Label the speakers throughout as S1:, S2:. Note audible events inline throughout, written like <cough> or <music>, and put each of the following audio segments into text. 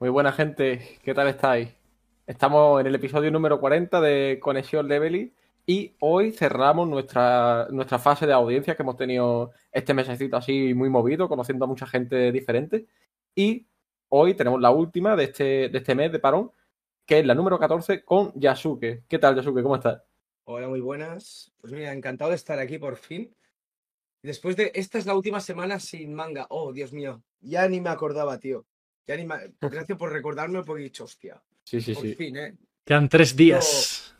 S1: Muy buena gente, ¿qué tal estáis? Estamos en el episodio número 40 de Conexión Levely y hoy cerramos nuestra, nuestra fase de audiencia que hemos tenido este mesecito así muy movido, conociendo a mucha gente diferente. Y hoy tenemos la última de este, de este mes de parón, que es la número 14 con Yasuke. ¿Qué tal, Yasuke? ¿Cómo estás?
S2: Hola, muy buenas. Pues mira, encantado de estar aquí por fin. Después de. Esta es la última semana sin manga. Oh, Dios mío. Ya ni me acordaba, tío.
S1: <laughs>
S2: Ya ni me... Gracias por recordarme porque he dicho, hostia.
S1: Sí, sí,
S2: Por
S1: sí.
S2: fin, ¿eh?
S3: Quedan tres días.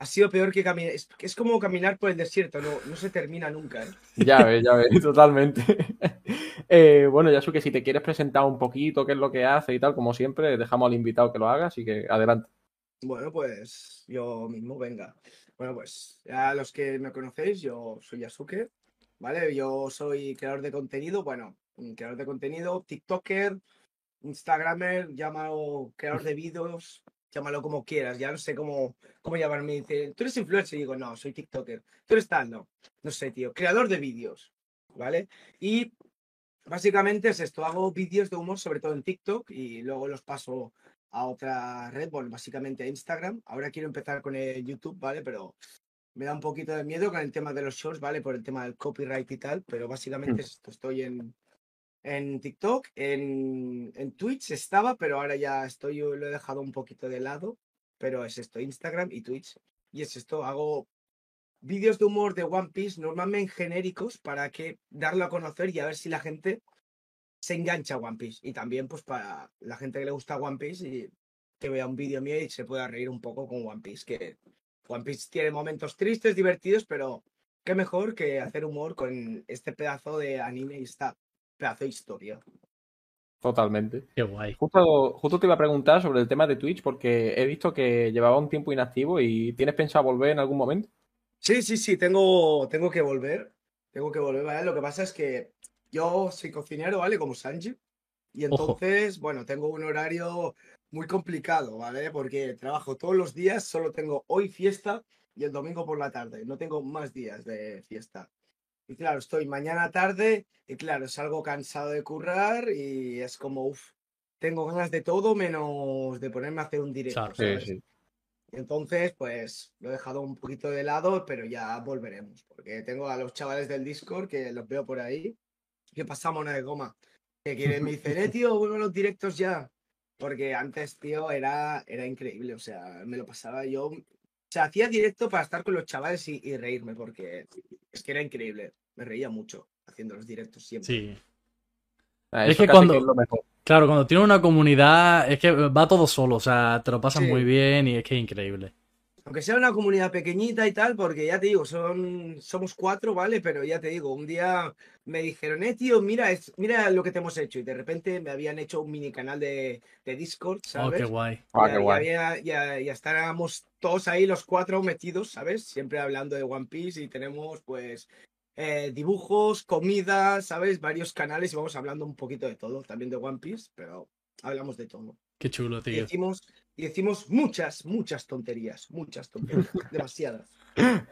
S2: Ha sido peor que caminar. Es, es como caminar por el desierto, no, no se termina nunca, ¿eh?
S1: Ya ves, ya ves, <laughs> totalmente. Eh, bueno, Yasuke, si te quieres presentar un poquito qué es lo que hace y tal, como siempre, dejamos al invitado que lo haga, así que adelante.
S2: Bueno, pues yo mismo, venga. Bueno, pues a los que me conocéis, yo soy Yasuke, ¿vale? Yo soy creador de contenido, bueno, mm, creador de contenido, TikToker, Instagramer, llámalo creador de vídeos, llámalo como quieras, ya no sé cómo, cómo llamarme. Dice, ¿tú eres influencer? Y digo, no, soy TikToker. ¿Tú eres tal? No, no sé, tío. Creador de vídeos, ¿vale? Y básicamente es esto, hago vídeos de humor, sobre todo en TikTok, y luego los paso a otra red, bueno, básicamente a Instagram. Ahora quiero empezar con el YouTube, ¿vale? Pero me da un poquito de miedo con el tema de los shows, ¿vale? Por el tema del copyright y tal, pero básicamente
S1: Mm.
S2: es esto, estoy en, en TikTok, en, en Twitch estaba, pero ahora ya estoy, lo he dejado un poquito de lado, pero es esto, Instagram y Twitch. Y es esto, hago vídeos de humor de One Piece, normalmente genéricos, para que darlo a conocer y a ver si la gente se engancha a One Piece. Y también, pues, para la gente que le gusta One Piece y que vea un vídeo mío y se pueda reír un poco con One Piece, que One Piece tiene momentos tristes, divertidos, pero qué mejor que hacer humor con este pedazo de anime y esta pedazo de historia.
S1: Totalmente.
S3: Qué guay.
S1: Justo, justo te iba a preguntar sobre el tema de Twitch porque he visto que llevaba un tiempo inactivo y ¿tienes pensado volver en algún momento?
S2: Sí, sí, sí, tengo, tengo que volver. Tengo que volver, ¿vale? Lo que pasa es que yo soy cocinero, ¿vale? Como Sanji. Y
S3: Ojo.
S2: entonces, bueno, tengo un horario muy complicado, ¿vale? Porque trabajo todos los días, solo tengo hoy fiesta y el domingo por la tarde. No tengo más días de fiesta. Y claro, estoy mañana tarde y claro, salgo cansado de currar y es como, uff, tengo ganas de todo menos de ponerme a hacer un directo,
S3: Claro.
S1: Pues,
S2: ¿sabes? Entonces, pues lo he dejado un poquito de lado, pero ya volveremos, porque tengo a los chavales del Discord que los veo por ahí, que pasamos una de goma, que quieren, me dicen, eh, tío, vuelvo a los directos ya, porque antes, tío, era, era increíble, o sea, me lo pasaba yo, o sea, hacía directo para estar con los chavales y, y reírme, porque es que era increíble, me reía mucho haciendo los directos siempre.
S3: Sí.
S1: Ah,
S3: Es
S1: eso
S3: que
S1: casi
S3: cuando-
S1: es lo mejor. Ah,
S3: Claro, cuando tienes una comunidad, es que va todo solo, o sea, te lo pasas
S2: Sí.
S3: muy bien y es que es increíble.
S2: Aunque sea una comunidad pequeñita y tal, porque ya te digo, son, somos cuatro, ¿vale? Pero ya te digo, un día me dijeron, eh, tío, mira, es- mira lo que te hemos hecho. Y de repente me habían hecho un mini canal de, de Discord,
S3: Oh,
S2: ¿sabes?
S3: qué guay.
S1: Ah,
S2: Ya-
S1: qué
S2: ya
S1: guay.
S2: había- ya- ya estábamos todos ahí, los cuatro metidos, ¿sabes? Siempre hablando de One Piece y tenemos, pues, eh, dibujos, comida, ¿sabes? Varios canales y vamos hablando un poquito de todo, también de One Piece, pero hablamos de todo.
S3: Qué chulo,
S2: Y
S3: tío.
S2: decimos, y decimos muchas, muchas tonterías, muchas tonterías, <laughs> demasiadas.
S1: Bueno,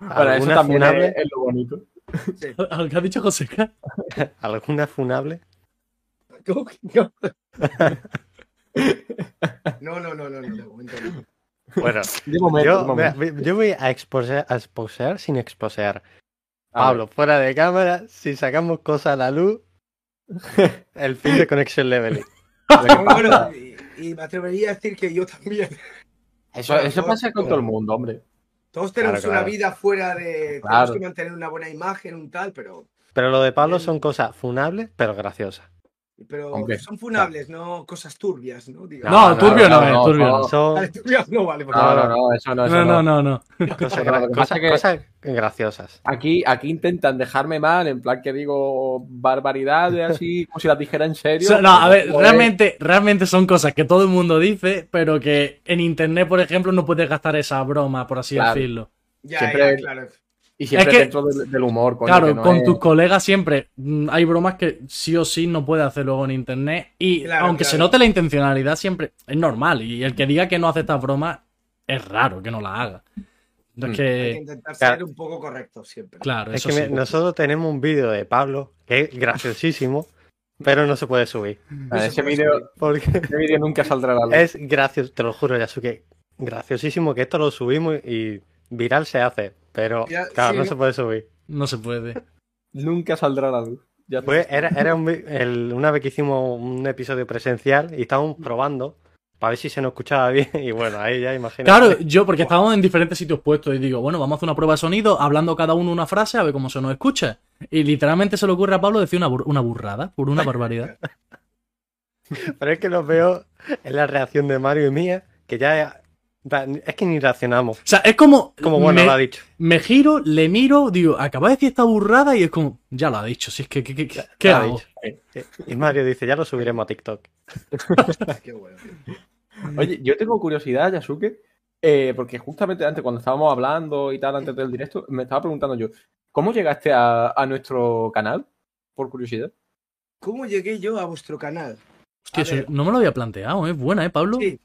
S1: eso
S4: ¿Alguna
S1: también
S4: funable?
S1: es, es lo bonito.
S2: Sí.
S3: ¿Algo que ha dicho Joseca?
S1: <laughs>
S4: ¿Alguna funable?
S2: ¿Cómo que no? No, no, no, no, no, de momento no.
S4: Bueno,
S1: De momento, de
S4: yo,
S1: momento.
S4: mira, yo voy a exposear, a exposear sin
S1: A
S4: exposear.
S1: ver,
S4: Pablo, fuera de cámara, si sacamos cosas a la luz, <laughs> el fin de Conexión Level.
S1: ¿qué pasa?
S2: Bueno, y, y me atrevería a decir que yo también. Ah,
S1: eso, eso pasa con todo el mundo, hombre.
S2: Todos tenemos
S4: Claro,
S2: una
S4: claro.
S2: vida fuera de. Tenemos
S1: Claro.
S2: que mantener una buena imagen, un tal, pero.
S4: Pero lo de Pablo son cosas funables, pero graciosas.
S2: Pero
S1: Hombre,
S2: son funables, no cosas turbias, ¿no? Digo, <laughs>
S3: No, turbio no, eh, turbio no.
S2: Vale,
S4: Son
S2: turbias no vale. porque-
S1: No, no, no, eso no, eso
S3: No, no,
S1: no.
S3: no, no.
S4: cosas,
S1: Pero <laughs> lo
S4: gra-
S1: que pasa
S4: cosas-
S1: es que-
S4: cosas graciosas.
S1: Aquí, aquí intentan dejarme mal, en plan que digo barbaridades así, como si las dijera en
S3: O
S1: serio. pues,
S3: sea, no, a ver,
S1: Joder.
S3: realmente, realmente son cosas que todo el mundo dice, pero que en internet, por ejemplo, no puedes gastar esa broma, por así
S1: Claro.
S3: decirlo.
S2: Ya,
S1: Siempre-
S2: ya, claro.
S1: Y siempre
S3: es que-
S1: dentro del, del humor, coño,
S3: Claro,
S1: que no
S3: con
S1: es-
S3: tus colegas siempre mm, hay bromas que sí o sí no puedes hacer luego en internet. Y
S2: Claro,
S3: aunque se
S2: claro.
S3: note la intencionalidad, siempre es normal. Y el que diga que no hace estas bromas, es raro que no la haga. No
S1: Mm.
S3: es
S2: Hay que
S3: que.
S2: intentar
S4: claro.
S2: ser un poco correcto siempre.
S3: Claro,
S4: Es
S3: eso
S4: que me-
S3: sí.
S4: nosotros tenemos un vídeo de Pablo que es graciosísimo, Pero no se puede subir.
S1: Nada,
S2: se
S1: ese
S2: puede
S1: vídeo
S2: subir.
S4: Porque
S1: ese vídeo nunca saldrá a la luz.
S4: es gracioso, te lo juro, Yasuke. Graciosísimo que esto lo subimos y viral se hace. Pero
S2: Ya,
S4: claro,
S2: sí,
S4: no
S2: ¿no?
S4: se puede subir.
S3: No se puede.
S1: Nunca saldrá a la luz. Ya te-
S4: Pues era, era un vi- el- una vez que hicimos un episodio presencial y estábamos probando para ver si se nos escuchaba bien. <laughs> Y bueno, ahí ya imagino.
S3: Claro, yo porque estábamos en diferentes sitios puestos y digo, bueno, vamos a hacer una prueba de sonido, hablando cada uno una frase a ver cómo se nos escucha. Y literalmente se le ocurre a Pablo decir una, bur- una burrada, por
S4: <laughs>
S3: una barbaridad.
S4: Pero es que lo veo en la reacción de Mario y mía, que ya da- es que ni reaccionamos.
S3: O sea, es como.
S4: Como bueno,
S3: me,
S4: lo ha dicho.
S3: me giro, le miro, digo, acaba de decir esta burrada y es como, ya lo ha dicho, si es que, que- que- que- ¿qué
S4: lo ha
S3: hago?
S4: dicho. Y Mario dice, ya lo subiremos a TikTok.
S2: Qué bueno.
S1: Oye, yo tengo curiosidad, Yasuke, eh, porque justamente antes, cuando estábamos hablando y tal, antes del directo, me estaba preguntando yo, ¿cómo llegaste a, a nuestro canal? Por curiosidad.
S2: ¿Cómo llegué yo a vuestro canal?
S3: Hostia,
S2: A
S3: eso
S2: ver.
S3: no me lo había planteado, es buena, ¿eh, Pablo?
S2: Sí, sí,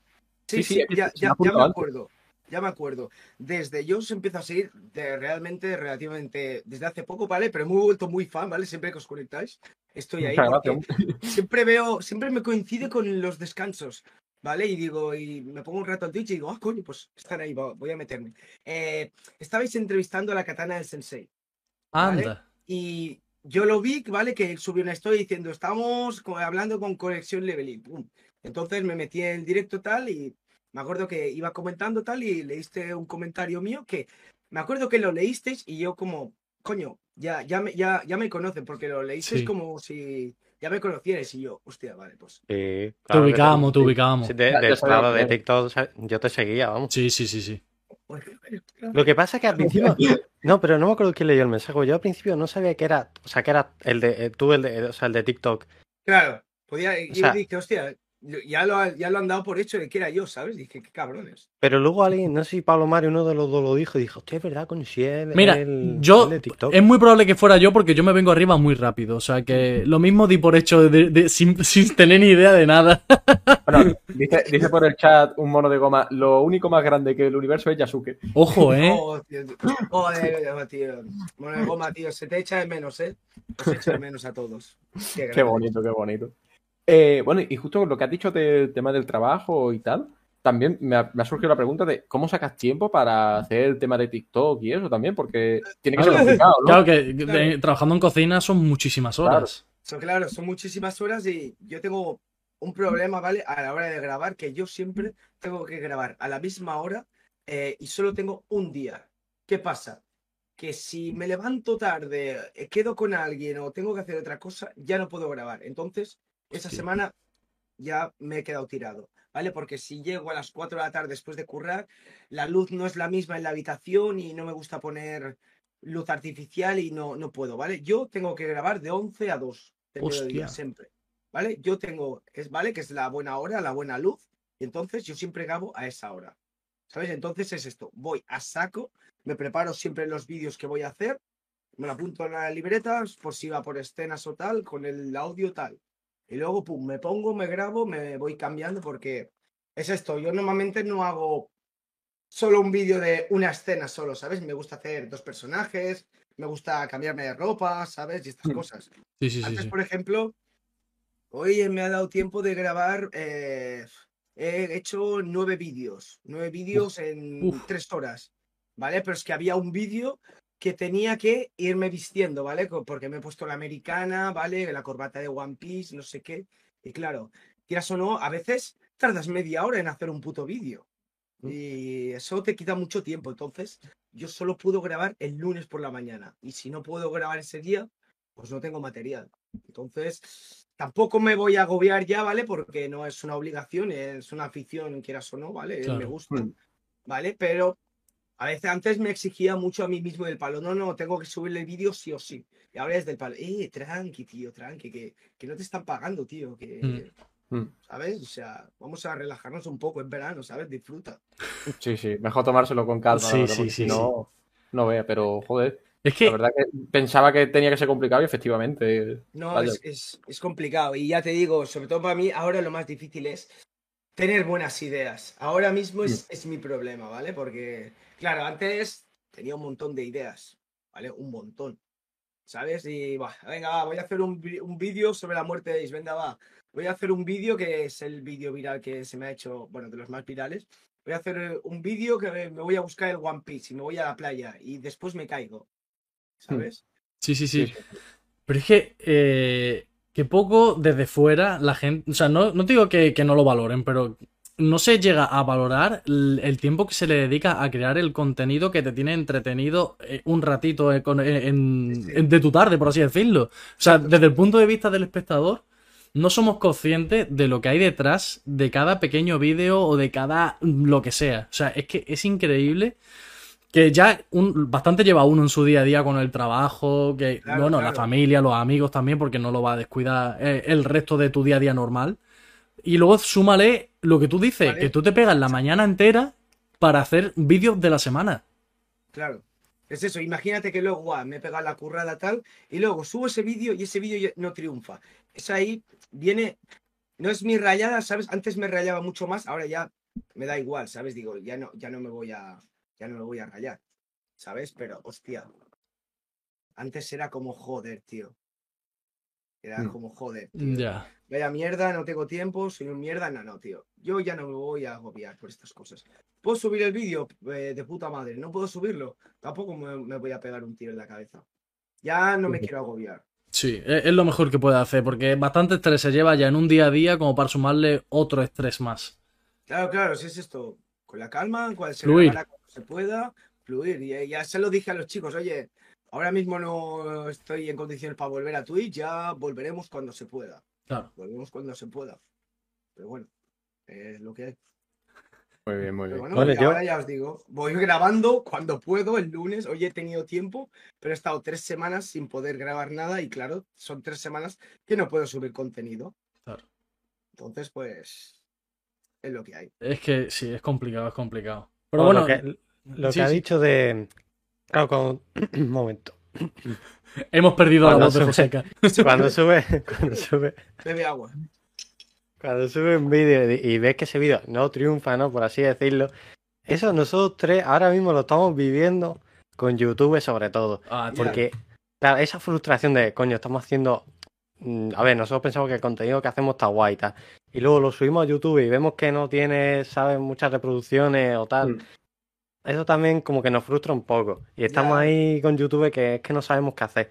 S1: Sí,
S2: sí,
S1: sí, es que
S2: ya,
S1: se me
S2: ya-
S1: ha
S2: ya
S1: apuntado
S2: me
S1: antes.
S2: acuerdo. Ya me acuerdo. Desde yo os empiezo a seguir de realmente, relativamente, desde hace poco, ¿vale? Pero me he vuelto muy fan, ¿vale? Siempre que os conectáis, estoy ahí.
S1: Muchas
S2: porque
S1: gracias. <laughs>
S2: siempre veo, siempre me coincide con los descansos, ¿vale? Y digo, y me pongo un rato al Twitch y digo, ah, coño, pues están ahí, va- voy a meterme. Eh, estabais entrevistando a la katana del sensei
S3: Anda.
S2: y yo lo vi, ¿vale? Que subió una historia diciendo, estamos co- hablando con Conexión Leveling. pum. Entonces me metí en el directo tal y me acuerdo que iba comentando tal y leíste un comentario mío que me acuerdo que lo leísteis y yo como, coño, ya, ya, me, ya, ya me conocen porque lo leísteis
S3: Sí.
S2: como si ya me conocierais y yo, hostia, vale, pues
S4: Sí,
S3: Te
S4: claro que
S3: ubicamos, te
S4: sí.
S3: ubicamos.
S4: Sí, de,
S1: Ya-
S4: de-
S1: ya sabía
S4: claro, de
S1: quién era.
S4: TikTok sa- yo te seguía, vamos.
S3: Sí, sí, sí, sí.
S2: pues,
S4: Lo que pasa es que al principio. No, pero no me acuerdo quién leyó el mensaje. Yo al principio no sabía que era. O sea, que era el de. eh, Tú, el de, o sea, el de TikTok.
S2: Claro, podía, y yo
S4: sea-
S2: dije, hostia, yo- ya lo, ha- ya lo han dado por hecho de que era yo, ¿sabes? Dije, qué cabrones.
S4: Pero luego alguien, no sé si Pablo Mario, uno de los dos lo dijo, y dijo, hostia, es verdad, con si el,
S3: Mira,
S4: el-
S3: yo- em,
S4: el de TikTok.
S3: Es muy probable que fuera yo porque yo me vengo arriba muy rápido. O sea que lo mismo di por hecho de- de- sin, <laughs> sin tener ni idea de nada.
S1: Bueno, dice, dice por el chat un mono de goma, lo único más grande que el universo es Yasuke.
S3: Ojo, ¿eh?
S2: Oh, tío, joder, tío. Bueno, el goma, tío, se te echa de menos, ¿eh? Os echo de menos a todos. Qué
S1: Qué
S2: grande.
S1: bonito, qué bonito. Eh, bueno, y justo con lo que has dicho del tema del trabajo y tal, también me ha, me ha surgido la pregunta de cómo sacas tiempo para hacer el tema de TikTok y eso también, porque tiene que ser
S3: Claro.
S1: complicado, ¿no?
S3: Claro que de-
S2: Claro.
S3: trabajando en cocina son muchísimas horas.
S2: Son, claro, son muchísimas horas y yo tengo un problema, ¿vale? A la hora de grabar, que yo siempre tengo que grabar a la misma hora eh, y solo tengo un día. ¿Qué pasa? Que si me levanto tarde, eh, quedo con alguien o tengo que hacer otra cosa, ya no puedo grabar. Entonces, esa
S3: Sí.
S2: semana ya me he quedado tirado, ¿vale? Porque si llego a las 4 de la tarde después de currar, la luz no es la misma en la habitación y no me gusta poner luz artificial y no, no puedo, ¿vale? Yo tengo que grabar de 11 a 2 de mediodía
S3: Hostia.
S2: siempre, ¿vale? Yo tengo, es, ¿vale? Que es la buena hora, la buena luz, y entonces yo siempre grabo a esa hora, ¿sabes? Entonces es esto, voy a saco, me preparo siempre los vídeos que voy a hacer, me lo apunto en la libreta, por si va por escenas o tal, con el audio tal. Y luego, pum, me pongo, me grabo, me voy cambiando porque es esto. Yo normalmente no hago solo un vídeo de una escena solo, ¿sabes? Me gusta hacer dos personajes, me gusta cambiarme de ropa, ¿sabes? Y estas cosas.
S3: Sí, sí, sí.
S2: Antes,
S3: sí.
S2: por ejemplo, hoy me ha dado tiempo de grabar, eh, he hecho nueve vídeos, nueve vídeos en
S3: uf.
S2: tres horas, ¿vale? Pero es que había un vídeo que tenía que irme vistiendo, ¿vale? Co- Porque me he puesto la americana, ¿vale? La corbata de One Piece, no sé qué. Y claro, quieras o no, a veces tardas media hora en hacer un puto vídeo. Y eso te quita mucho tiempo. Entonces, yo solo puedo grabar el lunes por la mañana. Y si no puedo grabar ese día, pues no tengo material. Entonces, tampoco me voy a agobiar ya, ¿vale? Porque no es una obligación, es una afición, quieras o no, ¿vale?
S3: Claro.
S2: Me gusta,
S1: Mm.
S2: ¿vale? Pero a veces antes me exigía mucho a mí mismo del palo, no, no, tengo que subirle el vídeo sí o sí. Y ahora es del palo, eh, tranqui, tío, tranqui, que, que no te están pagando, tío, que...
S1: Mm.
S2: ¿Sabes? O sea, vamos a relajarnos un poco en verano, ¿sabes? Disfruta.
S1: Sí, sí, mejor tomárselo con calma, la
S3: Sí,
S1: verdad,
S3: sí,
S1: porque
S3: sí,
S1: si no, no vea, pero joder,
S3: Es
S1: la
S3: que
S1: verdad que pensaba que tenía que ser complicado y efectivamente. eh,
S2: No,
S1: Vaya.
S2: es, es, es complicado. Y ya te digo, sobre todo para mí, ahora lo más difícil es tener buenas ideas. Ahora mismo es, es mi problema, ¿vale? Porque, claro, antes tenía un montón de ideas, ¿vale? Un montón. ¿sabes? Y va, venga, va, voy a hacer un, vi- un vídeo sobre la muerte de Ace, venga, va. Voy a hacer un vídeo que es el vídeo viral que se me ha hecho, bueno, de los más virales. Voy a hacer eh, un vídeo que me voy a buscar el One Piece y me voy a la playa y después me caigo, ¿sabes?
S3: Sí, sí, sí.
S1: Sí,
S3: Pero es que, eh, que poco desde fuera la gente, o sea, no, no digo que, que no lo valoren, pero no se llega a valorar el, el tiempo que se le dedica a crear el contenido que te tiene entretenido eh, un ratito eh, con- eh, en-
S2: Sí, sí.
S3: en- de tu tarde, por así decirlo. O sea, desde el punto de vista del espectador, no somos conscientes de lo que hay detrás de cada pequeño vídeo o de cada mm, lo que sea. O sea, es que es increíble que ya un, bastante lleva uno en su día a día con el trabajo, que
S2: Claro,
S3: bueno, la
S2: claro.
S3: familia, los amigos también, porque no lo va a descuidar eh, el resto de tu día a día normal. Y luego súmale lo que tú dices,
S2: Vale.
S3: que tú te pegas la mañana entera para hacer vídeos de la semana.
S2: Claro. Es eso, imagínate que luego, guau, me he pegado la currada tal, y luego subo ese vídeo y ese vídeo ya no triunfa. Es ahí, viene, no es mi rayada, ¿sabes? Antes me rayaba mucho más, ahora ya me da igual, ¿sabes? Digo, ya no, ya no me voy a, ya no me voy a rayar, ¿sabes? Pero, hostia, antes era como joder, tío. Era
S4: Mm.
S2: como joder, tío.
S3: Ya.
S2: Vaya mierda, no tengo tiempo, soy un mierda, no, no, tío. Yo ya no me voy a agobiar por estas cosas. ¿Puedo subir el vídeo? Eh, de puta madre, no puedo subirlo. Tampoco me, me voy a pegar un tiro en la cabeza. Ya no me quiero agobiar.
S3: Sí, e-, es, es lo mejor que puede hacer, porque bastante estrés se lleva ya en un día a día como para sumarle otro estrés más.
S2: Claro, claro, si es esto, con la calma, cual se
S3: Fluir.
S2: grabará cuando se pueda, fluir. Y eh, ya se lo dije a los chicos, oye, ahora mismo no estoy en condiciones para volver a Twitch, ya volveremos cuando se pueda.
S3: Claro.
S2: Volvemos cuando se pueda. Pero bueno, es lo que hay.
S1: Muy bien, muy
S2: Pero
S1: bien.
S2: bueno,
S4: Vale,
S2: y
S4: yo-
S2: ahora ya os digo, voy <laughs> grabando cuando puedo el lunes. Hoy he tenido tiempo, pero he estado tres semanas sin poder grabar nada y claro, son tres semanas que no puedo subir contenido.
S3: Claro.
S2: Entonces, pues, es lo que hay.
S3: Es que sí, es complicado, es complicado. Pero
S4: No,
S3: bueno,
S4: lo que, lo
S3: sí,
S4: que ha
S3: sí.
S4: dicho de. Claro, con... <clears throat> un momento.
S3: hemos perdido la
S4: Cuando
S3: voz de
S4: se-
S3: Joseca.
S4: <laughs> Cuando sube, cuando sube,
S2: Bebe agua.
S4: cuando sube un vídeo y y ves que ese vídeo no triunfa, ¿no? Por así decirlo. Eso nosotros tres ahora mismo lo estamos viviendo con YouTube sobre todo.
S3: Ah, tío.
S4: Porque, claro, esa frustración de, coño, estamos haciendo. mm, A ver, nosotros pensamos que el contenido que hacemos está guay, y tal. Y luego lo subimos a YouTube y vemos que no tiene, ¿sabes?, muchas reproducciones o tal.
S1: Mm.
S4: Eso también como que nos frustra un poco. Y estamos
S2: Ya.
S4: ahí con YouTube que es que no sabemos qué hacer.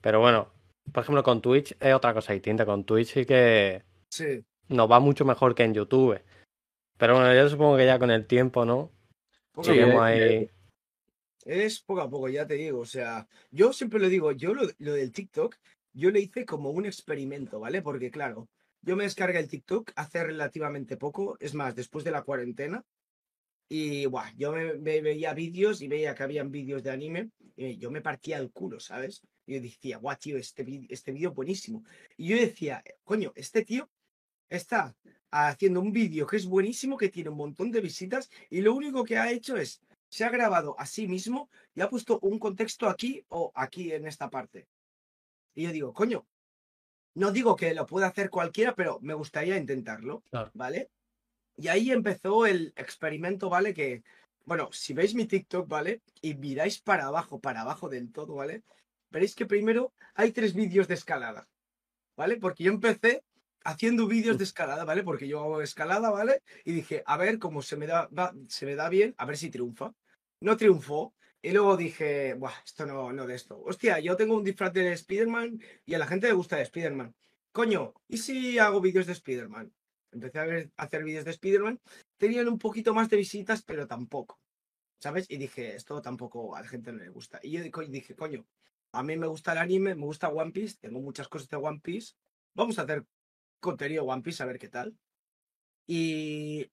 S4: Pero bueno, por ejemplo, con Twitch es otra cosa distinta. Con Twitch sí que
S2: Sí,
S4: nos va mucho mejor que en YouTube. Pero bueno, yo supongo que ya con el tiempo, ¿no?
S2: poco
S1: Sí,
S2: a poco.
S4: Seguimos
S1: eh.
S4: ahí.
S2: Es poco a poco, ya te digo. O sea, yo siempre lo digo, yo lo, lo del TikTok, yo lo hice como un experimento, ¿vale? Porque claro, yo me descargué el TikTok hace relativamente poco, es más, después de la cuarentena. Y buah, yo me, me veía vídeos y veía que habían vídeos de anime y yo me partía el culo, ¿sabes? Y yo decía, guau, tío, este vídeo este vídeo buenísimo. Y yo decía, coño, este tío está haciendo un vídeo que es buenísimo, que tiene un montón de visitas y lo único que ha hecho es se ha grabado a sí mismo y ha puesto un contexto aquí o aquí en esta parte. Y yo digo, coño, no digo que lo pueda hacer cualquiera, pero me gustaría intentarlo,
S3: Claro.
S2: ¿vale? Y ahí empezó el experimento, ¿vale? Que, bueno, si veis mi TikTok, ¿vale? Y miráis para abajo, para abajo del todo, ¿vale? Veréis que primero hay tres vídeos de escalada, ¿vale? Porque yo empecé haciendo vídeos de escalada, ¿vale? Porque yo hago escalada, ¿vale? Y dije, a ver cómo se me da, va- se me da bien, a ver si triunfa no triunfó. Y luego dije, Buah, esto no, no de esto. Hostia, yo tengo un disfraz de Spider-Man y a la gente le gusta de Spider-Man. Coño, ¿y si hago vídeos de Spider-Man? Empecé a, ver, a hacer vídeos de Spider-Man. Tenían un poquito más de visitas, pero tampoco. ¿Sabes? Y dije, esto tampoco a la gente no le gusta. Y yo dico- dije, coño, a mí me gusta el anime, me gusta One Piece, tengo muchas cosas de One Piece. Vamos a hacer contenido One Piece a ver qué tal. Y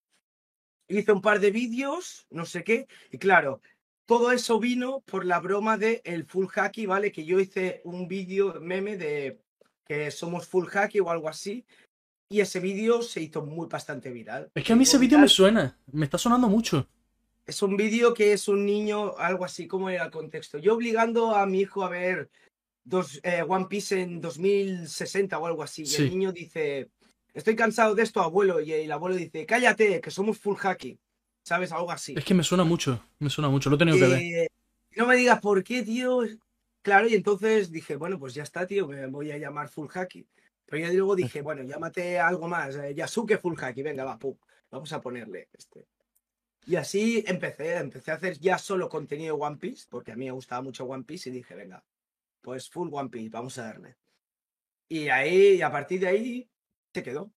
S2: hice un par de vídeos, no sé qué. Y claro, todo eso vino por la broma de el full hacky, ¿vale? Que yo hice un vídeo meme de que somos full hacky o algo así. Y ese vídeo se hizo muy bastante viral.
S3: Es que a mí
S2: Se
S3: ese
S2: hizo
S3: vídeo me
S2: viral.
S3: suena, me está sonando mucho.
S2: Es un vídeo que es un niño, algo así, como era el contexto? Yo obligando a mi hijo a ver dos, eh, One Piece en 2060 o algo así. Y
S3: Sí.
S2: el niño dice, estoy cansado de esto, abuelo. Y el abuelo dice, cállate, que somos full hacky. ¿Sabes? Algo así.
S3: Es que me suena mucho, me suena mucho, lo he tenido que ver.
S2: Eh, no me digas por qué, tío. Claro, y entonces dije, bueno, pues ya está, tío, me voy a llamar Full Haki. Pero ya luego dije, bueno, llámate algo más, eh, Yasuke Full Haki, venga, va, pum, vamos a ponerle este. Y así empecé, empecé a hacer ya solo contenido One Piece, porque a mí me gustaba mucho One Piece y dije, venga, pues Full One Piece, vamos a darle. Y ahí, y a partir de ahí, se quedó.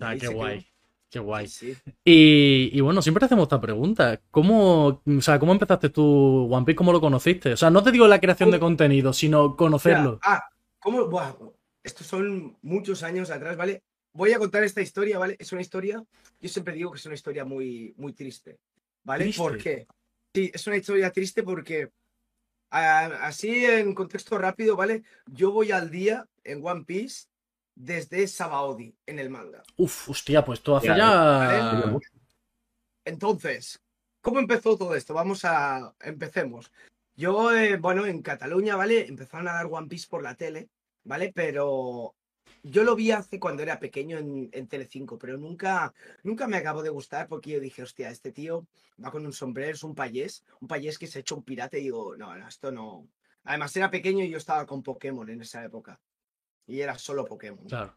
S3: Ah,
S2: Ahí
S3: qué
S2: se quedó.
S3: guay. Qué guay.
S2: Sí, sí.
S3: Y, y bueno, siempre te hacemos esta pregunta. ¿Cómo, o sea, ¿Cómo empezaste tú One Piece? ¿Cómo lo conociste? O sea, no te digo la creación de contenido, sino conocerlo.
S2: Espera, Ah, ¿cómo? Buah, estos son muchos años atrás, ¿vale? Voy a contar esta historia, ¿vale? Es una historia, yo siempre digo que es una historia muy, muy triste, ¿vale?
S3: Triste.
S2: ¿Por qué? Sí, es una historia triste porque, a- así en contexto rápido, ¿vale? Yo voy al día en One Piece desde Sabaody en el manga.
S3: Uf, hostia, pues tú hace
S4: Ya,
S1: ¿eh?
S3: ya.
S2: ¿vale? Entonces, ¿cómo empezó todo esto? Vamos a. Empecemos. Yo, eh, bueno, en Cataluña, ¿vale? Empezaron a dar One Piece por la tele, ¿vale? Pero yo lo vi hace cuando era pequeño en, en Telecinco, pero nunca, nunca me acabó de gustar porque yo dije, hostia, este tío va con un sombrero, es un payés, un payés que se ha hecho un pirata y digo, no, no, esto no. Además era pequeño y yo estaba con Pokémon en esa época. Y era solo Pokémon.
S3: Claro.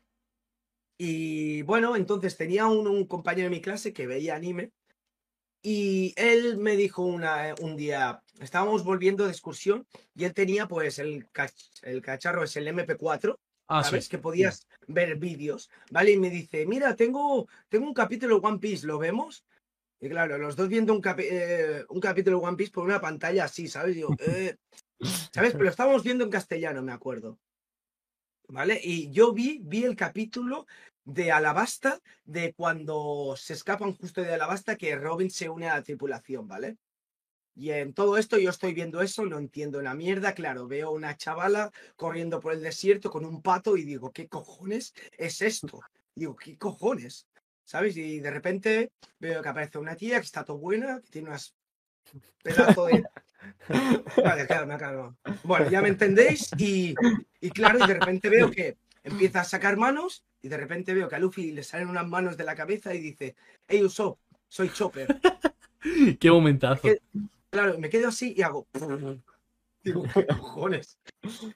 S2: Y bueno, entonces tenía un, un compañero de mi clase que veía anime y él me dijo una, eh, un día, estábamos volviendo de excursión y él tenía pues el, cach- el cacharro, es el MP4,
S3: Ah, sí.
S2: ¿sabes? Que podías ver vídeos, ¿vale? Y me dice, mira, tengo, tengo un capítulo de One Piece, ¿lo vemos? Y claro, los dos viendo un, capi- eh, un capítulo de One Piece por una pantalla así, ¿sabes?
S3: <laughs>
S2: Yo, eh, ¿sabes? Pero lo estábamos viendo en castellano, me acuerdo. ¿Vale? Y yo vi, vi el capítulo de Alabasta, de cuando se escapan justo de Alabasta, que Robin se une a la tripulación, ¿vale? Y en todo esto yo estoy viendo eso, no entiendo una mierda, claro, veo una chavala corriendo por el desierto con un pato y digo, ¿qué cojones es esto? Digo, ¿qué cojones? ¿Sabes? Y de repente veo que aparece una tía que está todo buena, que tiene unas pedazo de... Vale, claro, me ha calmado. Bueno, ya me entendéis y, y claro, y de repente veo que empieza a sacar manos y de repente veo que a Luffy le salen unas manos de la cabeza y dice, hey Usopp, soy Chopper.
S3: Qué momentazo.
S2: Es Claro, me quedo así y hago. Digo, "¿Qué <laughs> cojones.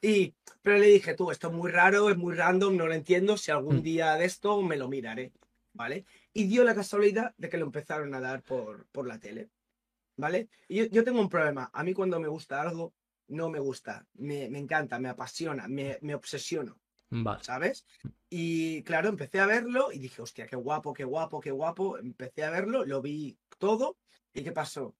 S2: Y, pero le dije, tú, esto es muy raro, es muy random, no lo entiendo. Si algún
S3: Mm.
S2: día de esto me lo miraré, ¿vale? Y dio la casualidad de que lo empezaron a dar por, por la tele, ¿vale? Y yo, yo tengo un problema. A mí cuando me gusta algo, no me gusta. Me, me encanta, me apasiona, me, me obsesiono.
S3: Vale.
S2: ¿sabes? Y claro, empecé a verlo y dije, hostia, qué guapo, qué guapo, qué guapo. Empecé a verlo, lo vi todo. ¿Y qué pasó?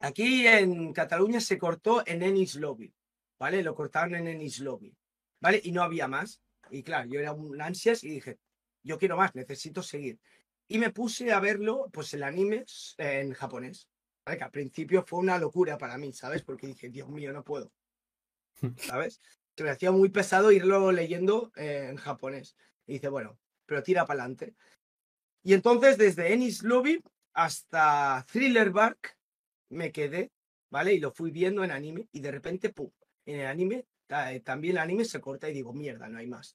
S2: Aquí en Cataluña se cortó en Ennis Lobby, ¿vale? Lo cortaron en Ennis Lobby, ¿vale? Y no había más. Y claro, yo era un ansias y dije, yo quiero más, necesito seguir. Y me puse a verlo, pues el anime s- en japonés, ¿vale? Que al principio fue una locura para mí, ¿sabes? Porque dije, Dios mío, no puedo, ¿sabes? se me hacía muy pesado irlo leyendo eh, en japonés. Y dice, bueno, pero tira para adelante. Y entonces desde Ennis Lobby hasta Thriller Bark me quedé, ¿vale? Y lo fui viendo en anime y de repente, ¡pum! En el anime, ta- eh, también el anime se corta y digo, mierda, no hay más.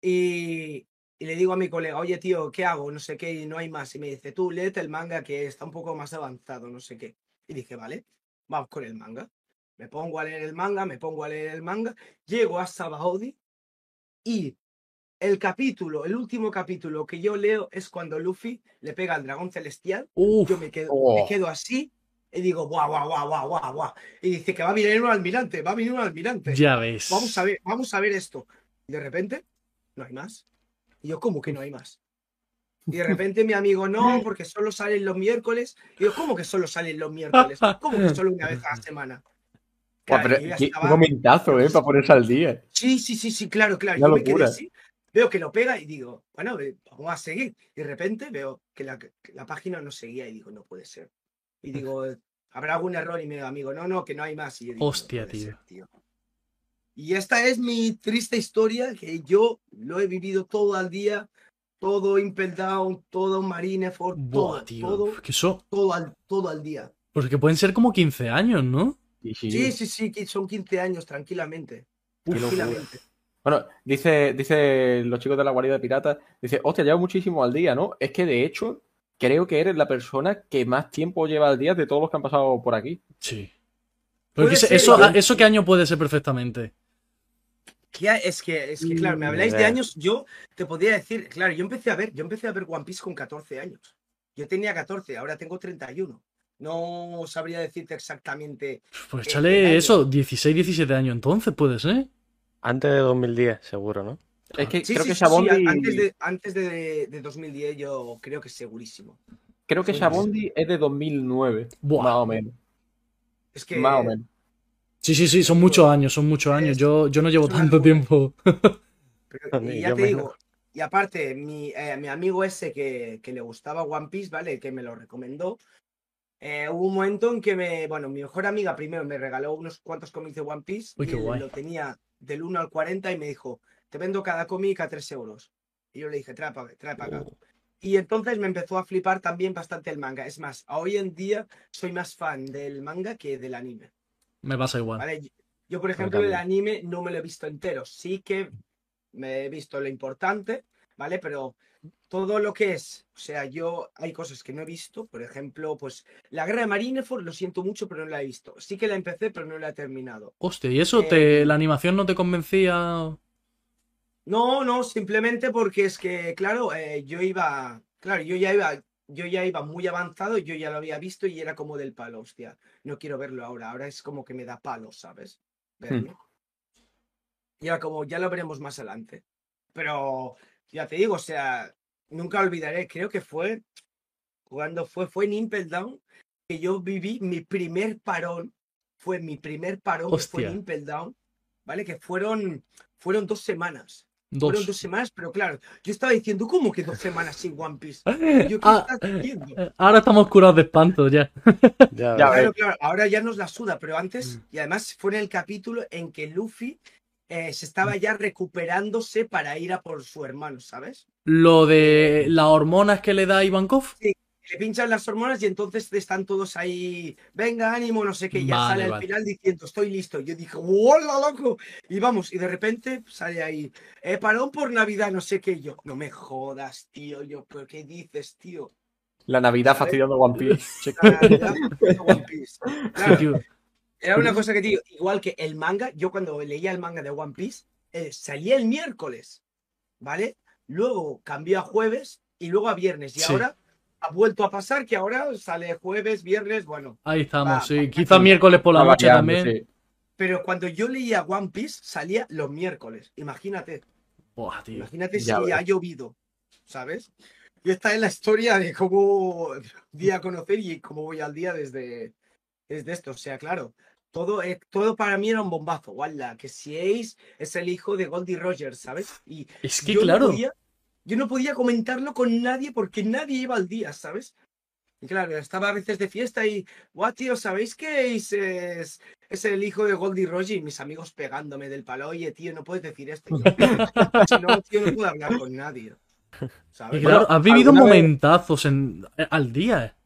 S2: Y, y le digo a mi colega, oye tío, ¿qué hago? No sé qué, y no hay más. Y me dice, tú, léete el manga que está un poco más avanzado, no sé qué. Y dije, vale, vamos con el manga. Me pongo a leer el manga, me pongo a leer el manga llego a Sabaody y el capítulo, el último capítulo que yo leo es cuando Luffy le pega al dragón celestial.
S3: Uf,
S2: Yo me quedo,
S1: Oh.
S2: me quedo así y digo, guau, guau, guau, guau, guau, guau. Y dice que va a venir un almirante, va a venir un almirante.
S3: ya ves.
S2: Vamos a ver, vamos a ver esto. Y de repente, no hay más. Y yo, ¿cómo que no hay más? Y de repente mi amigo,
S1: <laughs>
S2: no, porque solo salen los miércoles. Y yo, ¿cómo que solo salen los miércoles? ¿Cómo
S1: <laughs>
S2: que solo una vez a la semana?
S1: Guau,
S2: Claro,
S1: pero
S2: yo ya
S1: pues, qué- qué
S2: estaba-
S1: momentazo, ¿eh? Para ponerse al día.
S2: Sí, sí, sí, sí, claro, claro.
S1: Una
S2: Yo me quedé
S1: locura.
S2: así, veo que lo pega y digo, bueno, eh, vamos a seguir. Y de repente veo que la, que la página no seguía y digo, no puede ser. Y digo, "Eh, habrá algún error y mi amigo, no, no, que no hay más. Y yo digo, "No
S3: Hostia,
S2: puede ser,
S3: tío.
S2: Y esta es mi triste historia que yo lo he vivido todo el día, todo Impel Down, todo Marineford,
S3: Buah,
S2: todo,
S3: tío.
S2: todo,
S3: Que eso.
S2: todo al, todo al día.
S3: Porque pueden ser como 15 años, ¿no?
S1: Y sí.
S2: Sí, sí, sí, que son 15 años, tranquilamente.
S1: Qué locura.
S2: Tranquilamente.
S1: Bueno, dice, dice los chicos de la guarida pirata, dice, hostia, llevo muchísimo al día, ¿no? Es que de hecho, creo que eres la persona que más tiempo lleva al día de todos los que han pasado por aquí.
S3: Sí. Porque
S2: Puede
S3: eso,
S2: ser, ¿eh?
S3: eso, ah,
S2: ¿no?
S3: eso qué año puede ser perfectamente.
S2: Ya, es que, es que, claro, me
S4: Mm,
S2: habláis de
S4: ya.
S2: años, yo te podría decir, claro, yo empecé a ver, yo empecé a ver One Piece con 14 años. Yo tenía 14, ahora tengo 31. No sabría decirte exactamente.
S3: Pues
S2: Eh, el
S3: échale
S2: año.
S3: eso, 16, 17 años entonces, puede ser.
S4: Antes de 2010, seguro, ¿no?
S1: Es que
S2: Sí,
S1: creo
S2: sí,
S1: que
S2: sí, sí,
S1: Shabondi.
S2: a- antes de, antes de, de 2010 yo creo que segurísimo.
S1: Creo que
S3: Sí,
S1: Shabondi es de 2009.
S3: Buah.
S1: Más o menos.
S2: Es que
S1: Más o menos.
S3: Sí, sí, sí, son muchos años, son muchos años. Yo, yo no llevo
S2: es una
S3: tanto
S2: locura.
S3: tiempo.
S2: Pero-
S4: Ni
S2: y ya
S4: yo
S2: te
S4: menos.
S2: digo, y aparte, mi, eh, mi amigo ese que, que le gustaba One Piece, ¿vale? Que me lo recomendó. eh, hubo un momento en que me, bueno, mi mejor amiga primero me regaló unos cuantos cómics de One Piece
S3: Uy,
S2: y
S3: qué
S2: él
S3: guay.
S2: lo tenía del 1 al 40 y me dijo, te vendo cada cómic a 3 euros. Y yo le dije, trae para acá. Y entonces me empezó a flipar también bastante el manga. Es más, hoy en día soy más fan del manga que del anime.
S3: Me pasa igual.
S2: ¿vale? Yo- Yo, por ejemplo, el
S4: cambio.
S2: anime no me lo he visto entero. Sí que me he visto lo importante, ¿vale? Pero todo lo que es, o sea, yo hay cosas que no he visto, por ejemplo, pues la guerra de Marineford, lo siento mucho, pero no la he visto. Sí que la empecé, pero no la he terminado.
S3: Hostia, ¿y eso?
S2: Eh,
S3: Te, ¿La animación no te convencía?
S2: No, no, simplemente porque es que, claro, eh, yo iba, claro, yo ya iba, yo ya iba muy avanzado, yo ya lo había visto y era como del palo, hostia, no quiero verlo ahora, ahora es como que me da palo, ¿sabes? Verlo. Y era como, ya lo veremos más adelante. Pero, ya te digo, o sea, nunca olvidaré, creo que fue, cuando fue, fue en Impel Down, que yo viví mi primer parón, fue mi primer parón, que fue en
S3: Hostia.
S2: Impel Down, ¿vale? Que fueron, fueron dos semanas. Fueron dos
S3: Dos.
S2: semanas, pero claro, yo estaba diciendo, ¿cómo que dos semanas sin One
S3: <laughs>
S2: Piece? Yo, ¿qué
S3: Ah,
S2: estás diciendo?
S3: eh, ahora estamos curados de espanto ya.
S4: Ya
S1: <laughs> Ya ves.
S4: ves.
S2: Claro, claro, ahora ya nos la suda, pero
S3: Mm.
S2: antes, y además fue en el capítulo en que Luffy eh, se estaba
S3: Mm.
S2: ya recuperándose para ir a por su hermano, ¿sabes?
S3: Lo de las hormonas que le da Ivankov.
S2: Le pinchan las hormonas y entonces están todos ahí, venga, ánimo, no sé qué, y ya
S3: Vale,
S2: sale al
S3: vale.
S2: final diciendo, estoy listo. Yo dije, ¡hola, loco! Y vamos, y de repente sale ahí, eh, parón por Navidad, no sé qué, y yo, no me jodas, tío, yo, ¿pero qué dices, tío?
S1: La Navidad
S2: ¿Sabes?
S1: fastidiando a One Piece.
S2: <laughs> La Navidad
S3: <laughs>
S2: de One Piece. Claro,
S3: Tío,
S2: Era una cosa que te digo, igual que el manga, yo cuando leía el manga de One Piece, eh, salía el miércoles, ¿vale? Luego cambió a jueves y luego a viernes. Y
S3: Sí.
S2: ahora ha vuelto a pasar que ahora sale jueves, viernes, bueno.
S3: ahí
S2: Va,
S3: estamos, sí.
S2: va,
S3: Quizás miércoles por la
S1: Va
S3: noche
S1: variando,
S3: también.
S1: sí.
S2: Pero cuando yo leía One Piece, salía los miércoles. Imagínate,
S3: Buah, tío.
S2: imagínate
S1: Ya
S2: si
S1: ves.
S2: ha llovido, ¿sabes? Y esta es la historia de cómo di a conocer y cómo voy al día desde, desde esto. O sea, claro, todo, eh, todo para mí era un bombazo. Wala, que si Ace es el hijo de Goldie Rogers, ¿sabes? Y
S3: Es que
S2: yo
S3: claro.
S2: No podía, yo no podía comentarlo con nadie porque nadie iba al día, ¿sabes? Y claro, estaba a veces de fiesta y, guau, tío, ¿sabéis que es, es, es el hijo de Goldie Roger? Y mis amigos pegándome del palo, oye, tío, no puedes decir esto. Y yo, si no, tío, no puedo hablar con nadie.
S3: Y
S2: ¿sabes?
S3: claro,
S1: Bueno,
S3: has vivido
S1: alguna vez-
S3: momentazos en, eh, al día.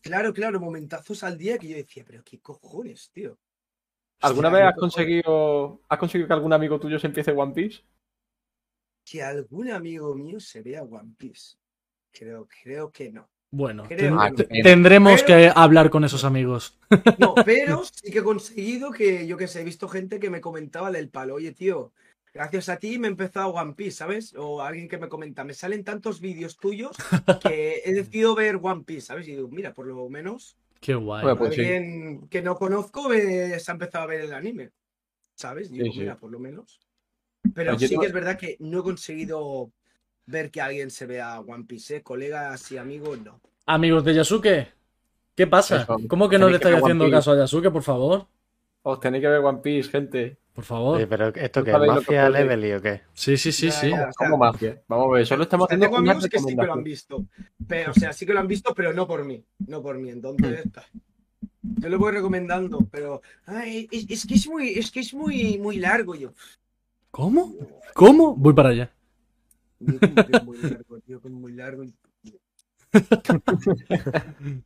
S2: Claro, claro, momentazos al día que yo decía, pero qué cojones, tío.
S1: ¿Alguna vez
S2: Hostia, qué
S1: has conseguido, has conseguido que algún amigo tuyo se empiece One Piece?
S2: Si algún amigo mío se vea One Piece, creo, creo que no.
S3: Bueno,
S2: Creo
S3: ten-
S2: que no.
S3: Ah, te- tendremos
S2: Pero-
S3: que hablar con esos amigos.
S1: <laughs>
S2: No, pero sí que he conseguido que, yo que sé, he visto gente que me comentaba del palo, oye, tío, gracias a ti me he empezado One Piece, ¿sabes? O alguien que me comenta, me salen tantos vídeos tuyos que
S1: <laughs>
S2: he decidido ver One Piece, ¿sabes? Y digo, mira, por lo menos
S3: Qué guay.
S1: Bueno, Pues sí.
S2: alguien que no conozco eh, se ha empezado a ver el anime, ¿sabes? Digo,
S1: Sí, sí.
S2: mira, por lo menos. Pero
S1: Oye,
S2: sí
S1: no-
S2: que es verdad que no he conseguido ver que alguien se vea One Piece, ¿eh? Colegas y amigos, no.
S3: Amigos de Yasuke, ¿qué pasa?
S1: Eso,
S3: ¿Cómo que no
S1: tenéis que
S3: le estáis
S1: ver One
S3: haciendo
S1: Piece.
S3: caso a Yasuke, por favor?
S1: Os tenéis que ver One Piece, gente.
S3: Por
S4: Oye,
S2: Oh,
S3: favor.
S4: pero ¿esto
S1: No
S4: qué?
S1: sabéis lo que
S4: ¿Mafia
S1: podéis.
S4: Levely o qué?
S3: Sí, sí, sí,
S2: Ya,
S3: sí.
S2: ya. O sea,
S1: ¿Cómo mafia? Vamos a ver, solo estamos
S2: O sea,
S1: haciendo
S2: tengo
S1: una
S2: amigos que sí que lo han
S1: recomendación.
S2: visto. Pero, o sea, sí que lo han visto, pero no por mí. No por mí.
S1: Mm.
S2: Entonces, pa, yo lo voy recomendando, pero ay, es, es que es muy, es que es muy, muy largo, yo.
S3: ¿Cómo? ¿Cómo? Voy para allá.
S2: Yo como que es muy largo, tío, que es muy largo.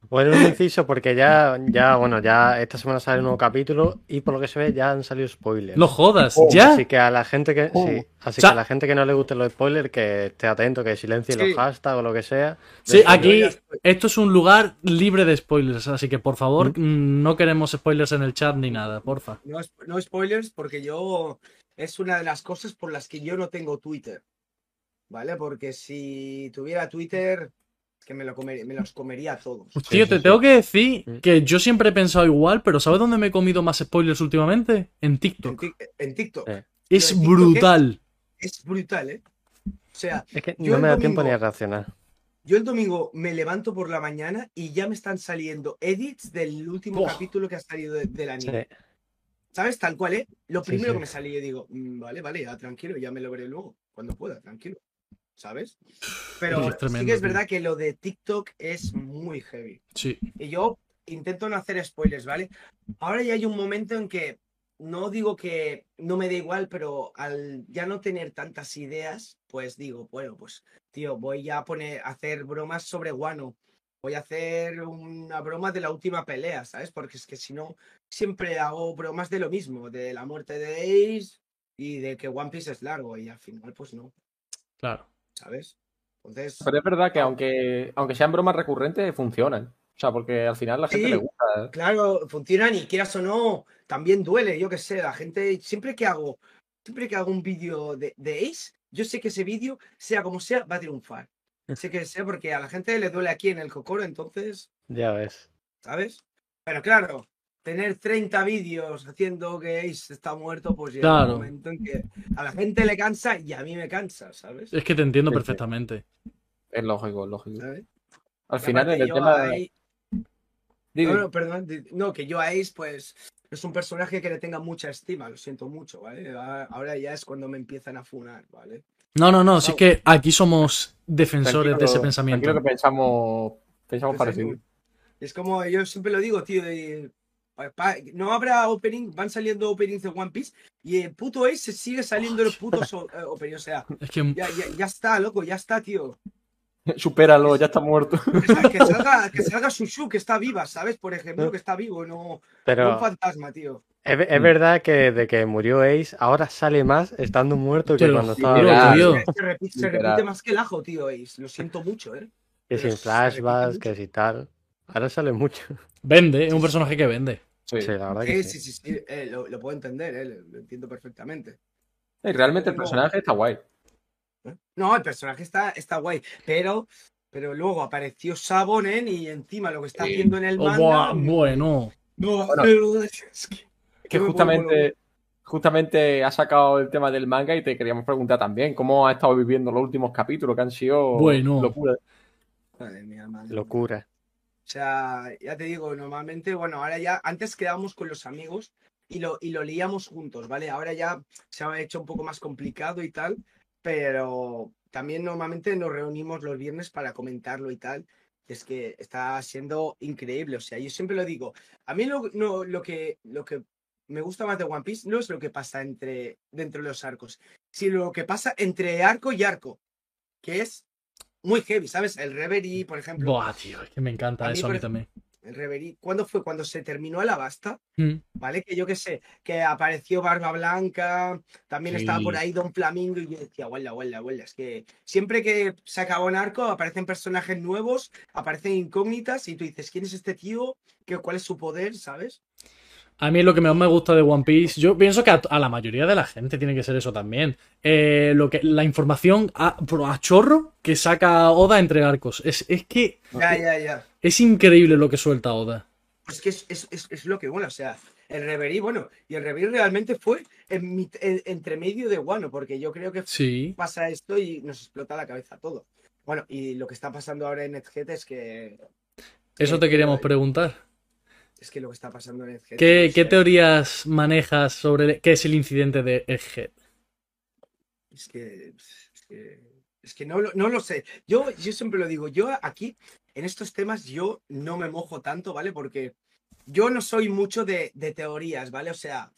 S4: Bueno, Pues un inciso porque ya, ya, bueno, ya esta semana sale un nuevo capítulo y por lo que se ve ya han salido spoilers.
S3: No jodas,
S1: Oh,
S3: ya.
S4: Así que a la gente que,
S1: Oh.
S4: sí,
S3: O
S4: así
S3: sea-
S4: que a la gente que no le gusten los spoilers, que esté atento, que silencie
S2: Sí.
S4: los hashtags o lo que sea.
S3: Sí,
S2: Yo
S3: aquí
S2: ya estoy-
S3: esto es un lugar libre de spoilers, así que por favor, mm, no queremos spoilers en el chat ni nada, porfa.
S2: No, es- no spoilers porque yo es una de las cosas por las que yo no tengo Twitter. ¿Vale? Porque si tuviera Twitter, es que me, lo comer- me los comería a todos.
S3: Tío,
S4: sí,
S3: te
S4: sí.
S3: tengo que decir
S4: Mm.
S3: que yo siempre he pensado igual, pero ¿sabes dónde me he comido más spoilers últimamente? En
S2: En,
S3: TikTok.
S2: Tik- en TikTok.
S4: Eh.
S3: Es
S2: en TikTok es-
S3: brutal.
S2: Es brutal, ¿eh? O sea,
S4: Es que
S2: Yo
S4: no me
S2: el
S4: da tiempo ni
S2: domingo-
S4: a reaccionar.
S2: yo el domingo me levanto por la mañana y ya me están saliendo edits del último
S3: Buah.
S2: capítulo que ha salido de- del
S4: Sí.
S2: anime. ¿Sabes? Tal cual, ¿eh? Lo
S4: Sí,
S2: primero
S4: sí.
S2: que me salió, yo digo, "Mm, vale, vale, ya tranquilo, ya me lo veré luego, cuando pueda, tranquilo. ¿Sabes? Pero
S3: Eso es
S2: sí
S3: tremendo,
S2: que es
S3: tío.
S2: verdad que lo de TikTok es muy heavy.
S3: Sí.
S2: Y yo intento no hacer spoilers, ¿vale? Ahora ya hay un momento en que no digo que no me da igual, pero al ya no tener tantas ideas, pues digo, bueno, pues tío, voy a poner a hacer bromas sobre Guano. Voy a hacer una broma de la última pelea, ¿sabes? Porque es que si no, siempre hago bromas de lo mismo, de la muerte de Ace y de que One Piece es largo y al final pues no,
S3: Claro.
S2: ¿sabes? Entonces,
S1: Pero es verdad que aunque, aunque sean bromas recurrentes, funcionan. O sea, porque al final la gente
S2: Sí.
S1: le gusta.
S2: Claro, funcionan y quieras o no, también duele, yo qué sé, la gente, siempre que hago, siempre que hago un vídeo de, de Ace, yo sé que ese vídeo, sea como sea, va a triunfar. Sé que sé, porque a la gente le duele aquí en el cocoro, entonces,
S4: Ya ves.
S2: ¿sabes? Pero claro, tener 30 vídeos haciendo que Ace está muerto, pues llega
S3: Claro.
S2: un momento en que a la gente le cansa y a mí me cansa, ¿sabes?
S3: Es que te entiendo
S4: Sí, sí.
S3: perfectamente.
S1: Es lógico, es lógico.
S2: ¿Sabes?
S1: Al
S2: Y
S1: final,
S2: aparte
S1: en el
S2: yo
S1: tema.
S2: ahí-
S1: Dime.
S2: No, no, perdón. di- No, que yo a Ace, pues, es un personaje que le tenga mucha estima, lo siento mucho, ¿vale? A- Ahora ya es cuando me empiezan a funar, ¿vale?
S3: No, no, no, si es que aquí somos defensores
S1: Tranquilo,
S3: de ese pensamiento.
S1: tranquilo que pensamos, pensamos
S2: Entonces,
S1: parecido.
S2: Es como yo siempre lo digo, tío. y- pa- no habrá opening, van saliendo openings de One Piece y el puto Ace se sigue saliendo los putos o- eh, openings. O sea,
S3: Es que
S2: ya, ya, ya está, loco, ya está, tío.
S1: <laughs> Supéralo, ya está muerto.
S2: Que, sa- que salga, que salga Shushu, que está viva, ¿sabes? Por ejemplo, que está vivo, no, no un
S4: Pero
S2: fantasma, tío.
S4: es, es
S1: Mm.
S4: verdad que de que murió Ace, ahora sale más estando muerto
S3: Te
S4: que
S3: lo
S4: cuando
S3: juro,
S4: estaba
S1: Literal.
S4: vivo.
S3: tío.
S2: Se, se repite, se
S1: Literal.
S2: repite más que el ajo, tío, Ace. Lo siento mucho, ¿eh?
S4: Que
S2: Pero
S4: sin
S2: se repite
S4: flashbacks,
S2: mucho.
S4: que si tal. Ahora sale mucho.
S3: vende, es un personaje que vende.
S1: Sí.
S4: Sí, la verdad
S2: Sí,
S4: que
S2: sí,
S4: sí.
S2: sí, sí, eh, lo, lo puedo entender, eh, lo, lo entiendo perfectamente.
S1: Y Realmente el personaje está guay.
S2: No, el personaje está, está guay, pero, pero luego apareció Sabonen y encima lo que está
S1: Sí.
S2: haciendo en el
S3: Oh,
S2: manga...
S3: buah, bueno.
S2: No,
S1: Bueno.
S2: pero es que-
S1: Es que
S2: Muy, muy
S1: justamente,
S2: bueno.
S1: justamente ha sacado el tema del manga y te queríamos preguntar también cómo ha estado viviendo los últimos capítulos que han sido
S3: Bueno.
S1: locura.
S2: Madre mía, madre mía.
S4: Locura.
S2: O sea, ya te digo, normalmente, bueno, ahora ya, antes quedábamos con los amigos y lo, y lo leíamos juntos, ¿vale? Ahora ya se ha hecho un poco más complicado y tal, pero también normalmente nos reunimos los viernes para comentarlo y tal. y Es que está siendo increíble, o sea, yo siempre lo digo. A mí lo, no, lo, que, lo que me gusta más de One Piece no es lo que pasa entre, dentro de los arcos, sino lo que pasa entre arco y arco, que es muy heavy, ¿sabes? El Reverie, por ejemplo.
S3: Buah, tío, es que me encanta
S2: A mí,
S3: eso a mí
S2: por-
S3: también.
S2: El Reverie. ¿Cuándo fue? Cuando se terminó el Abasta,
S3: Mm.
S2: ¿vale? Que yo qué sé, que apareció Barba Blanca, también estaba
S3: Sí.
S2: por ahí Don Flamingo, y yo decía, huela, huela, huela. Es que siempre que se acaba un arco, aparecen personajes nuevos, aparecen incógnitas, y tú dices, ¿quién es este tío? ¿Qué, ¿Cuál es su poder? ¿Sabes?
S3: A mí es lo que más me gusta de One Piece, yo pienso que a, a la mayoría de la gente tiene que ser eso también. Eh, lo que, la información a, pro- a chorro que saca Oda entre arcos. Es, es que
S2: Ya, ya, ya.
S3: es increíble lo que suelta Oda.
S2: Pues que es, es, es, es lo que bueno, o sea, el Reverie, bueno, y el Reverie realmente fue en, mit- en- entre medio de Guano, porque yo creo que
S3: Sí.
S2: pasa esto y nos explota la cabeza todo. Bueno, y lo que está pasando ahora en Edget es que
S3: Eso te queríamos preguntar.
S2: es que lo que está pasando en Edget.
S3: ¿Qué, qué teorías manejas sobre el- qué es el incidente de Egghead?
S2: Es que, es que, es que no, lo- no lo sé. Yo, yo siempre lo digo, yo aquí, en estos temas, yo no me mojo tanto, ¿vale? Porque yo no soy mucho de, de teorías, ¿vale? O sea,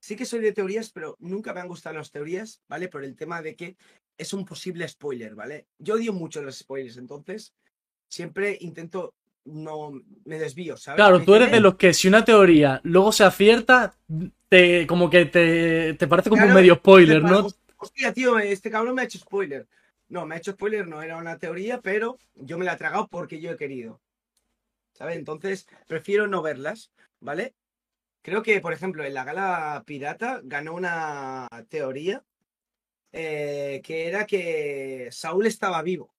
S2: sí que soy de teorías, pero nunca me han gustado las teorías, ¿vale? Por el tema de que es un posible spoiler, ¿vale? Yo odio mucho los spoilers, entonces siempre intento, no me desvío, ¿sabes?
S3: Claro,
S2: Me "Eh,
S3: tú eres
S2: dicen,
S3: de los que si una teoría luego se acierta, te, como que te, te parece como un
S2: Claro,
S3: medio spoiler,
S2: Sepa,
S3: ¿no?
S2: host- Hostia, tío, este cabrón me ha hecho spoiler. No, me ha hecho spoiler, no era una teoría, pero yo me la he tragado porque yo he querido. ¿Sabes? Entonces, prefiero no verlas, ¿vale? Creo que, por ejemplo, en la gala pirata ganó una teoría eh, que era que Saúl estaba vivo.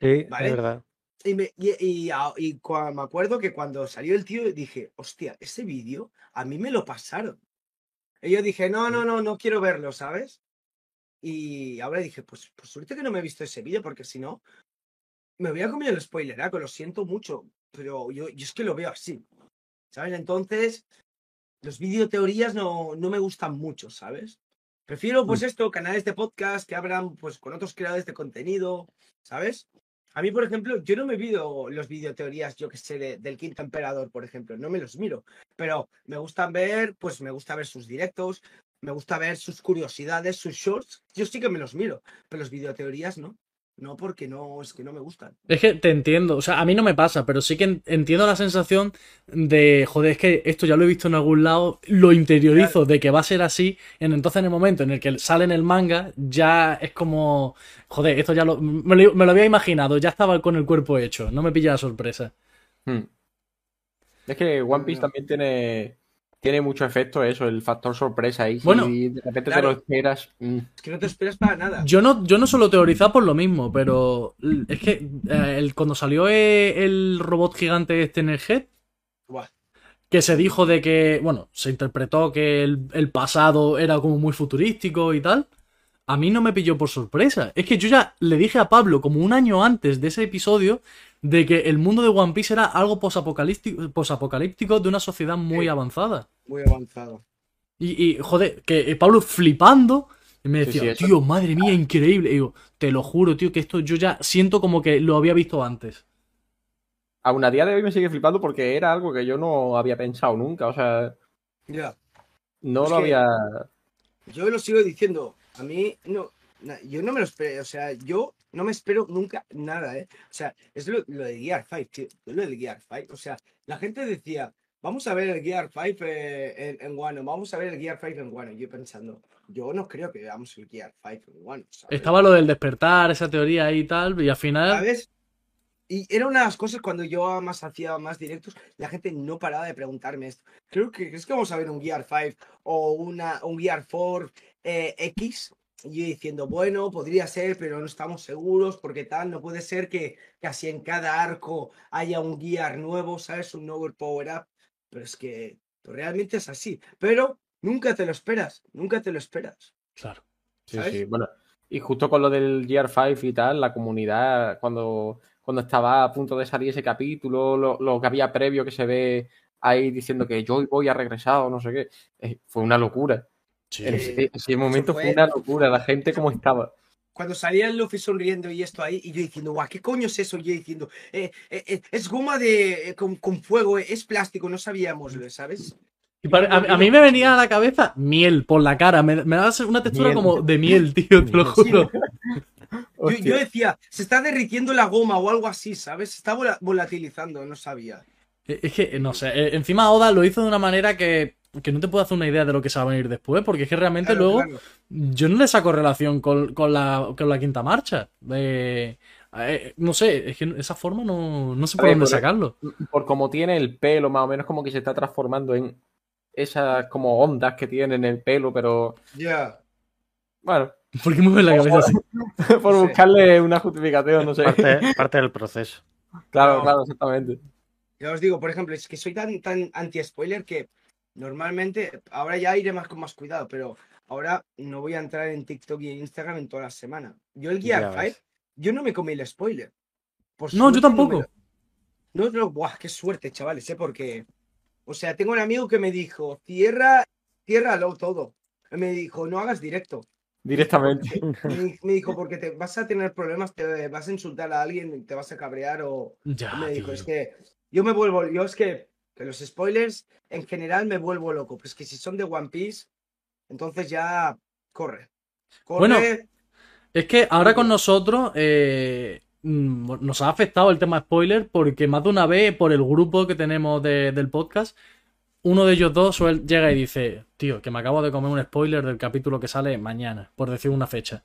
S4: Sí,
S2: Vale.
S4: es verdad.
S2: Y, me, y, y a- y cua- me acuerdo que cuando salió el tío dije, hostia, ese vídeo a mí me lo pasaron. Y yo dije, no, no, no, no quiero verlo, ¿sabes? Y ahora dije, pues por suerte que no me he visto ese vídeo, porque si no, me hubiera comido el spoileraco, lo siento mucho, pero yo, yo es que lo veo así, ¿sabes? Entonces, los videoteorías no, no me gustan mucho, ¿sabes? Prefiero, pues esto, canales de podcast que abran, pues, con otros creadores de contenido, ¿sabes? A mí, por ejemplo, yo no me miro los videoteorías, yo que sé, de- del Quinto Emperador, por ejemplo, no me los miro, pero me gustan ver, pues me gusta ver sus directos, me gusta ver sus curiosidades, sus shorts, yo sí que me los miro, pero los videoteorías no, no porque no, es que no me gustan.
S3: Es que te entiendo, o sea, a mí no me pasa, pero sí que en- entiendo la sensación de, joder, es que esto ya lo he visto en algún lado, lo interiorizo de que va a ser así, en, entonces en el momento en el que sale en el manga, ya es como, joder, esto ya lo, me lo, me lo había imaginado, ya estaba con el cuerpo hecho, no me pilla la sorpresa.
S1: Hmm. Es que One Piece
S2: Mm.
S1: también tiene, tiene mucho efecto eso, el factor sorpresa. Y si
S3: Bueno,
S1: de repente
S2: claro.
S1: te lo esperas, mm,
S2: Es que no te esperas para nada.
S3: Yo no, yo no suelo teorizar por lo mismo, pero l- es que eh, el- cuando salió eh, el robot gigante este en el Head,
S2: Buah,
S3: que se dijo de que, bueno, se interpretó que el, el pasado era como muy futurístico y tal, a mí no me pilló por sorpresa. Es que yo ya le dije a Pablo como un año antes de ese episodio de que el mundo de One Piece era algo posapocalíptico, posapocalíptico de una sociedad muy
S2: Sí.
S3: avanzada.
S2: muy avanzado.
S3: Y, y, joder, que eh, Pablo flipando me
S1: Sí,
S3: decía,
S1: sí, eso-
S3: tío, madre mía, increíble. Y digo, te lo juro, tío, que esto yo ya siento como que lo había visto antes.
S1: aún a día de hoy me sigue flipando porque era algo que yo no había pensado nunca. O sea,
S2: Ya.
S1: no
S2: Es
S1: lo
S2: que-
S1: había.
S2: Yo lo sigo diciendo, a mí no, na- yo no me lo espero, o sea, yo no me espero nunca nada, ¿eh? O sea, es lo, lo de Gear 5, tío, yo lo del Gear 5, o sea, la gente decía, vamos a ver el Gear 5 eh, en, en Wano, vamos a ver el Gear 5 en Wano, y yo pensando, yo no creo que veamos el Gear 5 en Wano, ¿sabes?
S3: Estaba lo del despertar, esa teoría ahí y tal, y al final...
S2: ¿Sabes? Y era una de las cosas cuando yo más hacía más directos, la gente no paraba de preguntarme esto. Creo que es que vamos a ver un Gear 5 o una, un Gear 4 eh, X. Y yo diciendo, bueno, podría ser, pero no estamos seguros, porque tal, no puede ser que casi en cada arco haya un Gear nuevo, ¿sabes? Un nuevo Power Up. Pero es que realmente es así. Pero nunca te lo esperas, nunca te lo esperas.
S3: Claro.
S1: Sí,
S2: ¿sabes?
S1: sí, bueno. Y justo con lo del Gear 5 y tal, la comunidad, cuando, cuando estaba a punto de salir ese capítulo, lo, lo que había previo que se ve ahí diciendo que yo voy a regresar o no sé qué, eh, fue una locura. En ese, en ese momento
S2: fue-
S1: fue una locura, la gente como estaba.
S2: Cuando salía el Luffy sonriendo y esto ahí, y yo diciendo, guau, ¿qué coño es eso? Y yo diciendo, "Eh, eh, eh, es goma de eh, con, con fuego, eh, es plástico, no sabíamos, eh, ¿sabes?
S3: Y pare- a, a mí me venía a la cabeza miel por la cara, me, me daba una textura
S1: Miel.
S3: como de miel, tío, te lo
S1: Sí.
S3: juro.
S2: Yo, yo
S1: Hostia.
S2: decía, se está derritiendo la goma o algo así, ¿sabes? Se está vola- volatilizando, no sabía.
S3: Eh, Es que, no sé, eh, encima Oda lo hizo de una manera que, que no te puedo hacer una idea de lo que se va a venir después, porque es que realmente
S2: Claro,
S3: luego
S2: claro.
S3: yo no le saco relación con, con la, con la quinta marcha. Eh, eh, no sé, es que esa forma no, no sé por
S1: A ver,
S3: dónde
S1: por-
S3: sacarlo. <laughs>
S1: por como tiene el pelo, más o menos como que se está transformando en esas como ondas que tiene en el pelo, pero
S2: Ya.
S1: bueno, <laughs>
S3: ¿Por qué mueve la cabeza así?
S1: por
S2: Sí.
S1: buscarle una justificación, no sé.
S4: Parte, parte del proceso.
S1: Claro,
S2: No.
S1: claro, exactamente.
S2: Ya os digo, por ejemplo, es que soy tan, tan anti-spoiler que normalmente, ahora ya iré más con más cuidado, pero ahora no voy a entrar en TikTok y en Instagram en toda la semana. Yo el Gear
S4: Ya
S2: 5,
S4: ves.
S2: yo no me comí el spoiler. Por
S3: No,
S2: suerte
S3: yo
S2: me
S3: tampoco.
S2: lo- No, no, buah, qué suerte, chavales, ¿eh? Porque, o sea, tengo un amigo que me dijo, cierra, ciérralo todo. Y Me dijo, no hagas directo.
S1: Directamente.
S2: Me, di- me
S3: <laughs>
S2: dijo, porque te vas a tener problemas, te vas a insultar a alguien, te vas a cabrear o,
S3: Ya,
S2: me dijo,
S3: Ah, tío.
S2: es que yo me vuelvo, yo es que, que los spoilers en general me vuelvo loco, pues que si son de One Piece, entonces ya corre. Corre,
S3: Bueno, Es que ahora con nosotros, eh, mm, nos ha afectado el tema spoiler porque más de una vez por el grupo que tenemos de- del podcast, uno de ellos dos suel- llega y dice, tío, que me acabo de comer un spoiler del capítulo que sale mañana, por decir una fecha.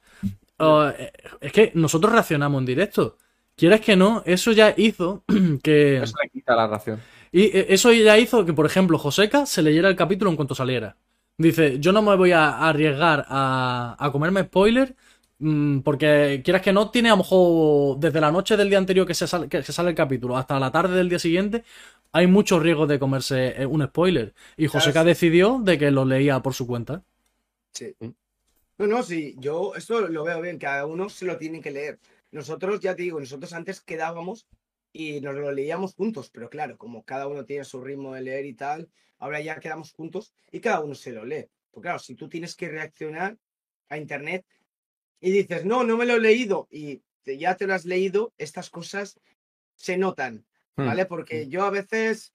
S3: Oh, eh, es que nosotros reaccionamos en directo. Quieras que no, eso ya hizo <clears throat> que...
S1: Eso le quita la ración.
S3: Y eh, eso ya hizo que, por ejemplo, Joseca se leyera el capítulo en cuanto saliera. Dice, yo no me voy a a arriesgar a, a comerme spoiler mm, porque quieras que no, tiene a lo mejor desde la noche del día anterior que se, sale, que se sale el capítulo hasta la tarde del día siguiente, hay muchos riesgos de comerse eh, un spoiler. Y
S2: Claro,
S3: Joseca
S2: sí.
S3: decidió de que lo leía por su cuenta.
S2: No, no, sí, yo esto lo veo bien, cada uno se lo tiene que leer. Nosotros, ya te digo, nosotros antes quedábamos y nos lo leíamos juntos, pero claro, como cada uno tiene su ritmo de leer y tal, ahora ya quedamos juntos y cada uno se lo lee. Pues claro, si tú tienes que reaccionar a internet y dices, no, no me lo he leído y te- ya te lo has leído, estas cosas se notan.
S1: Hmm.
S2: ¿vale? Porque yo a veces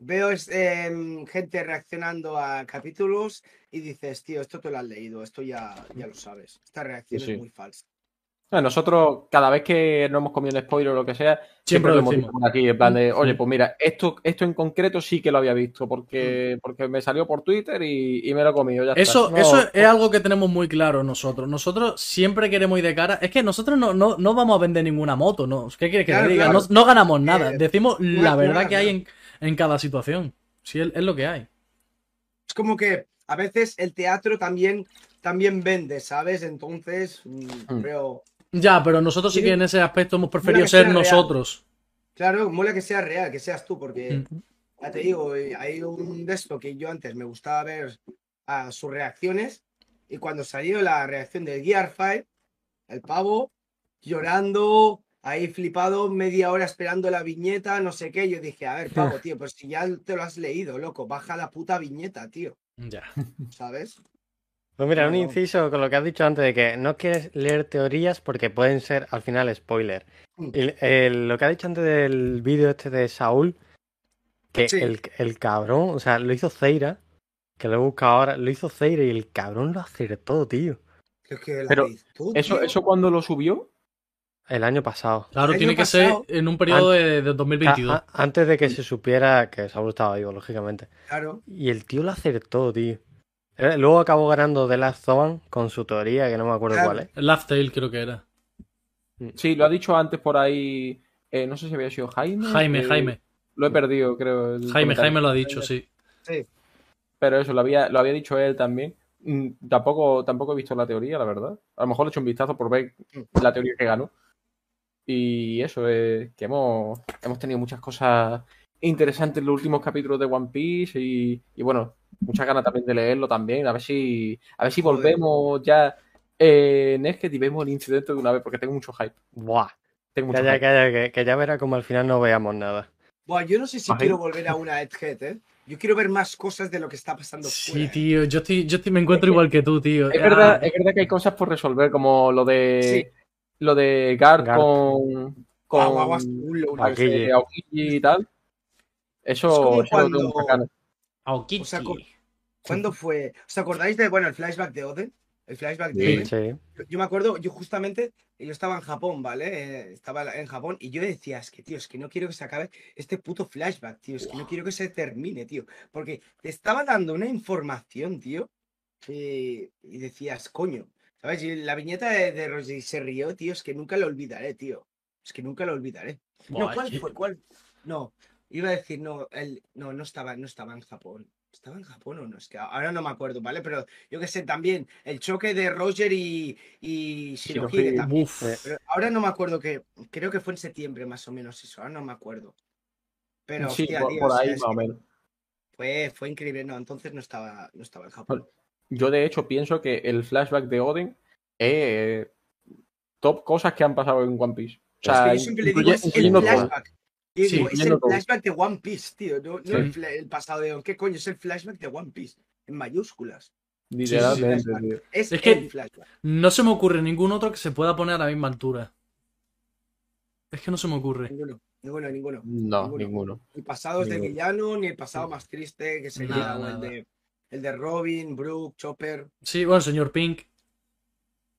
S2: veo es- em, gente reaccionando a capítulos y dices, tío, esto te lo has leído, esto ya, ya lo sabes. Esta reacción
S1: Mm. sí.
S2: es muy falsa.
S1: No, Nosotros, cada vez que no hemos comido un spoiler o lo que sea,
S3: Siempre
S1: siempre,
S3: lo
S1: lo hemos
S3: decimos.
S1: dicho por aquí, en plan de, oye,
S3: Mm.
S1: pues mira, esto, esto en concreto sí que lo había visto, porque, porque me salió por Twitter y, y me lo he comido. ya está.
S3: Mm. Eso,
S1: No,
S3: eso
S2: pues.
S3: es algo que tenemos muy claro nosotros. Nosotros siempre queremos ir de cara. Es que nosotros no, no, no vamos a vender ninguna moto, ¿no? ¿Qué quieres que
S2: Claro,
S3: te diga?
S2: claro.
S3: No, no ganamos nada.
S2: Eh,
S3: Decimos la
S2: no,
S3: verdad
S2: no,
S3: que hay en, en cada situación. Sí, es, es lo que hay.
S2: Es como que a veces el teatro también, también vende, ¿sabes? Entonces, mm,
S1: Mm.
S2: creo,
S3: Ya, pero nosotros sí
S2: Sí.
S3: que en ese aspecto hemos preferido
S2: que sea
S3: ser
S2: real.
S3: nosotros.
S2: claro, mola que sea real, que seas tú, porque ya te digo, eh, hay un de esto que yo antes me gustaba ver a sus reacciones y cuando salió la reacción del Gear 5, el pavo llorando, ahí flipado, media hora esperando la viñeta, no sé qué, yo dije, a
S3: <laughs>
S2: ver, pavo, tío, pues si ya te lo has leído, loco, baja la puta viñeta, tío,
S3: Ya.
S2: ¿sabes?
S4: Pues mira,
S2: No,
S4: un
S2: no.
S4: inciso con lo que has dicho antes de que no quieres leer teorías porque pueden ser al final spoiler.
S2: Mm.
S4: El- el- lo que ha dicho antes del vídeo este de Saúl, que
S2: Sí.
S4: el, el cabrón, o sea, lo hizo Zeira, que lo he buscado ahora, lo hizo Zeira y el cabrón lo acertó, tío.
S2: Creo que la
S1: Pero
S2: actitud,
S1: eso,
S2: tío,
S1: eso cuando lo subió,
S4: El año pasado.
S3: Claro,
S2: El
S3: tiene
S2: año
S3: que ser
S2: pasado-
S3: en un periodo de, de
S4: Ca-
S3: 2022.
S4: a- antes de que se supiera que Saúl estaba vivo, lógicamente.
S2: Claro,
S4: Y el tío lo acertó, tío. Eh, Luego acabó ganando The Last Zoan con su teoría, que no me acuerdo
S2: Claro.
S4: cuál es. Mm.
S3: Laugh Tale creo que era.
S1: sí, lo ha dicho antes por ahí, eh, no sé si había sido Jaime.
S3: Jaime,
S1: eh,
S3: Jaime.
S1: Lo he perdido, creo. el
S3: Jaime,
S1: comentario.
S3: Jaime lo ha dicho, sí.
S1: Pero eso, lo había, lo había dicho él también. Mm, Tampoco, tampoco he visto la teoría, la verdad. A lo mejor le he hecho un vistazo por ver la teoría que ganó. Y eso, es que hemos, hemos tenido muchas cosas interesantes en los últimos capítulos de One Piece y, y bueno, muchas ganas también de leerlo también. A ver si, a ver si
S2: Joder.
S1: volvemos ya eh, en Esket y vemos el incidente de una vez, porque tengo mucho hype.
S4: Buah.
S1: Tengo mucho
S4: Calla,
S1: hype.
S4: calla, que, que ya verá como al final no veamos nada.
S2: Buah, yo no sé si
S1: Ajá.
S2: quiero volver a una Edgehead, ¿eh? Yo quiero ver más cosas de lo que está pasando
S3: Sí,
S2: fuera, ¿eh?
S3: tío. Yo, estoy, yo estoy- me encuentro igual que tú, tío.
S1: Es
S3: Ah,
S1: verdad, es verdad que hay cosas por resolver, como lo de
S2: Sí.
S1: lo de Gar
S4: Gar.
S1: con con
S2: Guau, guau, azul, lo-
S4: Aquí.
S1: eh, Aokiji y tal.
S2: Es
S1: Eso, eso lo
S2: como
S1: tengo
S2: cuando-
S1: muchas ganas.
S3: Aokiji.
S2: O sea, con- ¿Cuándo fue? ¿Os acordáis de, bueno, el flashback de Oden? El flashback de
S1: Sí.
S2: Oden.
S4: Sí.
S2: Yo- Yo me acuerdo, yo justamente, yo estaba en Japón, ¿vale? Eh, Estaba en Japón y yo decía, es que, tío, es que no quiero que se acabe este puto flashback, tío, es que no quiero que se termine, tío, porque te estaba dando una información, tío, que- y decías, coño, ¿sabes? Y la viñeta de, de Roger se rió, tío, es que nunca lo olvidaré, tío, es que nunca lo olvidaré.
S3: Buah,
S2: no, ¿cuál
S3: es que-
S2: fue? ¿Cuál? No, iba a decir, no, él, no, no estaba, no estaba en Japón. ¿Estaba en Japón o no? Es que ahora no me acuerdo, ¿vale? Pero yo que sé también, el choque de Roger y, y Shirohige
S1: Shirohige,
S2: también.
S3: Buf.
S4: Eh,
S2: Pero ahora no me acuerdo que. Creo que fue en septiembre más o menos eso. Ahora no me acuerdo. Pero
S1: Sí,
S2: hostia,
S1: por,
S2: tío,
S1: por
S2: o sea,
S1: ahí
S2: es
S1: más o
S2: que
S1: menos.
S2: Fue, fue increíble. No, entonces no estaba, no estaba en Japón.
S1: Yo de hecho pienso que el flashback de Oden es top cosas que han pasado en One Piece. O
S4: Es
S1: sea,
S2: que yo siempre le digo
S1: incluye-
S2: es el
S1: incluyendo todo.
S2: flashback. Yo
S3: Sí,
S2: digo, es el
S1: incluyendo todo.
S2: flashback de One Piece, tío. No, no
S1: Sí.
S2: el, fla- el pasado de. ¿Qué coño? Es el flashback de One Piece. En mayúsculas.
S1: Literalmente,
S2: sí, sí.
S1: tío.
S2: Es,
S3: Es que-
S2: el flashback.
S3: No se me ocurre ningún otro que se pueda poner a la misma altura. Es que no se me ocurre.
S2: Ninguno, ninguno, ninguno.
S1: No,
S2: Ninguno.
S1: ninguno.
S2: Ni pasados de
S1: Ninguno.
S2: villano, ni el pasado más triste, que sería
S3: Nada,
S2: o el
S3: nada.
S2: de. El de Robin, Brooke, Chopper.
S1: <laughs>
S3: Sí, bueno, señor Pink.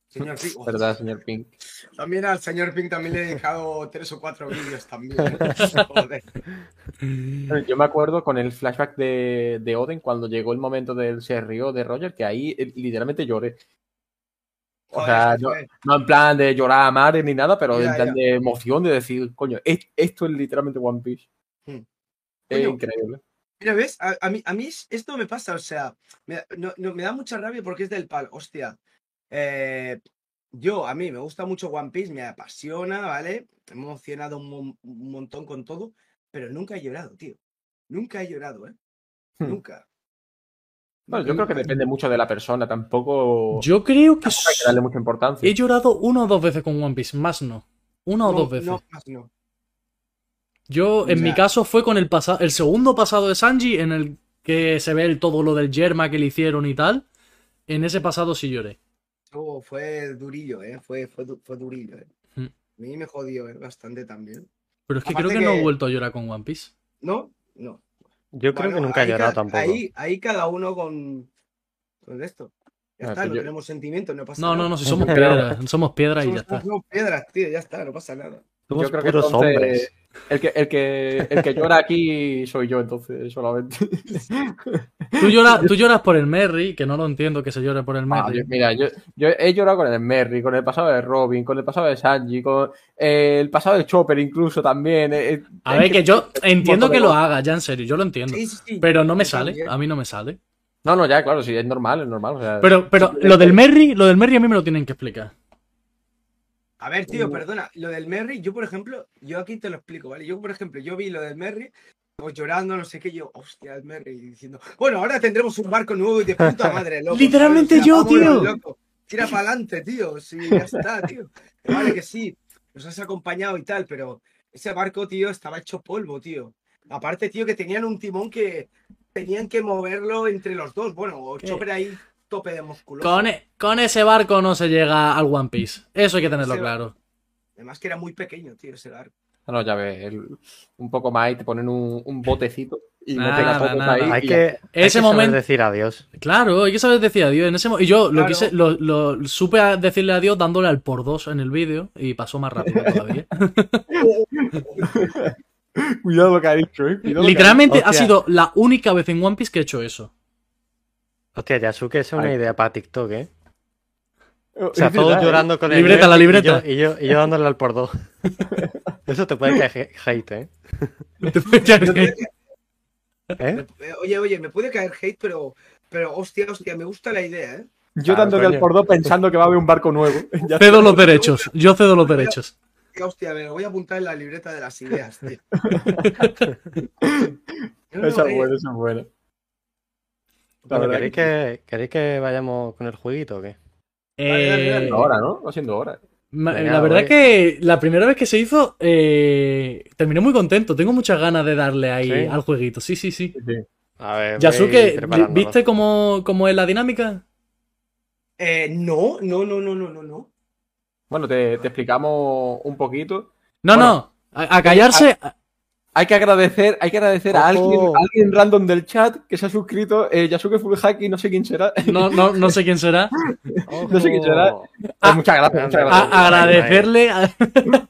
S2: Señor Pink. oh,
S1: ¿Verdad, señor Pink?
S2: También al señor Pink también le he dejado tres o cuatro vídeos
S3: <laughs>
S2: también. Joder.
S1: Yo me acuerdo con el flashback de, de Oden cuando llegó el momento del se rió de Roger, que ahí eh, literalmente lloré. O
S2: Joder,
S1: sea,
S2: es
S1: yo-
S2: que-
S1: no en plan de llorar a madre ni nada, pero
S2: Ya,
S1: en plan
S2: ya.
S1: de emoción, de decir, coño, es- esto es literalmente One Piece.
S2: Hmm.
S1: Es
S2: Coño.
S1: increíble.
S2: Mira, ¿ves? A, a mí, a mí es- esto me pasa, o sea, me, da- no, no, me da mucha rabia porque es del palo, hostia. Eh, yo, a mí me gusta mucho One Piece, me apasiona, ¿vale? Me he emocionado un, mon- un montón con todo, pero nunca he llorado, tío. Nunca he llorado, ¿eh?
S1: Hmm.
S2: Nunca.
S1: Bueno, yo creo que depende mucho de la persona, tampoco
S3: Yo creo que
S1: hay que darle mucha importancia.
S3: he llorado una o dos veces con One Piece, más no. Una o
S2: No,
S3: dos veces.
S2: No, más no.
S3: Yo, en
S2: Ya.
S3: mi caso, fue con el pasado, el segundo pasado de Sanji, en el que se ve el, todo lo del yerma que le hicieron y tal. En ese pasado sí lloré.
S2: Oh, fue durillo, ¿eh? Fue, fue, du- fue durillo, ¿eh?
S3: Hmm.
S2: A mí me jodió, ¿eh? Bastante también.
S3: Pero es que
S2: Aparte
S3: creo que, no
S2: que-
S3: he vuelto a llorar con One Piece.
S2: No, no.
S4: Yo creo que
S2: Bueno,
S4: nunca he
S2: ahí
S4: llorado
S2: cada-
S4: tampoco.
S2: Ahí, ahí cada uno con, con esto. Ya
S1: Ah,
S2: está,
S1: pues
S2: no
S1: yo-
S2: tenemos sentimientos, no pasa
S3: No,
S2: nada.
S3: no, no,
S1: <laughs>
S3: si somos piedras, somos piedras y ya
S2: Somos,
S3: está.
S2: somos piedras, tío, ya está, no pasa nada.
S4: Somos
S1: Yo creo que
S4: puros
S1: entonces-
S4: hombres.
S1: El que, el, que, el que llora aquí soy yo, entonces,
S3: <laughs>
S1: solamente.
S3: Tú lloras, tú lloras por el Merry, que no lo entiendo que se llore por el
S1: Ah,
S3: Merry.
S1: yo- mira, yo, yo he llorado con el Merry, con el pasado de Robin, con el pasado de Sanji, con eh, el pasado de Chopper incluso también. eh, eh,
S3: A
S1: es
S3: ver, que yo entiendo
S1: montón de
S3: que lo
S1: cosas.
S3: haga, ya en serio, yo lo entiendo.
S2: Sí, sí, sí.
S3: Pero no me
S2: Yo
S3: sale,
S2: también.
S3: a mí no me sale.
S1: No, no, ya, claro, sí, es normal, es normal. o sea,
S3: Pero, pero lo del Merry, lo del Merry a mí me lo tienen que explicar.
S2: A ver, tío, perdona, lo del Merry, yo por ejemplo, yo aquí te lo explico, ¿vale? Yo por ejemplo, yo vi lo del Merry, pues llorando, no sé qué, yo, hostia, el Merry, y diciendo, bueno, ahora tendremos un barco nuevo y de
S3: <laughs>
S2: puta madre, loco.
S3: Literalmente
S2: ¿sabes?
S3: yo,
S2: vámonos,
S3: tío.
S2: loco. Tira para adelante, tío, sí, ya está, tío. Vale que sí, nos has acompañado y tal, pero ese barco, tío, estaba hecho polvo, tío. Aparte, tío, que tenían un timón que tenían que moverlo entre los dos, bueno, o
S3: ¿Qué?
S2: Chopper ahí, tope de músculo.
S3: Con, e- con ese barco no se llega al One Piece. Eso hay que tenerlo
S2: Ese-
S3: claro.
S2: Además que era muy pequeño, tío, ese barco.
S1: Ah, No, ya ves, el- un poco más y te ponen un, un botecito y
S3: Nada,
S1: metes a todos
S3: nada.
S1: ahí.
S4: Hay
S1: y-
S4: que, hay
S3: Ese
S4: que saber
S3: momento-
S4: decir adiós.
S3: Claro, hay que saber decir adiós. En ese mo- y yo lo
S2: Claro.
S3: quise, lo, lo- supe a- decirle adiós dándole al por dos en el vídeo y pasó más <laughs> rápido todavía.
S1: Cuidado lo que ha dicho, eh. cuidado lo que ha
S3: Literalmente ha
S4: Hostia.
S3: sido la única vez en One Piece que he hecho <laughs> eso.
S4: Hostia, Yasuke es una
S1: Ay.
S4: idea para TikTok, ¿eh?
S1: dicho. <laughs>
S4: O sea,
S1: Es verdad,
S4: todos
S1: eh.
S4: llorando con el
S3: Libreta, la
S4: Merry
S3: libreta.
S4: Y yo, y yo, y yo dándole al por dos. <laughs> Eso te puede caer he- hate, ¿eh? ¿Eh?
S2: Eh, Oye, oye, me puede caer hate, pero, pero hostia, hostia, me gusta la idea, ¿eh?
S1: Yo
S4: Claro,
S1: dándole al
S4: coño.
S1: por dos pensando que va a haber un barco <laughs> nuevo. Ya está.
S3: cedo los derechos. Yo cedo los derechos.
S2: Hostia, Hostia, me lo voy a apuntar en la libreta de las ideas, tío. No, no,
S1: Eso es
S2: eh,
S1: bueno, eso es bueno. La verdad
S4: Bueno, ¿queréis que, ¿Queréis que vayamos con el jueguito o qué?
S2: Dale, dale, dale.
S3: Eh,
S1: Ahora, ¿no? Haciendo ahora.
S3: ma- eh,
S4: Venga, pues.
S3: la verdad
S4: voy.
S3: que la primera vez que se hizo, eh, terminé muy contento. Tengo muchas ganas de darle ahí
S4: ¿Sí?
S3: al jueguito. Sí, sí, sí.
S4: A ver. voy
S3: Yasuke,
S4: preparándonos.
S3: ¿viste cómo, cómo es la dinámica?
S2: eh, no, no, no, no, no, no, no.
S1: Bueno, te, te explicamos un poquito.
S3: No,
S1: Bueno.
S3: no. A, a callarse.
S4: Ah,
S3: a-
S1: Hay que agradecer, hay que agradecer a
S4: Ojo.
S1: alguien, a alguien random del chat que se ha suscrito, eh, Yasuke Fulhaki, no sé quién será.
S3: <laughs> No, no, no sé quién
S4: <laughs>
S3: será.
S1: No sé qué será.
S4: Ojo.
S1: Eh,
S3: Ah.
S1: muchas gracias, muchas
S4: grande.
S1: gracias.
S3: A- agradecerle. a- <laughs> ah.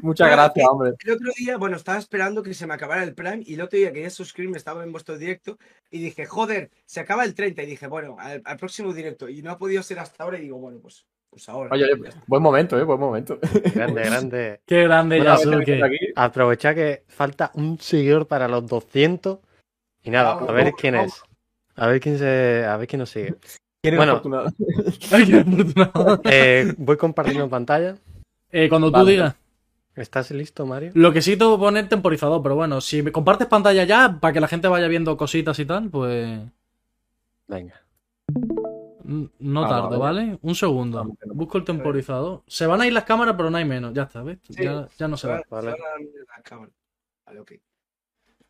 S1: Muchas gracias, hombre.
S2: El otro día, bueno, estaba esperando que se me acabara el Prime y el otro día quería suscribirme, estaba en vuestro directo y dije, joder, se acaba el 30 y dije, bueno, al, al próximo directo y no ha podido ser hasta ahora y digo, bueno, pues, pues ahora.
S1: Oye, oye, buen momento, eh, buen momento.
S4: Grande, grande.
S3: Qué grande
S4: Bueno,
S3: Yasuke.
S1: Aquí,
S4: Aprovecha que falta un seguidor para los 200. Y nada,
S2: Vamos,
S4: a ver
S2: vamos,
S4: quién
S2: vamos.
S4: es. A ver quién, se, a ver quién nos sigue.
S1: ¿quién es
S4: Bueno.
S1: afortunado?
S3: Ay, qué
S4: <laughs>
S3: afortunado.
S4: Eh, voy compartiendo pantalla.
S3: Eh, cuando tú
S1: Vale.
S3: digas.
S4: ¿Estás listo, Mario?
S3: Lo que sí tengo que poner temporizador, pero bueno, si me compartes pantalla ya, para que la gente vaya viendo cositas y tal, pues.
S4: Venga.
S3: n- No
S1: Vamos a
S3: tardo,
S1: ver.
S3: ¿vale? Un segundo.
S1: Ah, Vamos, que no-
S3: Busco el temporizador. Se van a ir las cámaras, pero no hay menos. Ya está, ¿ves?
S2: Sí.
S3: Ya, ya no se va.
S2: Ahora-
S4: vale.
S2: ahora la cámara. Vale, ok.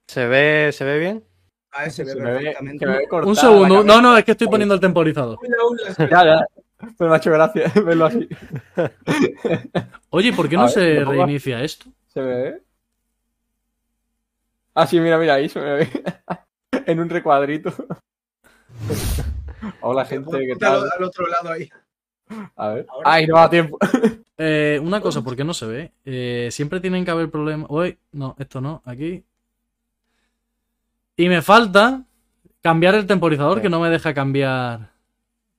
S4: ¿Se ve, ¿se ve bien?
S2: A ver, se ve
S1: Se me ve,
S2: perfectamente.
S1: se me ve cortada
S3: Un
S1: la
S3: segundo.
S1: cabeza.
S3: No, no, es que estoy poniendo el temporizador.
S2: Hola, hola,
S1: Ya, ya. Pero <laughs> me ha hecho gracia <laughs> verlo así.
S3: Oye, ¿por qué
S1: A
S3: no
S1: ver,
S3: se
S1: ¿lo pongo?
S3: reinicia esto?
S1: ¿Se me ve? Ah, sí, mira, mira, ahí se me ve. <laughs> en un recuadrito. <laughs> Hola, gente, ¿qué
S2: Ponte al-
S1: tal?
S2: al otro lado ahí.
S1: A ver.
S2: Ahora.
S1: Ay, no da tiempo.
S3: Eh, una cosa, ¿por qué no se ve? Eh, siempre tienen que haber problemas. Hoy, no, esto no, aquí. Y me falta cambiar el temporizador que no me deja cambiar.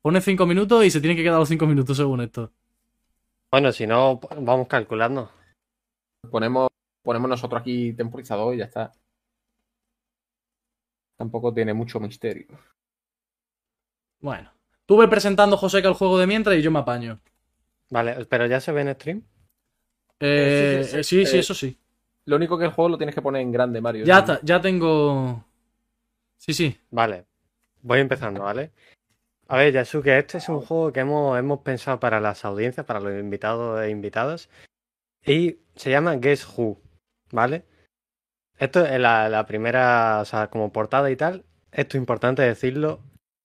S3: Pone 5 minutos y se tiene que quedar los 5 minutos según esto.
S4: Bueno, si no, p- vamos calculando.
S1: Ponemos, ponemos nosotros aquí temporizador y ya está. Tampoco tiene mucho misterio.
S3: Bueno. Tú ve presentando Joseca el juego de mientras y yo me apaño.
S4: Vale, pero ya se ve en stream.
S3: Eh,
S2: Eh, sí, sí, sí.
S3: eh, sí, sí,
S1: Eh,
S3: eso sí.
S1: Lo único que el juego lo tienes que poner en grande, Mario.
S3: Ya está, ya tengo. Sí, sí.
S4: Vale, voy empezando, ¿vale? A ver, Yasuke, este es un juego que hemos, hemos pensado para las audiencias, para los invitados e invitadas, y se llama Guess Who, ¿vale? Esto es la, la primera, o sea, como portada y tal, esto es importante decirlo,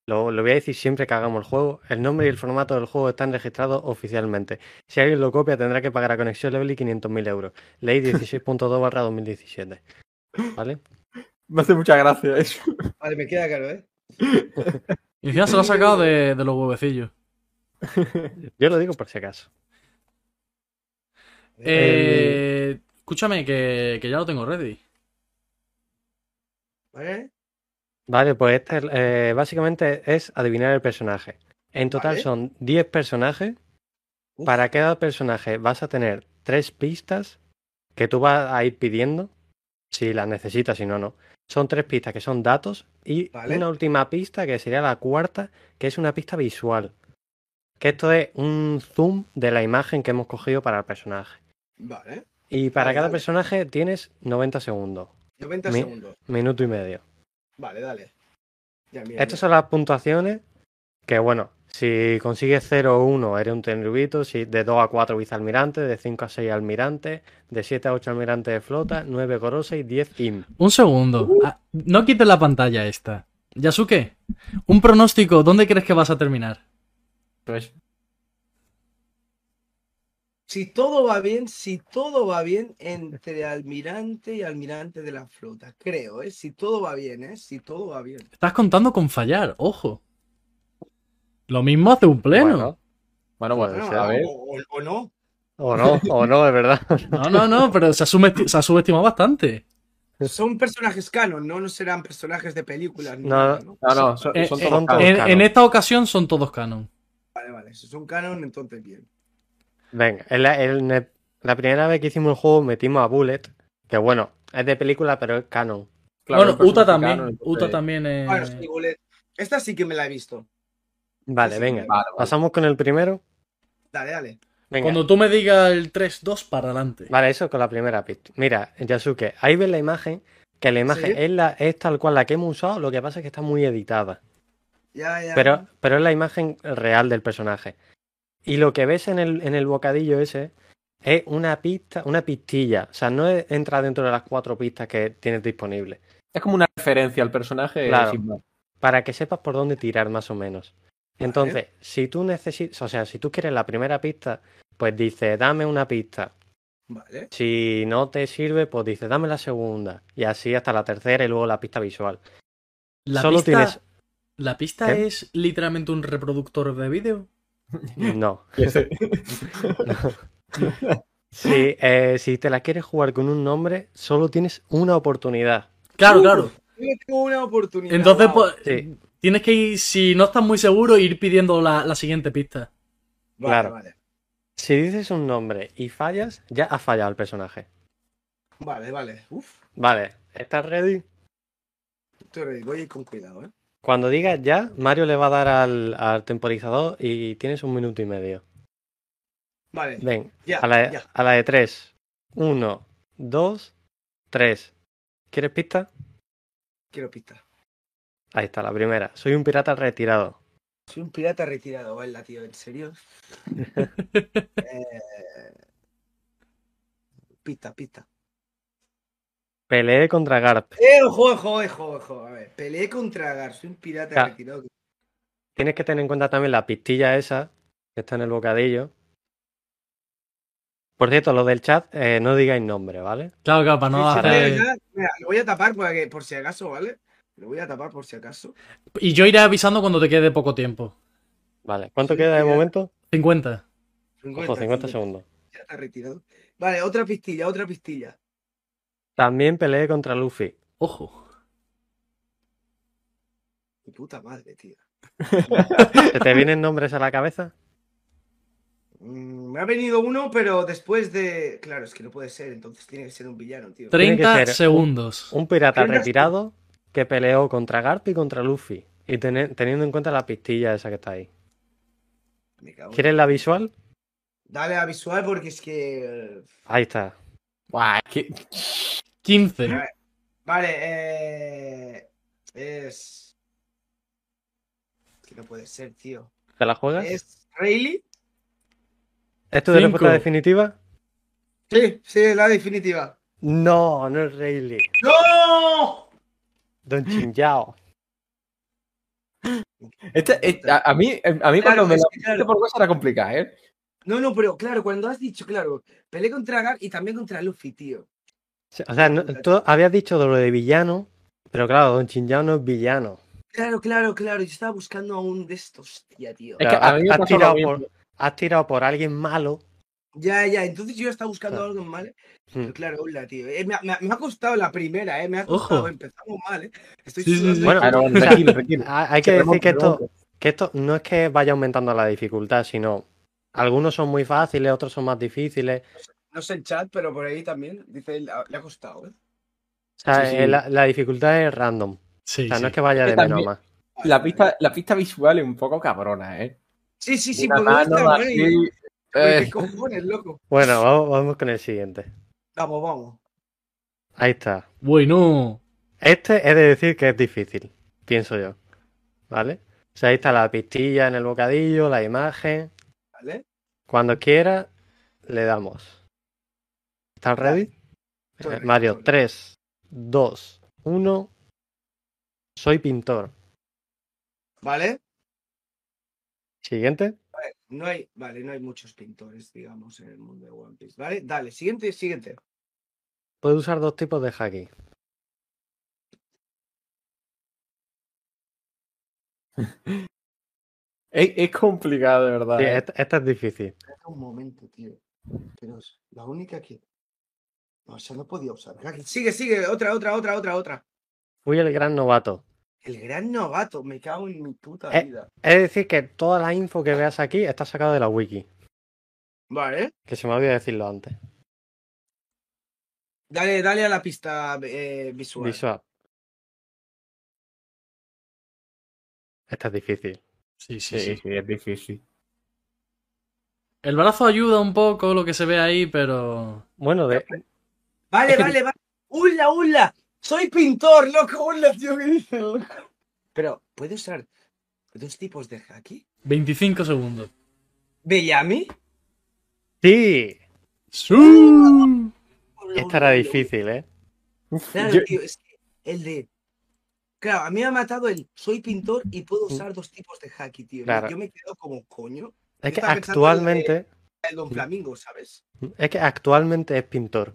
S4: lo, lo voy a decir siempre que hagamos el juego, el nombre y el formato del juego están registrados oficialmente. Si alguien lo copia tendrá que pagar a Conexión Level y 500.000 euros. Ley 16.2 barra 2017, ¿vale?
S1: Me hace mucha gracia eso.
S2: Vale, me queda claro, ¿eh?
S3: Y encima se lo ha sacado de, de los huevecillos.
S4: Yo lo digo por si acaso.
S3: Eh, Escúchame, que, que ya lo tengo ready.
S2: ¿Vale?
S4: Vale, pues este, eh, básicamente es adivinar el personaje. En total
S2: Vale.
S4: son 10 personajes.
S2: Uf.
S4: Para cada personaje vas a tener tres pistas que tú vas a ir pidiendo. Si las necesitas, si no, no. Son tres pistas que son datos y
S2: Vale.
S4: una última pista que sería la cuarta, que es una pista visual. Que esto es un zoom de la imagen que hemos cogido para el personaje.
S2: Vale.
S4: Y para
S2: Vale,
S4: cada
S2: vale.
S4: personaje tienes 90 segundos,
S2: 90
S4: Mi-
S2: segundos.
S4: minuto y medio.
S2: Vale, dale. Ya, mira,
S4: Estas
S2: mira.
S4: son las puntuaciones que, bueno, si consigues 0 o 1 eres un tenrubito, si de 2 a 4 vicealmirante, de 5 a 6 almirante, de 7 a 8 almirante de flota, 9 Gorose y 10 IM.
S3: Un segundo. Ah, no quites la pantalla esta. Yasuke, un pronóstico. ¿Dónde crees que vas a terminar?
S1: Pues,
S2: Si todo va bien, si todo va bien, entre almirante y almirante de la flota, creo, ¿eh? Si todo va bien, ¿eh? Si todo va bien.
S3: Estás contando con fallar, ojo. Lo mismo hace un pleno.
S1: bueno, bueno,
S2: Bueno,
S1: a ver.
S2: Ah, o, o- o no.
S4: O no, o no, es verdad. <laughs>
S3: No, no, no, pero se ha, subesti- se ha subestimado bastante.
S2: Son personajes canon, no, no serán personajes de películas. ni
S4: No.
S2: nada, ¿no?
S1: No, no, son,
S3: Eh,
S1: son
S4: eh,
S1: todos
S4: son
S1: caros.
S4: todos.
S3: En,
S4: canon.
S3: en esta ocasión son todos canon.
S2: Vale, vale. Si son canon, entonces bien.
S4: Venga, en la, en el- la primera vez que hicimos el juego metimos a Bullet, que bueno, es de película, pero es canon.
S1: Claro,
S3: bueno,
S1: el
S3: Uta
S1: personaje
S3: también.
S1: canon, entonces-
S3: Uta también eh,
S2: Bueno, sí, Bullet. Esta sí que me la he visto.
S4: Vale,
S2: Sí,
S4: venga.
S2: sí.
S1: Vale, vale.
S4: Pasamos con el primero.
S2: Dale, dale.
S4: Venga.
S3: Cuando tú me digas el 3-2 para adelante.
S4: Vale, eso con la primera pista. Mira, Yasuke, ahí ves la imagen, que la
S2: Sí.
S4: imagen es, la, es tal cual la que hemos usado, lo que pasa es que está muy editada.
S2: Ya, ya.
S4: Pero, pero es la imagen real del personaje. Y lo que ves en el, en el bocadillo ese es una pista, una pistilla. O sea, no es- entra dentro de las cuatro pistas que tienes disponibles.
S1: Es como una referencia al personaje. eh,
S4: Claro.
S1: sin <laughs> más.
S4: Para que sepas por dónde tirar más o menos. Entonces, si tú necesitas, o sea, si tú quieres la primera pista, pues dice, dame una pista.
S2: Vale.
S4: Si no te sirve, pues dice, dame la segunda. Y así hasta la tercera y luego la pista visual.
S3: La
S4: Solo
S3: pista,
S4: tienes-
S3: ¿La pista
S4: ¿Qué?
S3: es literalmente un reproductor de vídeo? <laughs>
S4: No.
S1: Y ese-
S4: Si, eh, si te la quieres jugar con un nombre, solo tienes una oportunidad.
S3: Claro,
S2: Uh,
S3: claro.
S2: Yo tengo una oportunidad.
S3: Entonces,
S2: wow.
S3: pues,
S4: Sí.
S3: tienes que ir, si no estás muy seguro, ir pidiendo la, la siguiente pista.
S2: Vale,
S4: claro.
S2: Vale,
S4: Si dices un nombre y fallas, ya ha fallado el personaje.
S2: vale. vale. Uf,
S4: Vale, ¿estás ready?
S2: estoy ready. Voy a ir con cuidado, ¿eh?
S4: Cuando digas ya, Mario le va a dar al, al temporizador y tienes un minuto y medio.
S2: Vale.
S4: Ven,
S2: Ya,
S4: a la,
S2: ya.
S4: a la de tres. Uno, dos, tres. ¿Quieres pista?
S2: Quiero pista.
S4: Ahí está, la primera. Soy un pirata retirado.
S2: Soy un pirata retirado, ¿verdad, tío? ¿En
S4: <laughs>
S2: serio? Eh, Pista, pista.
S4: Peleé contra Garp.
S2: ¡Eh, ojo, ojo, ojo, ojo! A ver, peleé contra Agar. Soy un pirata
S4: Ya.
S2: retirado. que-
S4: Tienes que tener en cuenta también la pistilla esa que está en el bocadillo. Por cierto, lo del chat, eh, no digáis nombre, ¿vale?
S3: Claro, claro, para no
S4: Sí, sí,
S3: hacer-
S2: Mira, mira, lo voy a tapar para que- por si acaso, ¿vale? Lo voy a tapar por si acaso.
S3: Y yo iré avisando cuando te quede poco tiempo.
S4: Vale. ¿Cuánto
S2: Sí,
S4: queda de
S2: sí, ya.
S4: momento?
S3: 50.
S4: Ojo, 50 segundos.
S2: Ya está retirado. Vale, otra pistilla, otra pistilla.
S4: También peleé contra Luffy.
S3: Ojo.
S2: Mi puta madre, tío.
S4: ¿Se te vienen nombres a la cabeza?
S2: Mm, me ha venido uno, pero después de. Claro, es que no puede ser, entonces tiene que ser un villano, tío.
S4: Tre- Tiene que
S3: 30
S4: ser un-
S3: segundos.
S4: Un pirata
S2: Pero no es-
S4: retirado que peleó contra Garp y contra Luffy. Y teni- teniendo en cuenta la pistilla esa que está ahí.
S2: Me cago en-
S4: ¿Quieres la visual?
S2: Dale a visual porque es que.
S4: Ahí está.
S1: Buah, es que-
S4: Ah,
S3: 15.
S2: Vale, eh. Es. Es que no puede ser, tío.
S4: ¿Te la juegas?
S2: ¿Es Rayleigh?
S4: ¿Esto de
S3: Cinco.
S4: respuesta definitiva?
S2: Sí, sí, la definitiva.
S4: No, no es Rayleigh.
S2: ¡No!
S4: Don Chingyao.
S1: este- este- a, a mí, a mí
S2: Claro,
S1: cuando me
S2: es
S1: la
S2: que,
S1: puse
S2: claro.
S1: por WhatsApp era complicada, ¿eh?
S2: No, no, pero claro, cuando has dicho, claro, peleé contra Gar y también contra Luffy, tío.
S4: O sea, no- tú habías dicho de lo de villano, pero claro, Don Chingyao no es villano.
S2: Claro, claro, claro. Yo estaba buscando a un de estos, tía, tío.
S1: Es que a mí me
S4: has,
S1: pasó lo
S4: tirado
S1: mismo.
S4: por, has tirado por alguien malo.
S2: Ya, ya, entonces yo estaba buscando
S4: Ah.
S2: algo mal.
S4: Hmm.
S2: Pero claro, hola, tío. Eh, me, ha- me ha- me ha costado la primera, ¿eh? Me ha
S3: Ojo.
S2: costado. Empezamos mal, ¿eh? Estoy
S3: Sí, sí,
S2: sudando.
S3: sí.
S4: Bueno,
S1: Claro,
S4: o sea,
S1: tranquilo, tranquilo.
S4: ha- <laughs> hay que decir que esto, que esto no es que vaya aumentando la dificultad, sino algunos son muy fáciles, otros son más difíciles.
S2: No sé el chat, pero por ahí también. Dice, le ha le ha costado, ¿eh?
S4: O sea,
S1: Sí, sí.
S4: eh, La, la dificultad es random.
S3: Sí,
S4: O sea,
S3: sí.
S4: no es que vaya
S1: Es que
S4: de menos a
S1: también-
S4: más.
S1: La pista, la pista visual es un poco cabrona, ¿eh?
S2: Sí, sí, sí,
S1: Una
S2: por
S1: mano
S2: mano
S1: así,
S2: y- Oye, ¿Qué
S1: eh,
S2: cojones, loco?
S4: Bueno, vamos, vamos con el siguiente.
S2: Vamos, vamos.
S4: Ahí está.
S3: Bueno.
S4: Este he de decir que es difícil, pienso yo. ¿Vale? O sea, ahí está la pistilla en el bocadillo, la imagen.
S2: ¿Vale?
S4: Cuando quiera, le damos. ¿Estás ready? Eh,
S1: pues
S2: Correcto.
S4: Mario, 3, 2, 1. Soy pintor.
S2: ¿Vale?
S4: Siguiente.
S2: No hay, vale, no hay muchos pintores, digamos, en el mundo de One Piece. ¿Vale? Dale, siguiente, siguiente.
S4: Puedo usar dos tipos de haki.
S1: <laughs> es, es complicado, de verdad.
S4: Sí,
S1: ¿eh?
S4: esta, esta este, es difícil.
S2: Espera un momento, tío. Pero es la única que. No, o sea, no podía usar. Haki. Sigue, sigue, otra, otra, otra, otra, otra.
S4: Fui el gran novato.
S2: El gran novato, me cago en mi puta
S4: Eh.
S2: vida.
S4: Es decir, que toda la info que veas aquí está sacada de la wiki.
S2: Vale.
S4: Que se me olvidó decirlo antes.
S2: Dale, dale a la pista eh, visual.
S4: Visual. Esta Este es difícil.
S3: Sí,
S1: Sí,
S3: sí, sí.
S1: sí, es difícil.
S3: El brazo ayuda un poco lo que se ve ahí, pero.
S4: Bueno, de, <laughs>
S2: Vale, vale, vale. ¡Hula, hula! ¡Soy pintor, loco! ¡Hula, tío! ¿Qué dices, loco? Pero, ¿puede usar dos tipos de haki?
S3: 25 segundos.
S2: ¿Bellamy?
S4: sí.
S3: ¡Sí!
S2: Hula,
S4: Esta
S2: hula,
S4: era
S2: hula,
S4: difícil, ¿eh?
S2: hula. Claro,
S1: Yo-
S2: tío, es que el de. Claro, a mí me ha matado el soy pintor y puedo usar dos tipos de haki, tío.
S4: Mm. Claro.
S2: Yo me quedo como coño.
S4: Es que
S2: Estaba pensando en la de-
S4: actualmente,
S2: El
S4: Mm.
S2: Don Flamingo, ¿sabes?
S4: es que actualmente es pintor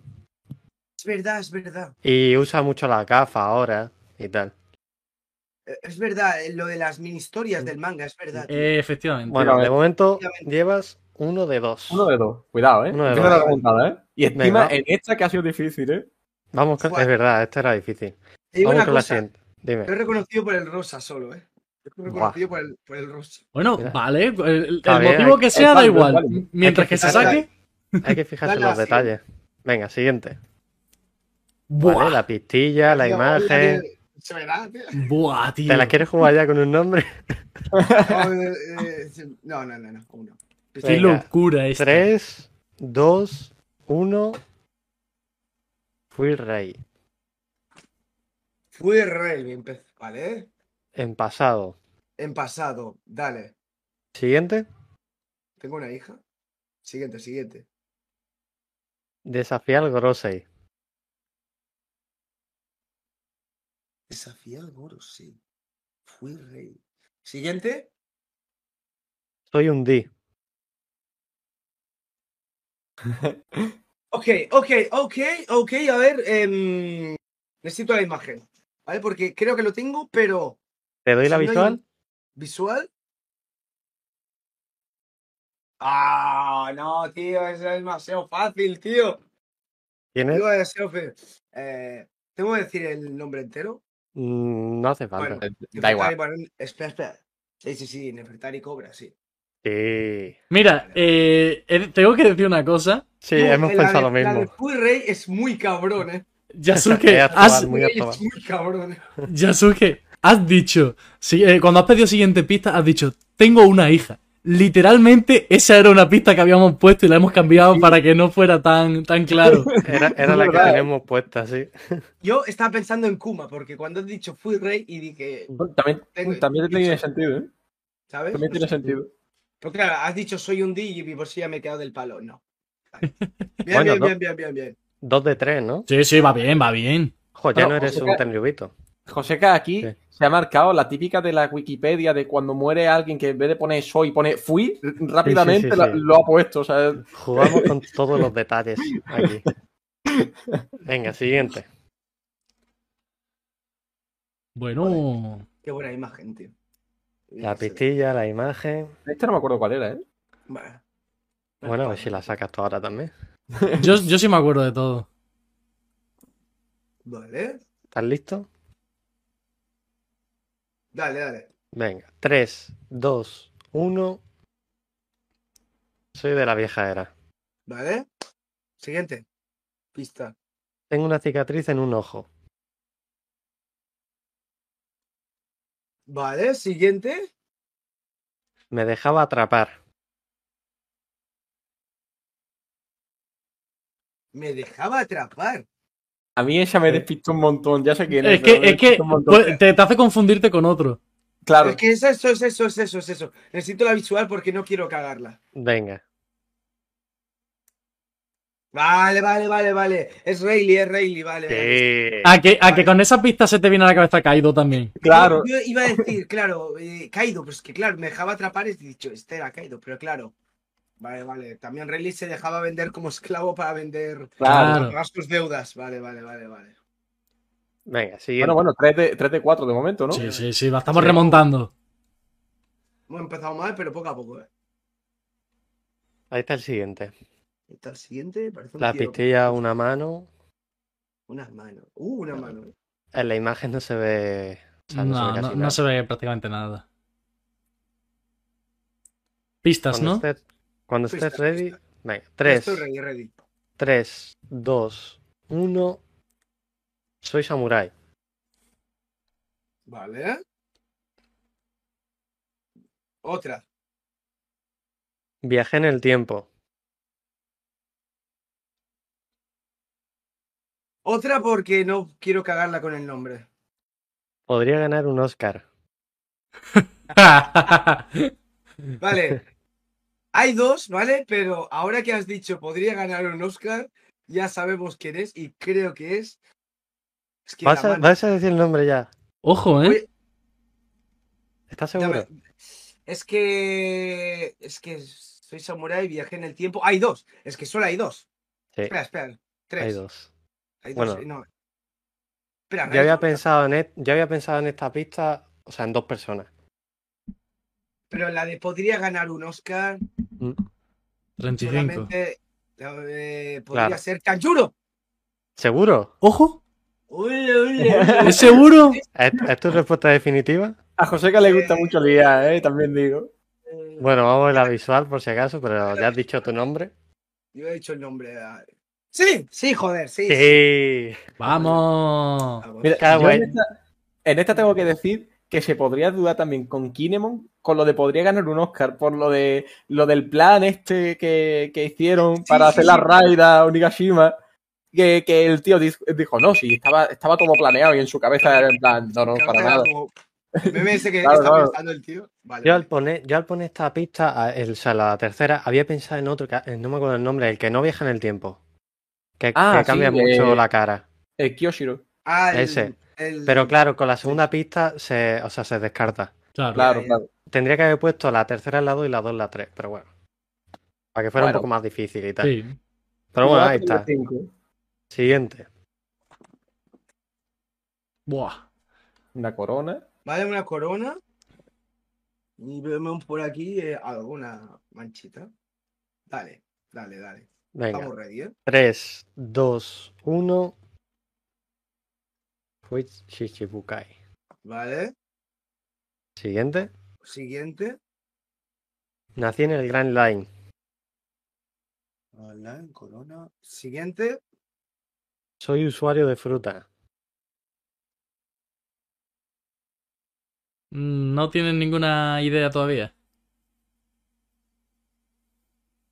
S2: Es verdad, es verdad.
S4: y usa mucho la gafa ahora y tal.
S2: Eh, Es verdad, eh, lo de las mini
S4: Mm.
S2: historias del manga, es
S4: Ah,
S2: verdad. tío.
S3: Eh, efectivamente.
S4: Bueno, de momento
S2: Efectivamente.
S4: llevas uno de dos.
S1: Uno de dos, cuidado, ¿eh?
S4: Uno de
S1: Empieza
S2: dos.
S1: la remontada, ¿eh? Y encima
S4: Venga.
S1: en esta que ha sido difícil, ¿eh?
S4: Vamos, con-
S2: Fuera.
S4: es verdad, esta era difícil.
S2: Te digo
S4: Vamos
S2: una
S4: con la
S2: cosa,
S4: siguiente. Dime.
S2: lo he reconocido por el rosa solo, ¿eh? Lo he
S4: Buah.
S2: reconocido por el, por el rosa.
S3: Bueno,
S4: Mira.
S3: vale. El, el
S4: Está bien,
S3: motivo
S4: hay-
S3: que sea, da
S1: válido,
S3: igual.
S1: es válido.
S3: Mientras que se
S2: Dale, dale.
S3: saque.
S4: Hay que fijarse en
S2: Dale a
S4: los
S2: la siguiente.
S4: detalles. Venga, siguiente.
S3: Buah,
S4: Vale, la pistilla, la
S2: Tío,
S4: imagen.
S2: tío, Se verá, tío.
S3: buah, tío.
S4: ¿Te la quieres jugar ya con un nombre?
S2: No, eh, eh, sí, no, no, no, no, uno.
S3: Qué
S4: Venga.
S3: locura este. esta.
S4: 3, 2, 1. Fui rey.
S2: Fui rey, bien pe- ¿vale?
S4: En pasado.
S2: En pasado, dale.
S4: Siguiente.
S2: Tengo una hija. Siguiente, siguiente.
S4: Desafiar Gorosei.
S2: Desafiar Goro, sí. Fui rey. Siguiente.
S4: Soy un D.
S2: Ok, ok, ok, ok, a ver, em, necesito la imagen, ¿vale? Porque creo que lo tengo, pero
S4: ¿Te doy la
S2: si no hay
S4: visual?
S2: visual, Ah, no, tío, eso es demasiado fácil, tío.
S4: ¿Quién es?
S2: Digo, demasiado fe- Eh, ¿Tengo que decir el nombre entero?
S4: Mm, No hace falta.
S2: Bueno.
S1: Da igual.
S2: Nefertari Barón- Espera, espera. Sí, sí, sí, Nefertari Cobra, sí.
S4: Sí,
S3: Mira, eh, he- tengo que decir una cosa.
S4: sí
S2: Tú,
S4: hemos
S2: la
S4: pensado lo
S2: de- La de
S4: mismo.
S2: Puy Rey es muy cabrón, ¿eh?
S3: Yasuke,
S4: Es actual,
S3: has,
S4: muy
S2: Puy Rey
S4: actual.
S2: es muy cabrón. eh.
S3: Yasuke, has dicho, si- eh, cuando has pedido siguiente pista, has dicho, tengo una hija. Literalmente, esa era una pista que habíamos puesto y la hemos cambiado para que no fuera tan, tan
S4: <laughs>
S3: claro.
S4: Era, era la que
S1: verdad.
S4: tenemos puesta, sí.
S2: Yo estaba pensando en Kuma, porque cuando has dicho Fui Rey y dije,
S1: Bueno, También,
S2: Tengo-
S1: también tiene sentido, ¿eh?
S2: ¿sabes?
S1: También tiene sentido.
S2: Pero claro, has dicho soy un DJ y por si ya me he quedado del palo.
S4: <laughs>
S2: No. Vale. Bien,
S4: Bueno,
S2: bien,
S4: no.
S2: bien, bien, bien, bien.
S4: Dos de tres, ¿no?
S3: Sí, sí, va bien, va bien.
S4: Jo, ya
S1: Bueno,
S4: no eres
S1: o sea
S4: un
S1: que-
S4: ternubito.
S1: Joseca aquí
S4: Sí.
S1: se ha marcado la típica de la Wikipedia de cuando muere alguien que en vez de poner soy pone fui, rápidamente
S4: sí,
S1: la-
S4: sí.
S1: lo ha puesto. O sea,
S4: Jugamos con todos los detalles aquí. Venga, siguiente.
S3: Bueno,
S2: Qué buena imagen, tío.
S4: La pistilla, la imagen.
S1: este no me acuerdo cuál era, ¿eh?
S2: Vale.
S4: Bueno, a ver si la sacas tú ahora también.
S3: yo, yo sí me acuerdo de todo.
S2: Vale.
S4: ¿Estás listo?
S2: Dale, dale.
S4: Venga, 3, 2, 1. Soy de la vieja era.
S2: Vale. Siguiente. Pista.
S4: Tengo una cicatriz en un ojo.
S2: Vale, siguiente.
S4: Me dejaba atrapar.
S2: Me dejaba atrapar.
S1: A mí ella me
S4: Sí.
S1: despistó un montón, ya sé quién es.
S3: Es que,
S1: pero me
S3: es que
S1: despistó un montón.
S3: pues, te, te hace confundirte con otro.
S1: claro,
S2: Es que es eso, es eso, es eso, es eso. Necesito la visual porque no quiero cagarla.
S4: Venga.
S2: Vale, vale, vale, vale. Es Rayleigh, es Rayleigh, vale. vale.
S4: Sí.
S3: A que, a que con esa pista se te viene a la cabeza Kaido también.
S1: claro.
S2: Yo, yo iba a decir, claro, eh, Kaido, pues que claro, me dejaba atrapar y he dicho, este era Kaido, pero claro. Vale, vale. También Rayleigh se dejaba vender como esclavo para vender
S1: Claro.
S3: Claro.
S2: pagar sus deudas. Vale, vale, vale, vale.
S4: Venga, siguiente.
S1: Bueno, bueno, 3 de, 3 de 4 de momento, ¿no?
S3: Sí, sí, sí, la estamos
S4: Sí.
S3: remontando.
S2: Hemos empezado mal, pero poco a poco, ¿eh?
S4: Ahí está el siguiente.
S2: Está el siguiente, parece un
S4: La
S2: tío-
S4: pistilla, una mano.
S2: Una mano. Uh, una mano.
S4: En la imagen no se ve. o sea,
S3: No,
S4: no, se ve casi
S3: no,
S4: nada.
S3: no se ve prácticamente nada. Pistas,
S4: Cuando
S3: ¿no?
S4: estés, cuando
S2: Pista,
S4: estés ready.
S2: pista.
S4: Venga, 3,
S2: Estoy ready, ready.
S4: 3, 2, 1. Soy samurái.
S2: Vale. Otra.
S4: Viajé en el tiempo.
S2: Otra porque no quiero cagarla con el nombre.
S4: Podría ganar un Oscar. <laughs>
S2: Vale. Hay dos, ¿vale? Pero ahora que has dicho podría ganar un Oscar, ya sabemos quién es y creo que es. Es que la
S4: ¿Vas a,
S2: mano-
S4: vas a decir el nombre ya?
S3: <laughs> Ojo, ¿eh?
S2: Oye,
S4: ¿Estás
S2: ya me-
S4: seguro?
S2: Es que. Es que soy samurái, viajé en el tiempo. Hay dos. Es que solo hay dos.
S4: Sí,
S2: Espera, espera. Tres.
S4: hay dos.
S2: Hay
S4: Bueno.
S2: dos, eh, no. Espera,
S4: Yo había
S2: Rayleigh,
S4: pensado en, et- yo había pensado en esta pista, o sea, en dos personas.
S2: Pero la de podría ganar un Oscar.
S3: 35.
S2: Solamente eh, podría
S4: Claro.
S2: ser Kanjuro.
S4: ¿Seguro?
S3: Ojo,
S2: Ule, ule,
S4: <laughs>
S2: ule.
S3: ¿es seguro?
S4: ¿Es, es tu respuesta definitiva?
S1: A Joseca le gusta mucho el día, ¿eh? También digo.
S4: Bueno, vamos a ver la visual por si acaso, pero ya has dicho tu nombre.
S2: Yo he dicho el nombre. ah. Sí, sí, joder, sí. Ah,
S4: Sí.
S3: Vamos.
S2: Vamos.
S1: Mira,
S4: Cago
S1: yo en,
S4: en-
S1: esta, en esta tengo que decir que se podría dudar también con Kinemon con lo de podría ganar un Oscar por lo de lo del plan este que, que hicieron para
S2: sí,
S1: hacer
S2: sí.
S1: la raid a Onigashima que, que el tío diz- dijo no, sí, estaba, estaba todo planeado y en su cabeza era en plan, no, no,
S2: Claro,
S1: para
S2: era
S1: nada.
S2: como el meme ese que
S1: Claro,
S2: está
S1: claro.
S2: pensando el tío. Vale.
S4: Yo al poner, yo al poner esta pista, a- el, o sea, la tercera, había pensado en otro, que, eh, no me acuerdo el nombre, el que no viaja en el tiempo. Que,
S1: Ah,
S4: que cambia
S1: sí,
S4: mucho
S1: eh.
S4: la cara.
S1: El Kyoshiro.
S2: Ah, el-
S4: ese.
S2: el-
S4: Pero claro, con la segunda pista se, o sea, se descarta.
S3: Claro.
S1: Claro,
S2: ya.
S1: claro.
S4: Tendría que haber puesto la tercera al lado y la dos la tres, pero bueno. Para que fuera
S1: Bueno.
S4: un poco más difícil y tal.
S3: Sí.
S4: Pero bueno, ahí
S1: Cuatro
S4: está.
S1: de cinco.
S4: Siguiente.
S3: Buah.
S1: Una corona.
S2: Vale, una corona. Y vemos por aquí eh, alguna manchita. Dale, dale, dale.
S4: Venga.
S2: Estamos ready, ¿eh?
S4: 3, 2, 1. Fuichi Shichibukai.
S2: Vale.
S4: Siguiente.
S2: Siguiente.
S4: Nací en el Grand Line.
S2: Online, corona. Siguiente.
S4: Soy usuario de fruta.
S3: Mm, No tienes ninguna idea todavía.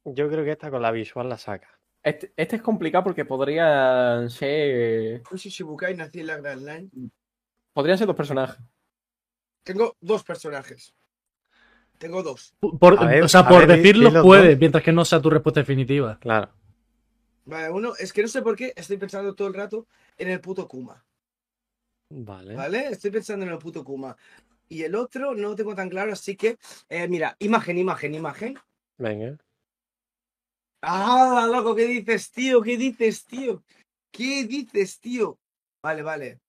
S4: Yo creo que esta con la visual la saca.
S1: Este, este es complicado porque podrían ser.
S2: Uchi Shibukai, nací en la Grand Line.
S1: Podrían ser dos personajes.
S2: Tengo dos personajes. Tengo dos.
S3: Por- por-
S4: A ver,
S3: o sea,
S4: a
S3: por
S4: ver, di-
S3: decirlo
S4: dilo
S3: puede,
S4: tú.
S3: mientras que no sea tu respuesta definitiva.
S4: Claro.
S2: Vale, uno, es que no sé por qué estoy pensando todo el rato en el puto Kuma.
S4: Vale.
S2: ¿Vale? Estoy pensando en el puto Kuma. Y el otro no lo tengo tan claro, así que, eh, mira, imagen, imagen, imagen.
S4: Venga. <laughs>
S2: ¡Ah, loco! ¿Qué dices, tío? ¿Qué dices, tío? ¿Qué dices, tío? Vale, vale.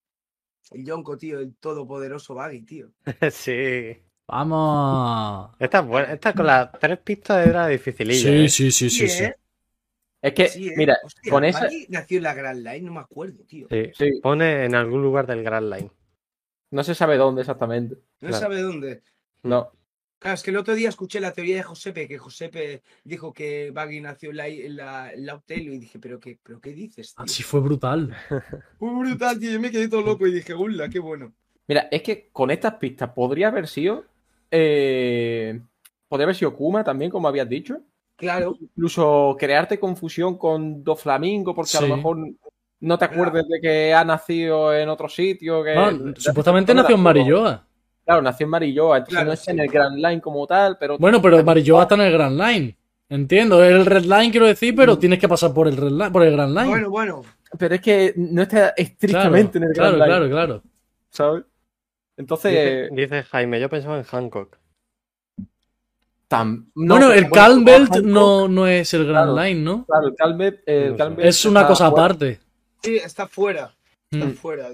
S2: El Yonko, tío, el todopoderoso Baggy, tío.
S4: sí.
S3: Vamos.
S4: Esta es buena. Esta con las tres pistas era dificililla.
S3: Sí,
S4: ¿eh?
S3: sí, sí, sí, sí.
S2: ¿eh?
S1: Es que,
S2: Sí, ¿eh?
S1: mira,
S2: Hostia,
S1: con esa.
S2: Baggy nació en la Grand Line, no me acuerdo, tío.
S4: Sí.
S1: Sí,
S4: Pone en algún lugar del Grand Line.
S1: no se sabe dónde exactamente.
S2: No
S4: Claro.
S2: sabe dónde.
S1: No.
S2: Claro, es que el otro día escuché la teoría de Josepe, que Josepe dijo que Baggy nació en la, en la, en la hotel, y dije, ¿pero qué, pero qué dices, tío?
S3: Así fue brutal.
S2: Fue brutal, tío. Yo me quedé todo loco y dije, ¡Ulla, qué bueno!
S1: Mira, es que con estas pistas podría haber sido. eh, podría haber sido Kuma también, como habías dicho.
S2: Claro,
S1: Incluso crearte confusión con Doflamingo, porque a
S3: Sí.
S1: lo mejor no te acuerdes de que ha nacido en otro sitio. Que...
S3: No, supuestamente nació
S1: Claro.
S3: en Marilloa.
S1: Claro, nació en Marilloa, entonces
S2: Claro,
S1: no está
S2: sí.
S1: en el Grand Line como tal, pero
S3: Bueno, pero Marilloa está en el Grand Line. Entiendo, el Red Line quiero decir, pero tienes que pasar por el Red Line, por el Grand Line.
S2: bueno, bueno.
S1: Pero es que no está
S3: claro,
S1: estrictamente en el Grand
S3: claro,
S1: Line,
S3: claro, claro.
S1: ¿sabes? Entonces,
S4: Dice, dice Jaime, yo pensaba en Hancock.
S1: tam- no,
S3: bueno,
S1: pero
S3: el
S1: bueno,
S3: Calm Belt
S1: Hancock,
S3: no, no es el Grand
S1: Claro.
S3: Line, ¿no?
S1: claro, el Calvet,
S4: No
S1: el
S4: sé.
S1: Calvet
S3: Es una
S1: está
S3: cosa
S1: fuera.
S3: aparte.
S2: Sí, está fuera. Está
S3: Mm.
S2: fuera.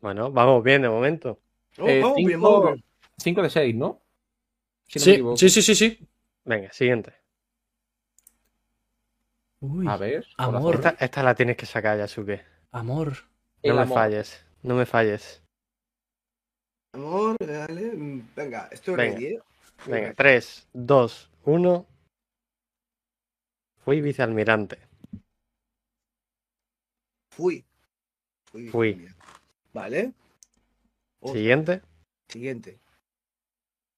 S4: Bueno, vamos bien de momento.
S2: Oh,
S1: Eh,
S2: vamos bien,
S1: cinco-
S2: vamos bien.
S1: 5 de 6, ¿no? Si no me
S3: Sí,
S1: equivoco.
S3: sí, sí, sí, sí.
S4: Venga, siguiente.
S3: Uy,
S1: A ver,
S3: Amor.
S1: corazón.
S4: Esta, esta la tienes que sacar, Yasuke.
S3: amor. <laughs>
S1: El
S4: No me
S1: amor.
S4: falles. No me falles.
S2: Amor, dale. mm, Venga, estoy
S4: Venga.
S2: ready, ¿eh?
S4: Venga, 3, 2, 1. Fui vicealmirante.
S2: Fui. Fui.
S4: Fui.
S2: mira. Vale. Oh,
S4: Siguiente.
S2: Siguiente.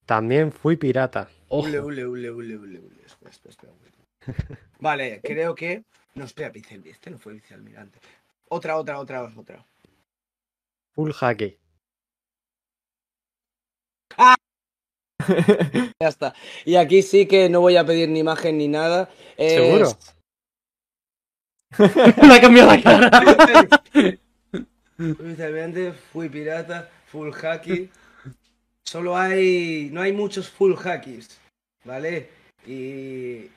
S4: También fui pirata.
S3: Ojo.
S2: Ule, ule, ule, ule, ule, ule. Espera, espera, espera, ule.
S4: <laughs>
S2: Vale, creo que. No, espera, vicealmirante. Este no fue vicealmirante. Otra, otra, otra, otra.
S4: Full hockey.
S2: Ya está. Y aquí sí que no voy a pedir ni imagen ni nada. Eh,
S4: ¿Seguro?
S3: Le ha cambiado la cara.
S2: Literalmente fui pirata, full hacky. Solo hay. No hay muchos full hackies, ¿vale? Y.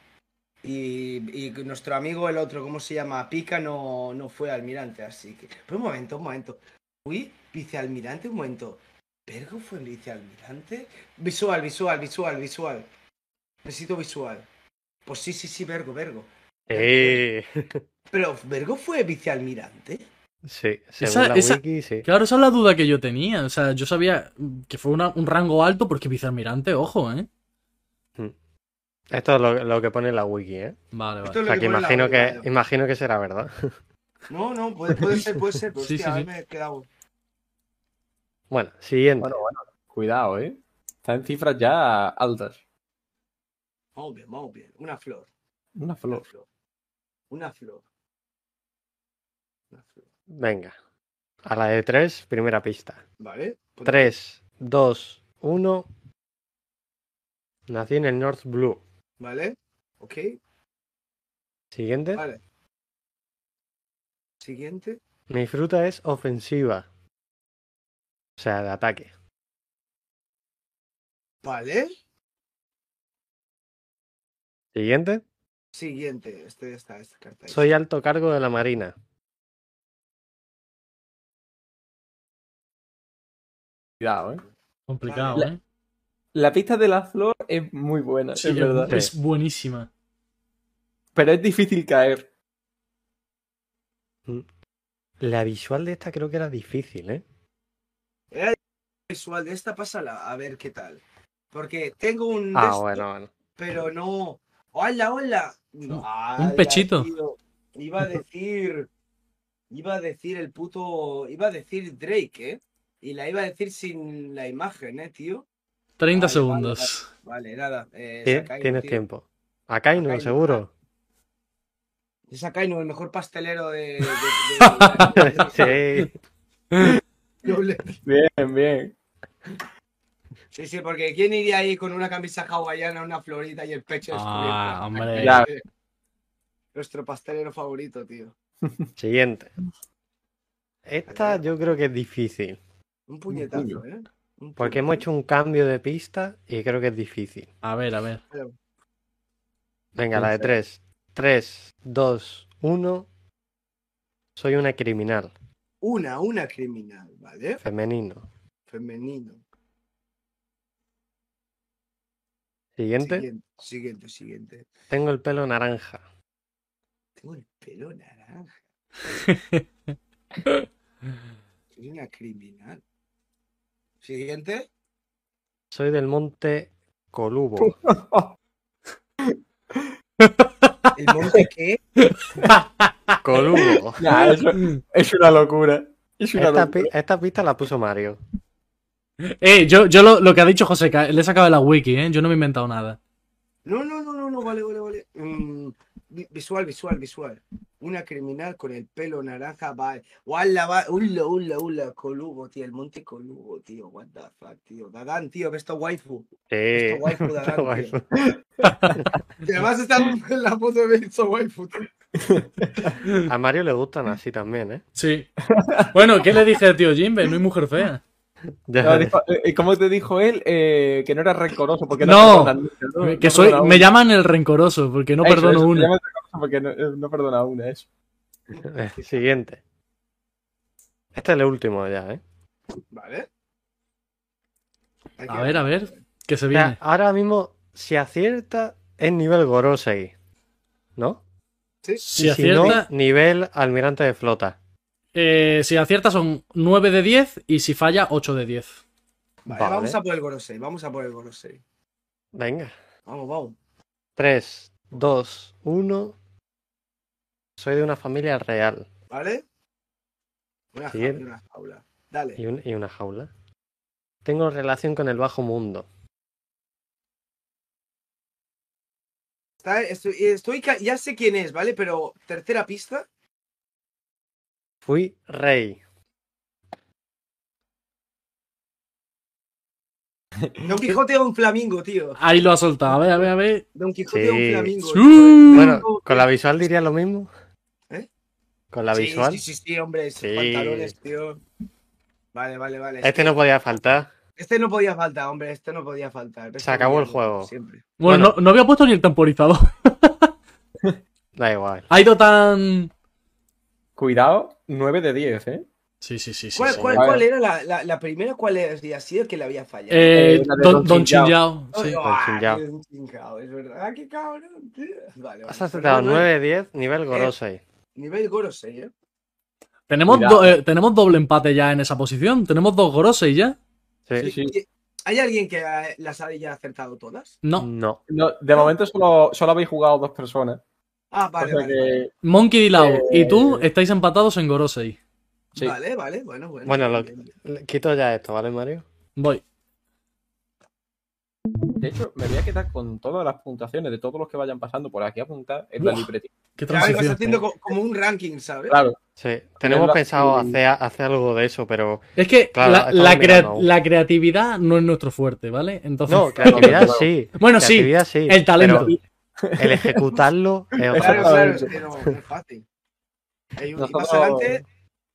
S2: Y, y nuestro amigo, el otro, ¿cómo se llama? Pica, no, no fue almirante, así que. Pero un momento, un momento. Fui vicealmirante, un momento. ¿Pergo fue vicealmirante? Visual, visual, visual, visual. Necesito visual. Pues sí, sí, sí, Vergo, Vergo.
S4: Sí.
S2: Pero Vergo fue vicealmirante.
S4: Sí, según
S3: Esa-
S4: la
S3: esa-
S4: wiki, sí.
S3: Claro, esa es la duda que yo tenía. O sea, yo sabía que fue una- un rango alto porque vicealmirante, ojo, ¿eh?
S4: Esto es lo, lo que pone la wiki, ¿eh?
S3: Vale,
S2: Esto es
S3: vale.
S4: O
S2: lo
S4: sea, que
S2: pone la
S4: imagino
S2: wiki,
S4: que,
S2: vale.
S4: imagino que será verdad.
S2: No, no, puede, puede ser, puede ser. Pero
S3: Sí,
S2: hostia,
S3: sí, sí.
S2: me he quedado.
S4: Bueno, siguiente.
S1: Bueno, bueno, cuidado, ¿eh? Está en cifras ya altas.
S2: Vamos bien, vamos bien. Una flor,
S1: Una
S2: una
S1: flor.
S2: flor. Una flor. Una flor.
S4: Venga. A la de 3, primera pista.
S2: Vale. pues-
S4: 3, 2, 1. Nací en el North Blue.
S2: Vale. Ok.
S4: Siguiente.
S2: Vale. Siguiente.
S4: Mi fruta es ofensiva. O sea, de ataque.
S2: Vale.
S4: Siguiente.
S2: Siguiente. Este esta, esta carta. es-
S4: Soy alto cargo de la Marina.
S1: Cuidado, ¿eh?
S3: Complicado,
S2: Vale.
S3: ¿eh?
S1: La pista de la flor es muy buena,
S3: Sí,
S1: es verdad.
S3: Es buenísima.
S1: pero es difícil caer.
S4: La visual de esta creo que era difícil, ¿eh?
S2: Era visual de esta, pásala, a ver qué tal. Porque tengo un. de
S4: Ah,
S2: esto,
S4: bueno, bueno.
S2: Pero no. ¡Hola, hola! Ala,
S3: pechito.
S2: tío. Iba a decir. Iba a decir el puto. Iba a decir Drake, ¿eh? Y la iba a decir sin la imagen, ¿eh, tío?
S3: 30
S2: Vale,
S3: segundos.
S2: Vale, nada. eh,
S4: Ti-
S2: Sakaino,
S4: Tienes
S2: tío.
S4: tiempo. Acá no,
S2: Akainu,
S4: seguro.
S2: Es Akainu, el mejor pastelero
S4: <laughs>
S2: de. de- de- de- de-
S4: sí.
S2: Doble.
S1: Bien, bien.
S2: Sí, sí, porque ¿quién iría ahí con una camisa hawaiana, una florita y el pecho
S3: Ah,
S2: descubierto?
S3: hombre.
S1: Ya.
S2: Nuestro pastelero favorito, tío.
S4: Siguiente. Esta yo creo que es difícil.
S2: Un puñetazo,
S1: puño.
S2: ¿eh? Un
S4: Porque
S2: puño.
S4: hemos hecho un cambio de pista y creo que es difícil.
S3: A ver, a ver.
S4: Venga, la de tres. Tres, dos, uno. Soy una criminal.
S2: Una, una criminal, ¿vale?
S4: Femenino.
S2: Femenino.
S4: Siguiente.
S2: Siguiente, siguiente, siguiente.
S4: Tengo el pelo naranja.
S2: Tengo el pelo naranja. Soy una criminal. Siguiente.
S4: Soy del monte <laughs> Colubo.
S2: ¿El monte qué?
S4: <laughs> Colubo.
S1: Ya, eso es una locura. Es una
S4: Esta,
S1: locura.
S4: pi- esta pista la puso Mario.
S3: Eh, yo, yo lo, lo que ha dicho José, ca- le he sacado de la wiki, ¿eh? Yo no me he inventado nada.
S2: No, no, no, no, no, vale, vale, vale. Mm, vi- visual, visual, visual. Una criminal con el pelo naranja, vale. Walla, va, ulla, ulla, ulla, Colugo, tío, el monte Colugo, tío, what the fuck, tío. Dadán, tío, que esto waifu.
S4: Sí.
S2: Esto waifu,
S4: <laughs> Está
S2: Dadán,
S4: guay.
S2: tío. Y además está en la foto de esto waifu, tío.
S4: A Mario le gustan así también, ¿eh?
S3: Sí. Bueno, ¿qué le dije a tío Jimbe? No hay mujer fea.
S4: <laughs> Ya
S1: No,
S4: ves.
S1: dijo- eh, ¿Cómo te dijo él? Eh, que no era rencoroso porque
S3: No,
S1: perdona nunca, ¿no?
S3: Que
S1: No
S3: soy,
S1: perdona
S3: me
S1: una.
S3: llaman el rencoroso porque no
S1: Eso,
S3: perdono
S1: eso, me
S3: una.
S1: llama rencoroso porque no, eh, no perdona una, eso.
S4: <laughs> Siguiente. Este es el último ya, ¿eh?
S2: Vale. Hay
S3: A
S2: que-
S3: ver, a ver, que se
S4: O sea,
S3: viene.
S4: ahora mismo, si acierta, es nivel Gorosei. ¿No?
S2: Sí,
S3: Si
S4: Y si no,
S3: acierta,
S4: nivel almirante de flota.
S3: eh, si acierta son 9 de 10 y si falla 8 de 10.
S2: vale,
S4: vale.
S2: vamos a por el Gorosei, vamos a por el Gorosei.
S4: Venga.
S2: Vamos, vamos.
S4: 3, 2, 1. Soy de una familia real.
S2: ¿Vale? Una jaula,
S4: Siguiente.
S2: una jaula. Dale.
S4: Y, un- y una jaula. Tengo relación con el bajo mundo.
S2: Está- eh, estoy, estoy ca- ya sé quién es, ¿vale? Pero tercera
S4: <clears throat>
S2: pista.
S4: Fui rey.
S2: Don Quijote a un flamingo, tío.
S3: Ahí lo ha soltado. A ver, a ver, a ver.
S2: Don Quijote a un
S4: Sí.
S2: flamingo.
S3: Sí.
S2: tío.
S4: Bueno,
S2: Flamingo,
S4: con la visual diría lo mismo.
S2: ¿Eh?
S4: Con la
S2: sí,
S4: visual.
S2: Sí, sí, sí, hombre, esos
S4: Sí.
S2: pantalones, tío. Vale, vale, vale.
S4: Este no podía faltar.
S2: Este no podía faltar, hombre, este no podía faltar. Este
S4: acabó
S2: podía
S4: el
S2: faltar
S4: juego.
S2: Siempre.
S3: Bueno,
S4: Bueno.
S3: No, no había puesto ni el temporizador. <laughs>
S4: Da igual.
S3: Ha ido tan.
S1: Cuidado, 9 de 10, ¿eh?
S3: Sí, sí, sí. sí,
S2: ¿Cuál,
S3: sí.
S2: cuál,
S1: Vale.
S2: cuál era la, la, la primera? ¿Cuál era? Así el que le había fallado.
S3: Eh,
S1: Eh, la de
S3: don,
S1: Don
S3: Don
S1: Chinchao.
S3: Chinchao, sí.
S2: Ay,
S4: Don
S2: ay,
S4: Chinchao.
S2: Don Chinchao, es verdad, Ah, qué cabrón, tío. Vale,
S4: Has
S2: vale.
S4: acertado
S2: perdona.
S4: 9 10, nivel Gorosei.
S2: Nivel Gorosei, ¿eh?
S3: Tenemos,
S1: Cuidado.
S3: do- eh, tenemos doble empate ya en esa posición. Tenemos dos Gorosei ya.
S1: Sí,
S4: Sí.
S1: sí.
S2: ¿Hay alguien que eh, las haya acertado todas?
S3: No.
S4: No.
S1: No, de momento solo, solo habéis jugado dos personas.
S2: Ah,
S1: O
S2: vale,
S1: sea
S2: vale.
S1: que-
S3: Monkey D. Lau
S1: Eh,
S3: y tú estáis empatados en Gorosei.
S1: sí.
S2: Vale, vale, bueno, bueno.
S4: Bueno, lo-
S2: Bien, bien.
S4: Quito ya esto, ¿vale, Mario?
S3: Voy.
S1: De hecho, me voy a quedar con todas las puntuaciones de todos los que vayan pasando por aquí a apuntar en la
S3: Buah.
S1: libretita.
S3: Qué
S2: Ya vas
S3: transición.
S2: haciendo co- como un ranking, ¿sabes?
S1: Claro,
S4: Sí. Tenemos
S1: la-
S4: pensado hacer, hacer algo de eso, pero.
S3: Es que
S4: Claro,
S3: la,
S4: estamos
S3: la crea-
S4: mirando aún.
S3: la creatividad no es nuestro fuerte, ¿vale? Entonces.
S4: No, creatividad
S1: claro.
S4: sí.
S3: Bueno, sí,
S4: creatividad sí.
S3: el talento.
S4: pero el ejecutarlo es otra
S2: Claro,
S4: cosa.
S2: claro,
S1: Exactamente.
S2: es que no, no es fácil. Y
S1: Nosotros-
S2: más adelante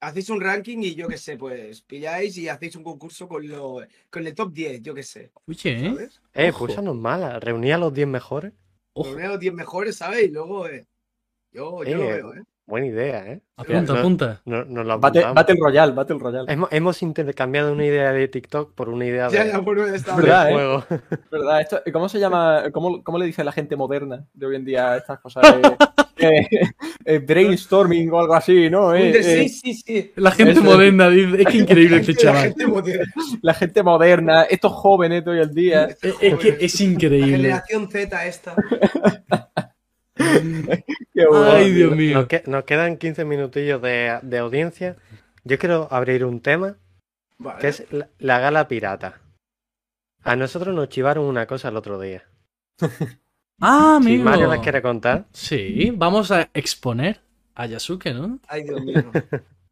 S2: hacéis un ranking y yo qué sé, pues pilláis y hacéis un concurso con, lo, con el top 10, yo qué sé.
S3: Oye, ¿eh?
S2: ¿Sabes?
S4: Eh,
S3: Ojo.
S4: pues esa no es mala. Reunía a los 10 mejores.
S3: Ojo.
S2: Los 10 mejores, ¿sabes? Y luego, eh, yo, yo lo
S4: Eh,
S2: veo, ¿eh?
S4: Buena idea, ¿eh?
S3: Apunta,
S4: No-
S3: apunta.
S4: no- nos la
S1: Battle,
S4: apuntamos.
S1: Battle Royale, Battle Royale.
S4: Hemos, hemos intercambiado una idea de TikTok por una idea de,
S2: Ya, ya, bueno, ya
S4: <laughs>
S2: está.
S1: Es verdad,
S4: de
S1: ¿eh?
S4: juego.
S1: Es verdad, esto, ¿cómo se llama? ¿Cómo, cómo le dice la gente moderna de hoy en día a estas cosas? <laughs> Eh, eh, eh, brainstorming o algo así, ¿no?
S2: Un
S1: Eh,
S2: de-
S1: eh,
S2: sí, sí, sí.
S3: La gente
S1: Eso es.
S3: moderna dice, es que increíble este
S2: La
S3: chaval.
S2: gente moderna,
S1: la gente moderna, estos jóvenes de hoy en día.
S2: este
S3: Es, es que
S2: joven,
S3: es
S2: La
S3: increíble.
S2: generación Z esta.
S1: Qué bueno.
S3: Ay, Dios mío.
S4: Nos, que- nos quedan 15 minutillos de, de audiencia. Yo quiero abrir un tema
S2: Vale.
S4: que es la, la gala pirata. A nosotros nos chivaron una cosa el otro día.
S3: Ah,
S4: Si
S3: amigo.
S4: Mario las quiere contar,
S3: Sí, vamos a exponer a Yasuke, ¿no?
S2: Ay, Dios mío.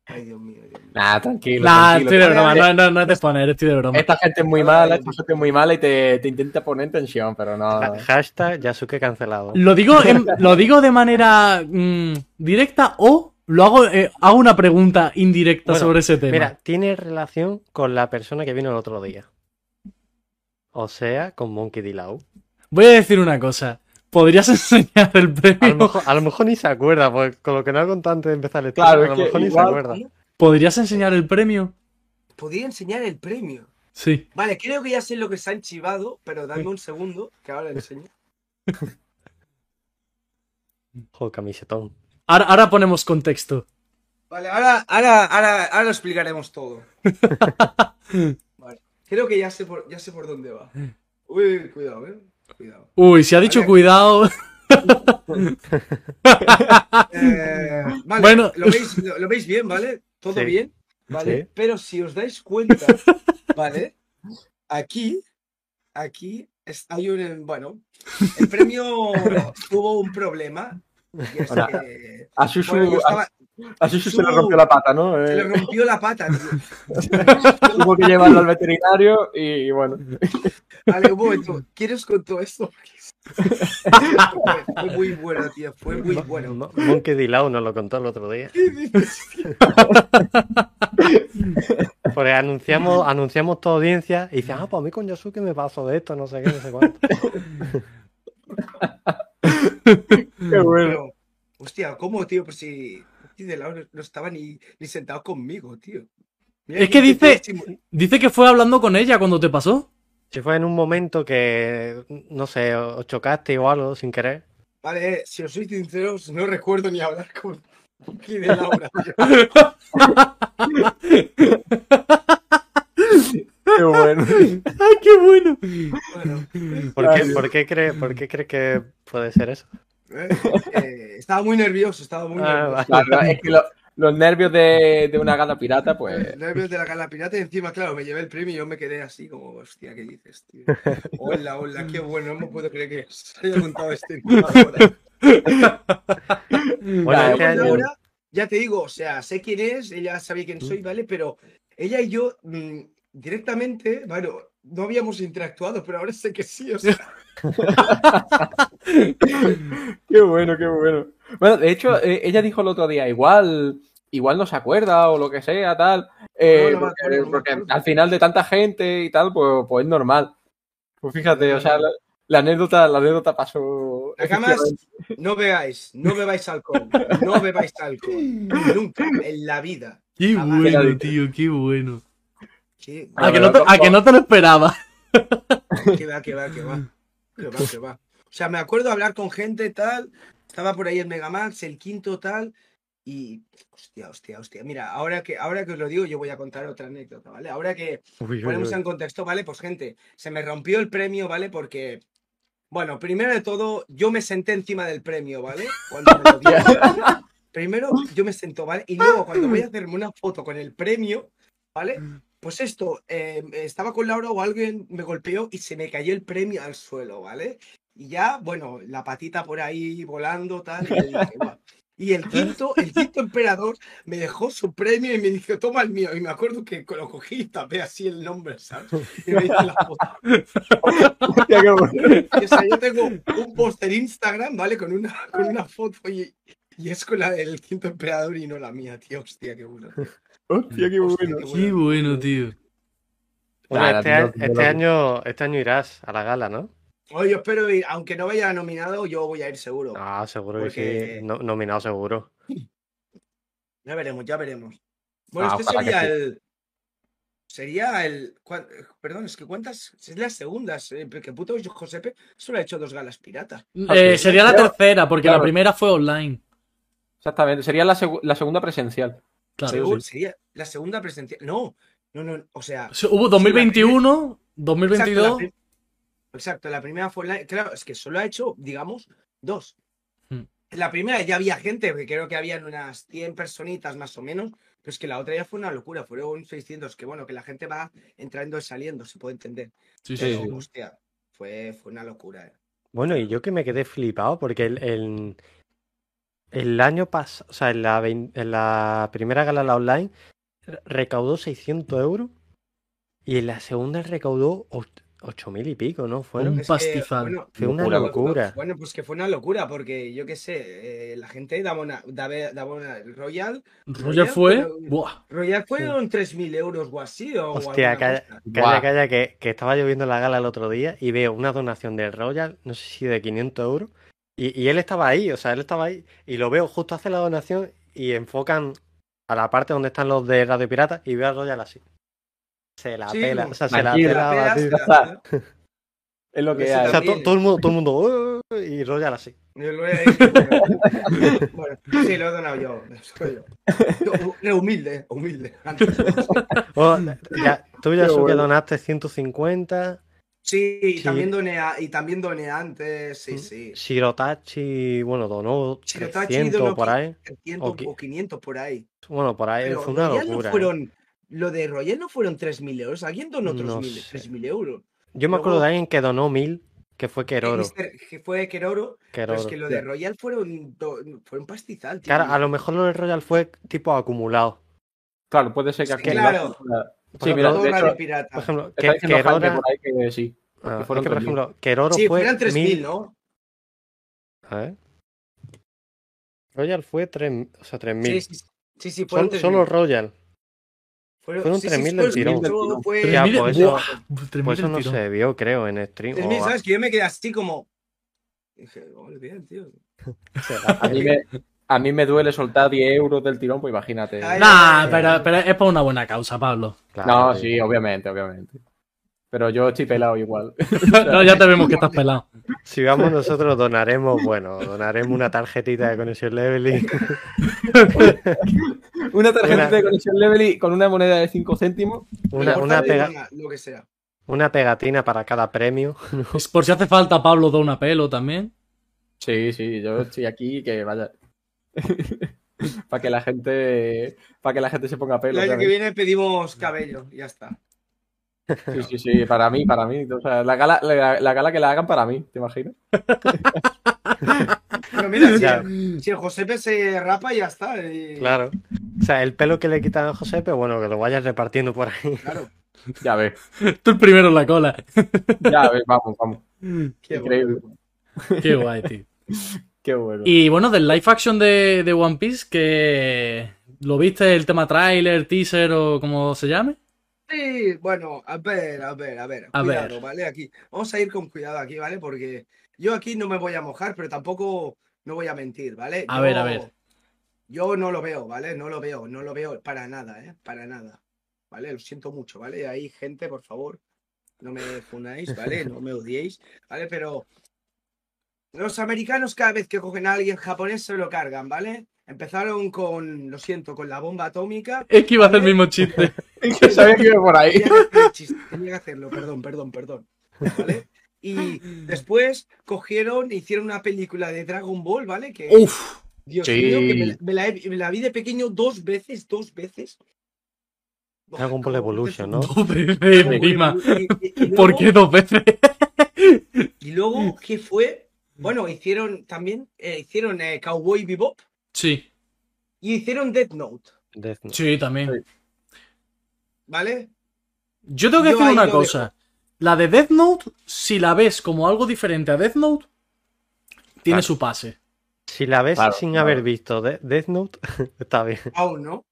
S2: Ay, Dios mío. Dios mío.
S1: Nah, tranquilo.
S3: Nah,
S1: tranquilo.
S3: estoy de broma, no, no, no te exponer, estoy de broma.
S1: Esta gente es muy mala, esta gente es muy mala y te, te intenta poner en tensión, pero no.
S4: ha- hashtag Yasuke cancelado.
S3: Lo digo, en- lo digo de manera mm, directa o lo hago, eh, hago una pregunta indirecta
S4: Bueno,
S3: sobre ese tema.
S4: Mira, tiene relación con la persona que vino el otro día. O sea, con Monkey D. Lau.
S3: Voy a decir una cosa. ¿Podrías <laughs> enseñar el
S4: A lo,
S3: premio?
S4: mejor, a lo mejor ni se acuerda, porque con lo que no ha contado antes de empezar el
S1: Claro,
S4: tema,
S1: es
S4: a lo
S1: que
S4: mejor ni se
S1: igual-
S4: acuerda.
S3: ¿Podrías enseñar el premio?
S2: Podría enseñar el premio.
S3: Sí.
S2: Vale, creo que ya sé lo que se han chivado, pero dame un segundo, que ahora enseño.
S4: Jo, camisetón.
S3: Ahora, ahora ponemos contexto.
S2: Vale, ahora, ahora, ahora, ahora lo explicaremos todo. Vale, creo que ya sé por, ya sé por dónde va. Uy, cuidado, eh. Cuidado.
S3: Uy, si ha dicho
S2: Vale.
S3: cuidado. <laughs>
S2: Eh, vale,
S3: Bueno.
S2: lo veis, lo, lo veis bien, ¿vale? Todo
S4: Sí.
S2: bien, ¿vale?
S4: Sí.
S2: Pero si os dais cuenta, ¿vale? Aquí, aquí es- hay un, bueno, el premio
S4: <laughs>
S2: tuvo un problema. Y es
S1: Hola.
S2: que,
S1: A Susu,
S2: bueno, yo estaba-
S1: a- a Susu se
S2: Susu-
S1: le rompió la pata, ¿no?
S2: se le
S1: Eh,
S2: rompió la pata, tío.
S1: tuvo que llevarlo al veterinario y bueno.
S2: Vale, un momento, ¿quién os contó esto? <laughs> fue muy bueno, tío, fue muy
S4: Mo-
S2: bueno.
S4: Mo- Monkey D. Lau nos lo contó el otro
S1: <laughs>
S4: día.
S2: ¿Qué dices?
S4: Porque Pues anunciamos, anunciamos toda audiencia y dice, ah, pues a mí con Yasuke me paso de esto, no sé qué, no sé cuánto.
S1: Qué
S2: Mm.
S1: bueno.
S2: Pero, hostia, ¿cómo, tío? Pues si si de lado no, no estaba ni, ni sentado conmigo, tío. Mira
S3: Es que
S2: te
S3: dice-
S2: puedo simu-
S3: Dice que fue hablando con ella cuando te pasó.
S4: Si fue en un momento que, no sé, os chocaste o algo sin querer.
S2: Vale, eh, si os soy sinceros, no recuerdo ni hablar con Kid de Laura, tío.
S1: Qué bueno.
S3: ¡Ay, qué bueno!
S2: Bueno,
S4: ¿Por qué,
S1: Ay,
S4: por qué cree, por qué cree que puede ser eso?
S2: eh, eh, estaba muy nervioso, estaba muy pues,
S4: Ah,
S2: nervioso.
S1: Claro, es que lo- los nervios de, de una gala pirata, pues.
S2: Los nervios de la gala pirata y encima, claro, me llevé el premio y yo me quedé así como, hostia, ¿qué dices, tío?
S3: <laughs>
S2: Hola, hola, qué bueno, no me puedo creer que os haya contado
S3: <laughs>
S2: este tema ahora.
S4: Bueno,
S1: Claro,
S4: este
S2: Yo
S4: año,
S2: ahora, ya te digo, o sea, sé quién es, ella sabe quién soy, ¿vale? Pero ella y yo mm, directamente, bueno, no habíamos interactuado, pero ahora sé que sí, o sea,
S1: Qué bueno, qué bueno. Bueno, de hecho, eh, ella dijo el otro día, igual, igual no se acuerda o lo que sea, tal. eh,
S2: No, no me
S1: porque,
S2: acuerdo, no me
S1: porque
S2: acuerdo.
S1: al final de tanta gente y tal, pues, pues es normal. Pues fíjate, o sea, la, la anécdota, la anécdota pasó.
S2: La cama es-
S1: efectivamente. <laughs>
S2: no veáis, no bebáis alcohol, no bebáis alcohol, nunca, en la vida.
S3: ¡Qué
S2: Ah, vale.
S3: bueno, tío! ¡Qué bueno!
S2: Que
S1: Ah,
S3: A que no te, a que no te lo esperaba.
S2: que va, que va, que va, que va, que va. O sea, me acuerdo hablar con gente tal, estaba por ahí el Megamax, el quinto tal, y hostia, hostia, hostia. Mira, ahora que, ahora que os lo digo, yo voy a contar otra anécdota, ¿vale? Ahora que
S4: uy, uy,
S2: ponemos
S4: uy.
S2: en contexto, ¿vale? Pues gente, se me rompió el premio, ¿vale? Porque, bueno, primero de todo, yo me senté encima del premio, ¿vale? Cuando me lo
S4: <laughs>
S2: dieron. primero yo me sento, ¿vale? Y luego cuando voy a hacerme una foto con el premio, ¿vale?
S4: Mm.
S2: Pues esto, eh, estaba con Laura o alguien me golpeó y se me cayó el premio al suelo, ¿vale? Y ya, bueno, la patita por ahí volando, tal. Y, yo dije, "Buah". Y
S4: <laughs>
S2: el quinto, el quinto emperador me dejó su premio y me dijo, toma el mío. Y me acuerdo que lo cogí y tapé así el nombre, ¿sabes? Y me hice la foto.
S1: Hostia, qué bueno.
S2: Y, o sea, yo tengo un póster Instagram, ¿vale? Con una, con una foto y, y es con la del quinto emperador y no la mía, tío. Hostia, qué bueno. tío.
S1: Hostia, qué
S2: Hostia,
S1: bueno.
S2: qué
S3: ¡Qué
S2: bueno.
S3: bueno, tío!
S4: Bueno,
S1: Nada,
S4: este,
S1: no,
S4: año,
S1: no lo
S4: este
S1: vi.
S4: año, este año irás a la gala, ¿no?
S2: Oye, yo espero ir, aunque no vaya nominado, yo voy a ir seguro.
S4: Ah, seguro que
S2: Porque-
S4: sí. No- nominado seguro.
S2: Ya veremos, ya veremos. Bueno,
S1: Ah,
S2: este
S1: ojalá que
S2: sería
S1: sí.
S2: el. Sería el. cuan- Perdón, es que cuántas. Es la segunda. eh, Que puto yo, Josepe solo ha hecho dos galas piratas.
S3: Eh, sería la
S1: Claro.
S3: tercera, porque la
S1: Claro.
S3: primera fue online.
S1: Exactamente, sería la, segu- la segunda presencial.
S3: Claro.
S2: Segu- Sería la segunda presencial. No, no, no. O sea.
S3: O sea, Hubo 2021, 2022.
S2: Exacto, la, pri- exacto, la primera fue la. Claro, es que solo ha hecho, digamos, dos.
S3: Hmm.
S2: La primera ya había gente, que creo que habían unas 100 personitas más o menos, pero es que la otra ya fue una locura, fueron 600, que bueno, que la gente va entrando y saliendo, se puede entender.
S3: Sí, sí,
S2: Pero,
S1: sí.
S2: hostia, fue, fue una locura. eh.
S4: Bueno, y yo que me quedé flipado porque el, el, el año pasado, o sea, en la, vein- en la primera gala la online re- recaudó 600 euros y en la segunda recaudó och- 8.000 y pico, ¿no? Fueron.
S3: Un
S2: Es que,
S3: pastizal.
S2: bueno,
S4: Fue una
S1: Locura,
S4: locura.
S2: Bueno, pues que fue una locura, porque yo qué sé, eh, la gente daba una, daba- daba una- Royal,
S3: Roger fue.
S2: Pero-
S3: Buah.
S2: Royal fueron 3.000 euros o así, o
S4: Hostia,
S2: alguna
S4: calla,
S2: cosa.
S4: calla,
S1: Buah.
S4: calla, que, que estaba lloviendo la gala el otro día y veo una donación del Royal, no sé si de 500 euros, y, y él estaba ahí, o sea, él estaba ahí, y lo veo justo hace la donación y enfocan a la parte donde están los de Radio Pirata y veo al Royal así. Se la
S2: Sí,
S4: pela,
S2: no,
S4: o sea, se la
S1: tranquilo.
S2: La
S4: pelaba,
S2: pera,
S4: tío.
S2: se
S1: ya
S2: la
S1: está.
S2: pela.
S1: Es lo que
S2: Eso
S1: hay.
S4: O sea,
S2: También.
S4: to- todo el mundo, todo el mundo, "Uh", y Royal así.
S2: Yo lo he hecho,
S4: <laughs>
S2: pero- bueno, sí, lo he donado yo. Soy yo. Yo, no, humilde, humilde. Antes.
S4: Bueno, Oh, ya, tú ya
S1: Qué
S4: su que
S1: bueno.
S4: donaste 150,
S2: Sí, y
S4: Sí. Mm.
S2: también doné, a- y también doné antes, sí, sí.
S4: Shirotachi, bueno, donó
S2: Shirotachi
S4: 300
S2: donó
S4: por ahí.
S2: 300
S4: Ok.
S2: o 500 por ahí.
S4: Bueno, por ahí,
S2: Pero
S4: fue una
S2: Royal no
S4: locura. ¿eh?
S2: fueron, lo de Royal no fueron 3.000 euros. ¿Alguien donó
S4: No
S2: 3.000
S4: sé.
S2: 3.000 euros?
S4: Yo me
S2: Luego-
S4: acuerdo de alguien que donó mil, que fue
S2: Que
S4: Queroro.
S2: Mister- que fue Keroro, pero es
S4: Queroro.
S2: que lo de Royal fueron, do- fue un pastizal, tío.
S4: Claro, a lo mejor lo del Royal fue tipo acumulado.
S1: Claro, puede ser que
S2: Sí,
S1: aquí.
S2: claro.
S1: Sí, mira,
S2: Todo
S1: de
S2: Radio
S1: hecho,
S2: pirata.
S4: Por ejemplo,
S1: está
S4: que,
S1: diciendo
S4: Queroro-
S1: Jaime por ahí que sí.
S4: Ah, es
S1: fueron
S4: que, por
S1: 3.000.
S4: ejemplo, Queroro
S2: Sí,
S4: fue
S2: fueron 3.000,
S4: 1000.
S2: ¿no?
S4: A ver. Royal fue 3, o sea, 3000.
S2: Sí, sí, sí. Sí, sí, fueron
S4: Sol-
S2: 3.000.
S4: solo Royal. fueron
S2: sí, sí,
S4: 3.000
S2: todo-
S4: del tirón.
S2: todo fue-
S4: Pero ya,
S3: 3.000
S4: por
S3: buah,
S4: eso,
S3: 3.000
S4: por Pues eso
S3: del
S4: no
S3: tirón.
S4: se vio, creo, en stream.
S2: Es
S4: o
S2: mi-
S4: a-
S2: ¿sabes? Que yo me quedé así como. Dije, "Ole, bien, tío.
S1: A
S2: <laughs>
S1: mí, me, a mí me duele soltar 10 euros del tirón, pues imagínate.
S2: Ay,
S3: Nah, pero, pero es para una buena causa, Pablo.
S1: No,
S4: Claro,
S1: sí, obviamente, obviamente. Pero yo estoy pelado igual.
S3: No, ya te vemos que estás pelado.
S4: Si vamos nosotros, donaremos, bueno, donaremos una tarjetita de conexión leveling.
S1: Una tarjeta
S4: Una-
S1: de conexión level y con una moneda de 5 céntimos.
S4: Una,
S2: Porfa,
S4: una,
S2: de
S4: pega-
S2: <laughs> una, Lo que sea.
S4: una pegatina para cada premio.
S3: Pues por si hace falta, Pablo da un apelo también. <laughs>
S1: Sí, sí, yo estoy aquí que vaya. <laughs> para que la gente para que la gente se ponga
S2: El
S1: pelo.
S2: año que
S1: ¿sabes?
S2: viene pedimos cabello, ya está.
S1: Sí, sí, sí, para mí, para mí. O sea, la gala, la, la gala que la hagan para mí, ¿te imaginas?
S2: Pero mira, si,
S4: <laughs> Ya.
S2: el- si el Josepe se rapa, ya está. y-
S4: Claro. O sea, el pelo que le quitan a José, pero bueno, que lo vayas repartiendo por ahí. <laughs>
S2: claro.
S1: Ya ves,
S3: Tú el primero en la cola.
S1: ya ves, vamos, vamos.
S2: Qué
S1: Increíble.
S3: Qué guay, tío.
S1: Qué bueno.
S3: Y bueno, del live action de, de One Piece, que lo viste el tema trailer, teaser o como se llame.
S2: Sí, bueno, a ver, a ver, a ver.
S3: A
S2: cuidado,
S3: ver.
S2: ¿vale? Aquí. Vamos a ir con cuidado aquí, ¿vale? Porque yo aquí no me voy a mojar, pero tampoco no voy a mentir, ¿vale?
S3: A
S2: Yo-
S3: ver, a ver.
S2: Yo no lo veo, ¿vale? No lo veo, no lo veo para nada, ¿eh? Para nada. ¿Vale? Lo siento mucho, ¿vale? Ahí, gente, por favor, no me funáis, ¿vale?
S3: <laughs>
S2: No me odiéis, ¿vale? Pero los americanos cada vez que cogen a alguien japonés se lo cargan, ¿vale? Empezaron con, lo siento, con la bomba atómica.
S3: Es que iba a hacer el mismo chiste.
S1: <laughs> Que sabía que iba por ahí.
S2: Tenía que hacer el chiste, tenía que hacerlo, perdón, perdón, perdón. ¿Vale? Y después cogieron e hicieron una película de Dragon Ball, ¿vale? Que,
S3: Uf,
S2: Dios
S1: Sí.
S2: mío, que me la, me la he- me la vi de pequeño dos veces, dos veces.
S4: Dragon Ball
S2: Como
S4: Evolution,
S2: no
S4: ¿no?
S2: te-
S3: <laughs> dos veces,
S1: Muy
S3: prima.
S2: Y- y- y
S3: <laughs> ¿Por
S2: luego-
S3: qué dos veces?
S2: Y luego, ¿qué fue? Bueno, hicieron también, eh, hicieron eh, Cowboy Bebop
S3: Sí,
S2: y hicieron Death Note,
S4: Death Note.
S3: sí, también.
S2: ¿vale?
S3: Yo tengo que
S2: Yo
S3: decir
S2: ahí
S3: una
S2: lo
S3: cosa. La de Death Note, si la ves como algo diferente a Death Note, tiene
S4: Claro.
S3: su pase.
S4: Si la ves
S1: Claro,
S4: sin
S1: claro.
S4: haber visto De- Death Note, <laughs> está bien.
S2: Aún, ¿no?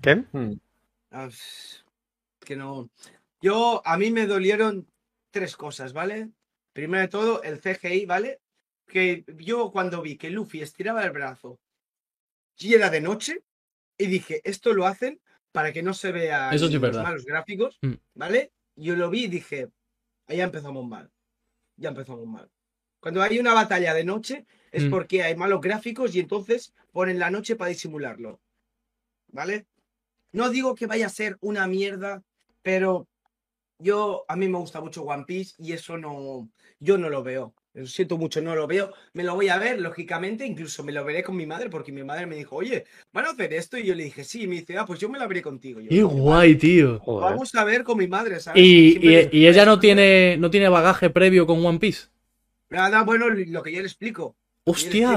S4: ¿Qué?
S1: Hmm.
S2: Ah, pff, que no. Yo, a mí me dolieron tres cosas, ¿vale? Primero de todo, el CGI, ¿vale? Que yo cuando vi que Luffy estiraba el brazo y era de noche, Y dije, esto lo hacen para que no se vean
S3: Eso sí es
S2: los
S3: verdad.
S2: malos gráficos,
S3: Mm.
S2: ¿vale? Yo lo vi y dije, ahí ya empezamos mal. Ya empezamos mal. Cuando hay una batalla de noche es
S3: Mm.
S2: porque hay malos gráficos y entonces ponen la noche para disimularlo. ¿Vale? No digo que vaya a ser una mierda, pero yo a mí me gusta mucho One Piece y eso no yo no lo veo. Lo siento mucho, no lo veo. Me lo voy a ver, lógicamente, incluso me lo veré con mi madre, porque mi madre me dijo, oye, ¿van a hacer esto? Y yo le dije, sí, y me dice, ah, pues yo me la veré contigo. Yo,
S3: Qué
S2: "Vale,
S3: guay, tío.
S4: Joder.
S2: Vamos a ver con mi madre, ¿sabes?
S3: Y,
S2: Siempre
S3: y-
S2: le-
S3: y ella no tiene, no tiene bagaje previo con One Piece.
S2: Nada, bueno, lo que yo le explico. lo que yo le explico,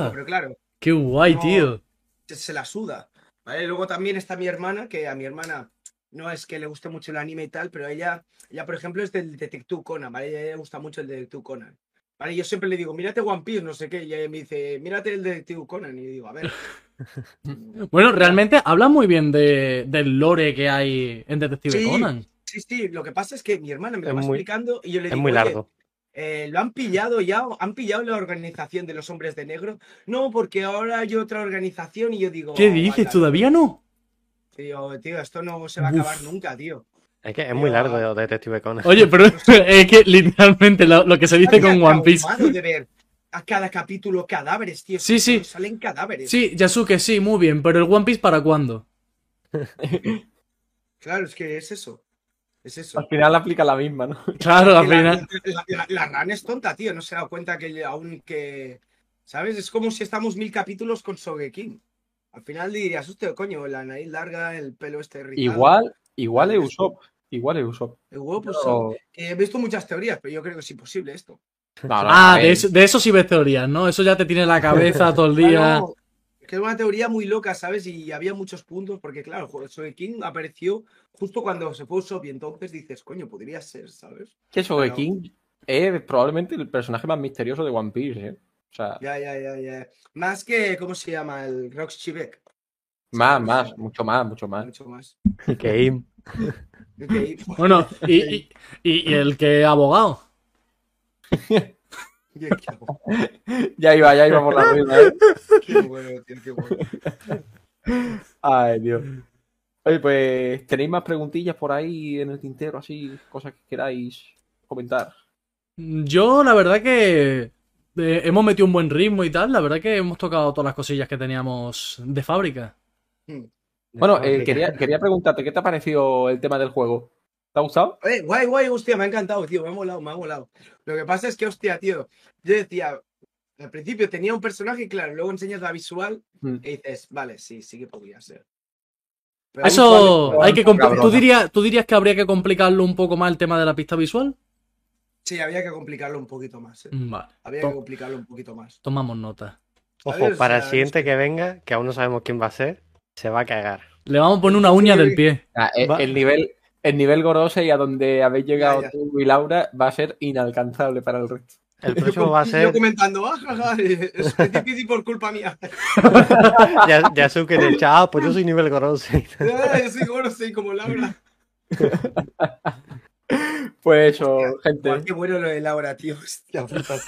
S3: ¡Hostia!
S2: pero claro,
S3: ¡Qué guay,
S2: No.
S3: tío!
S2: se, se la suda. ¿vale? Luego también está mi hermana, que a mi hermana no es que le guste mucho el anime y tal, pero ella, ella por ejemplo, es del Detective Conan, ¿vale? A ella le gusta mucho el Detective Conan. ¿Vale? Yo siempre le digo, mírate One Piece, no sé qué, y ella me dice, mírate el Detective Conan, y digo, a
S4: <laughs>
S2: ver.
S3: Bueno, realmente habla muy bien de, del lore que hay en Detective
S2: Sí.
S3: Conan.
S2: Sí, sí, lo que pasa es que mi hermana me lo
S4: Es
S2: va
S4: muy-
S2: explicando y yo le
S4: Es
S2: digo,
S4: muy
S2: "Oye,
S4: largo.
S2: eh, lo han pillado ya, han pillado la organización de los hombres de negro. No, porque ahora hay otra organización y yo digo,
S3: ¿Qué dices?
S2: "Guárdalo".
S3: ¿Todavía no?
S2: Tío, tío, esto no se va a acabar
S3: Uf.
S2: nunca, tío.
S4: Es que es muy
S2: Yo-
S4: largo de Detective Conan.
S3: Oye, <laughs> pero es que literalmente lo, lo que se dice con
S2: Estaría
S3: One Piece.
S2: traumado de ver a cada capítulo cadáveres, tío.
S3: Sí, sí.
S2: Salen cadáveres.
S3: Sí, Yasuke, sí, muy bien, pero el One Piece para cuándo?
S2: Claro, es que es eso. Es eso.
S1: Al final aplica la misma, ¿no?
S3: <laughs> Claro, al
S2: Que la-
S3: final.
S2: La, la- la RAN es tonta, tío. No se da cuenta que aún que. ¿Sabes? Es como si estamos mil capítulos con Sogeking. Al final dirías, hostia, coño, la nariz larga, el pelo este irritado".
S1: Igual, igual
S2: Claro,
S1: es
S2: es-
S1: Usopp. Igual es Usopp.
S2: El huevo, pues,
S1: Pero-
S2: eh, He visto muchas teorías, pero yo creo que es imposible esto.
S1: No, no,
S3: Ah,
S1: a ver,
S3: de eso, de eso sí ves teorías, ¿no? Eso ya te tiene la cabeza todo el
S2: Ah,
S3: día.
S2: no, es que era una teoría muy loca, ¿sabes? Y había muchos puntos, porque claro, jo- Sogeking apareció justo cuando se fue Usopp y entonces dices, coño, podría ser, ¿sabes?
S1: Que Shogun
S2: Pero-
S1: King es probablemente el personaje más misterioso de One Piece, ¿eh? O sea,
S2: Ya, ya, ya, ya. Más que, ¿cómo se llama? El Rock Chivek.
S1: más, más, mucho más, mucho
S3: Ah.
S1: más.
S2: Mucho más.
S4: <laughs> Que im-
S2: Ok, <laughs>
S3: Bueno, y, y- y- y el que abogado.
S2: Qué- qué bueno,
S1: Ya iba, ya iba por la rueda, ¿eh?
S2: qué bueno, tío, qué bueno.
S1: Ay, Dios. Oye, pues, ¿tenéis más preguntillas por ahí en el tintero, así, cosas que queráis comentar?
S3: Yo, la verdad que eh, hemos metido un buen ritmo y tal. La verdad que hemos tocado todas las cosillas que teníamos de fábrica.
S1: Bueno, eh, quería, quería preguntarte, ¿qué te ha parecido el tema del juego? ¿Te ha gustado?
S2: Eh, guay, guay, hostia, me ha encantado, tío, me ha molado, me ha molado. Lo que pasa es que, hostia, tío, yo decía, al principio tenía un personaje, claro, luego enseñas la visual
S1: Mm.
S2: y dices, vale, sí, sí que podría ser. Pero
S3: Eso
S2: visual-
S3: hay que
S1: un poco
S3: compli- ¿Tú
S1: cabrona.
S3: dirías, ¿Tú dirías que habría que complicarlo un poco más el tema de la pista visual? Mm,
S2: Sí, había que complicarlo un poquito más. eh.
S3: Vale,
S2: Había
S3: to-
S2: que complicarlo un poquito más.
S3: tomamos nota.
S2: A ver,
S4: Ojo,
S2: o
S4: para el
S2: sea,
S4: siguiente
S2: es que-
S4: que venga, que aún no sabemos quién va a ser, se va a cagar.
S3: Le vamos a poner una uña del pie.
S1: Ah, el,
S4: Va-
S1: el nivel, el nivel Gorose y a donde habéis llegado
S2: Ya, ya.
S1: tú y Laura va a ser inalcanzable para el resto.
S4: El
S2: <laughs> Yo,
S4: próximo
S2: com-
S4: va a
S2: yo
S4: ser
S2: comentando, "Ah, jaja, eh, es muy difícil por culpa mía. <laughs>
S4: Ya- Yasuke de chao, pues yo soy nivel Gorose.
S2: Ah, yo soy gordo, soy como Laura.
S1: Pues eso, gente.
S2: Guau, qué bueno lo de Laura, tío. Hostia, puta.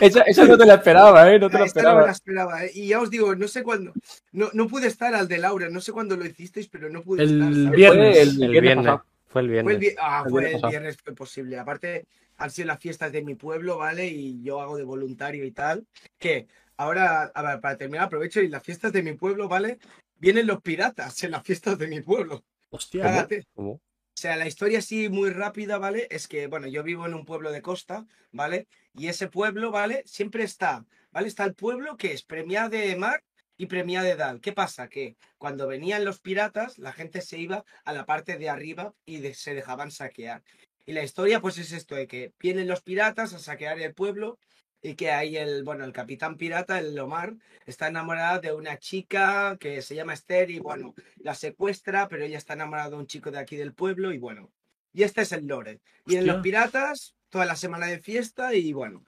S1: Esa, esa no te la esperaba, ¿eh? No te la
S2: Esta no
S1: esperaba.
S2: me la esperaba, eh. Y ya os digo, no sé cuándo. No, no pude estar al de Laura, no sé cuándo lo hicisteis, pero no pude
S3: El
S2: estar. ¿sabes?
S3: viernes.
S1: Fue el <laughs>
S4: El
S1: viernes
S4: viernes.
S1: pasado.
S4: Fue el
S2: Fue el,
S4: viernes.
S2: vi- ah,
S1: El
S2: fue
S1: viernes
S2: el
S1: pasado.
S2: viernes fue posible. Aparte, han sido las fiestas de mi pueblo, ¿vale? Y yo hago de voluntario y tal. Que ahora, a ver, para terminar, aprovecho y las fiestas de mi pueblo, ¿vale? Vienen los piratas en las fiestas de mi pueblo.
S3: Hostia.
S2: Cágate.
S4: ¿Cómo?
S2: O sea, la historia así muy rápida, ¿vale? Es que, bueno, yo vivo en un pueblo de costa, ¿vale? Y ese pueblo, ¿vale? Siempre está, ¿vale? Está el pueblo que es premia de mar y premia de dal. ¿Qué pasa? Que cuando venían los piratas, la gente se iba a la parte de arriba y de- se dejaban saquear. Y la historia, pues es esto, de que vienen los piratas a saquear el pueblo y que ahí el, bueno, el capitán pirata, el Lomar, está enamorada de una chica que se llama Esther y, bueno, la secuestra, pero ella está enamorada de un chico de aquí del pueblo y bueno. Y este es el lore. Y en
S3: Hostia.
S2: Los Piratas, toda la semana de fiesta y bueno.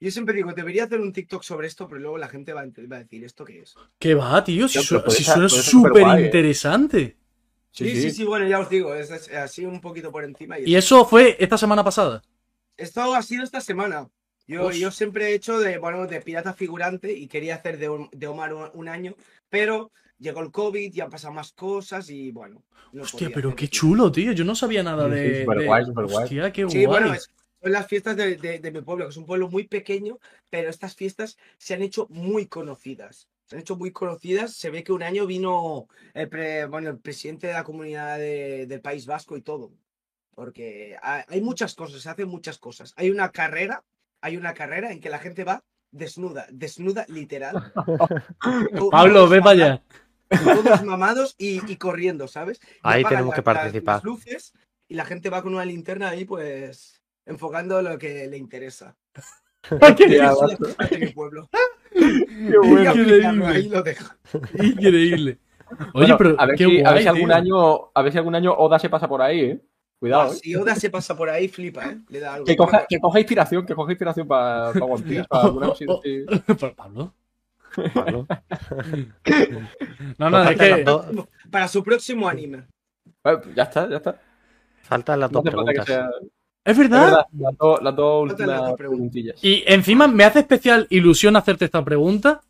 S2: Yo siempre digo, debería hacer un TikTok sobre esto, pero luego la gente va a, ent- va a decir, ¿esto qué es?
S3: ¿Qué va, tío?
S1: Ya,
S3: Si,
S1: pero
S3: su-
S1: puede
S3: si
S1: ser-
S3: suena
S1: puede ser superguay,
S3: súper
S1: eh.
S3: interesante.
S2: Sí sí, sí, bueno, ya os digo, es es así un poquito por encima. Y
S3: Y eso fue esta semana pasada.
S2: Esto ha sido esta semana. Yo,
S3: Ush.
S2: yo siempre he hecho de, bueno, de pirata figurante y quería hacer de, Om- de Omar un, un año, pero llegó el COVID y han pasado más cosas y bueno. no
S3: Hostia,
S2: podía
S3: pero
S2: hacer
S3: qué
S2: el-
S3: chulo, tío. Yo no sabía nada
S1: Sí, sí,
S3: de.
S1: súper
S3: de-
S1: guay, súper guay.
S3: Hostia, qué
S2: Sí,
S3: guay.
S2: bueno, es- son las fiestas de, de- de mi pueblo, que es un pueblo muy pequeño, pero estas fiestas se han hecho muy conocidas. Se han hecho muy conocidas. Se ve que un año vino el, pre- bueno, el presidente de la comunidad de- del País Vasco y todo. Porque ha- hay muchas cosas, se hacen muchas cosas. Hay una carrera, hay una carrera en que la gente va desnuda, desnuda literal. Tú-
S3: Pablo,
S2: todos
S3: ve para
S2: mamados-
S3: allá. <laughs>
S2: todos mamados y, y corriendo, ¿sabes? Y
S4: Ahí
S2: apagan
S4: tenemos que
S2: las-
S4: participar.
S2: Las luces y la gente va con una linterna ahí, pues, enfocando lo que le interesa.
S1: Hostia,
S2: Eso es
S1: macho,
S2: la fiesta de mi pueblo.
S1: <laughs> qué
S3: bueno.
S2: Venga,
S3: Increíble.
S2: Pablo, ahí lo dejo.
S3: Increíble. Oye,
S1: Bueno,
S3: pero
S1: a ver,
S3: qué
S1: si, a ver
S3: guay,
S1: si algún
S3: tío.
S1: año, a ver si algún año Oda se pasa por ahí, eh. Cuidado, eh.
S2: Si Oda se pasa por ahí, flipa, ¿eh? Le da algo.
S1: Que coja, que coja inspiración, que coja inspiración para One Piece, para alguna cosita así.
S3: <laughs> Pero, Pablo.
S1: <laughs>
S4: Pablo.
S3: No, no, es
S4: faltan,
S3: que.
S4: las dos,
S2: Para su próximo anime.
S1: Bueno, ya está, ya está.
S4: faltan las
S1: No
S4: dos
S1: hace falta que
S4: preguntas.
S1: sea.
S3: Es
S1: Es
S3: verdad.
S1: verdad, las dos, las dos
S2: Faltan las
S1: últimas
S2: dos preguntas.
S1: preguntillas.
S3: Y encima me hace especial ilusión hacerte esta pregunta.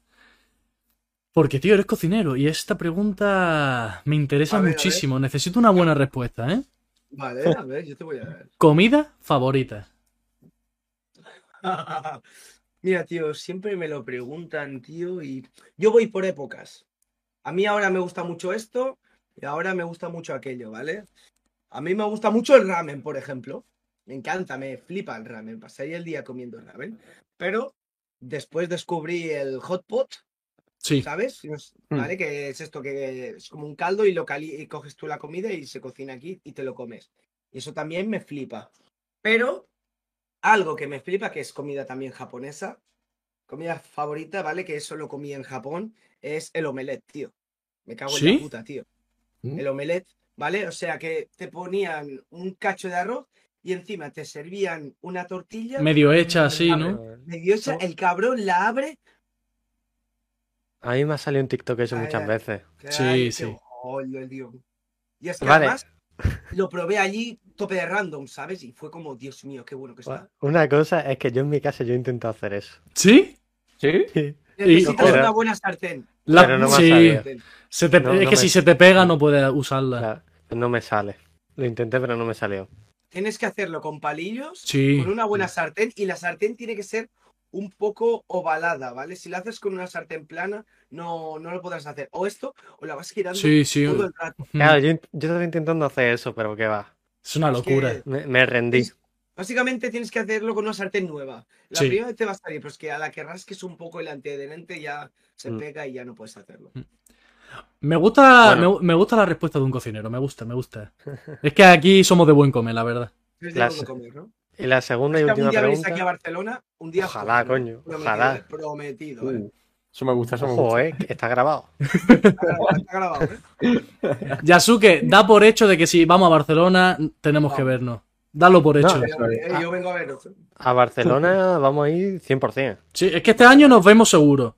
S3: Porque, tío, eres cocinero y esta pregunta me interesa
S2: A ver, a ver.
S3: muchísimo. Necesito una buena respuesta, ¿eh?
S2: Vale, a ver, yo te voy a ver.
S3: Comida favorita.
S2: <laughs> Mira, tío, siempre me lo preguntan, tío, y yo voy por épocas. A mí ahora me gusta mucho esto y ahora me gusta mucho aquello, ¿vale? A mí me gusta mucho el ramen, por ejemplo. Me encanta, me flipa el ramen. Pasaría el día comiendo ramen. Pero después descubrí el hot pot,
S3: Sí.
S2: ¿sabes? No es-
S1: Mm.
S2: ¿Vale? Que es esto que es como un caldo y, lo cali- y coges tú la comida y se cocina aquí y te lo comes. Y eso también me flipa. Pero algo que me flipa, que es comida también japonesa, comida favorita, ¿vale? Que eso lo comí en Japón, es el omelette, tío. Me cago en
S3: ¿Sí?
S2: la puta, tío.
S1: Mm.
S2: El omelette, ¿vale? O sea que te ponían un cacho de arroz y encima te servían una tortilla.
S3: Medio hecha así,
S2: A
S3: ¿no?
S2: medio hecha, el cabrón la abre
S4: A mí me ha salido un TikTok eso
S2: Ay,
S4: muchas
S2: ay.
S4: veces.
S3: Sí,
S2: Ay, qué
S3: sí.
S2: jollo, tío. Y es que
S4: Vale.
S2: además lo probé allí tope de random, ¿sabes? Y fue como, Dios mío, qué bueno que está.
S4: Una cosa es que yo en mi casa yo intento hacer eso. <laughs>
S3: ¿Sí?
S1: ¿Sí?
S2: Necesitas
S4: Pero-
S2: una buena sartén.
S3: La-
S4: Pero no me ha
S3: sí.
S4: salido.
S2: sartén.
S3: Se te-
S4: No,
S3: es
S4: no
S3: que
S4: me-
S3: si se te pega no puedes usarla.
S4: La- pues no me sale. Lo intenté, pero no me salió.
S2: Tienes que hacerlo con palillos,
S3: Sí.
S2: con una buena sartén, y la sartén tiene que ser un poco ovalada, ¿vale? Si la haces con una sartén plana, no, no lo podrás hacer. O esto, o la vas girando
S3: Sí, sí.
S2: todo el rato.
S3: Mm.
S4: Claro, yo, int- yo estaba intentando hacer eso, pero que va.
S3: Es una
S2: Es que-
S3: locura.
S4: Me, me rendí.
S2: Es- Básicamente tienes que hacerlo con una sartén nueva. La
S3: Sí.
S2: primera te va a salir, pero es que a la que rasques un poco el antiadherente ya se
S4: Mm.
S2: pega y ya no puedes hacerlo.
S3: Me gusta,
S4: Bueno.
S3: me, me gusta la respuesta de un cocinero, me gusta, me gusta. Es que aquí somos de buen comer, la verdad.
S2: Es
S4: La
S2: de
S4: se-
S2: no comer, ¿no?
S4: Y la segunda
S2: Es
S4: y
S2: que
S4: última
S2: algún día venís aquí a
S4: pregunta.
S2: Barcelona, un día.
S4: Ojalá, coño,
S2: Prometido,
S4: ojalá. Mm.
S2: ¿eh? Prometido, ¿eh?
S1: Uh, Eso me gusta, eso me
S4: Ojo,
S1: gusta.
S4: eh, que está grabado.
S2: Está grabado, está grabado, ¿eh?
S4: <laughs>
S3: Yasuke, da por hecho de que si vamos a Barcelona tenemos que vernos. Dalo por hecho.
S4: No,
S2: Pero,
S1: Eso es.
S2: eh, Yo vengo a veros.
S3: <laughs>
S4: A Barcelona vamos a ir 100%.
S3: Sí, es que este año nos vemos seguro.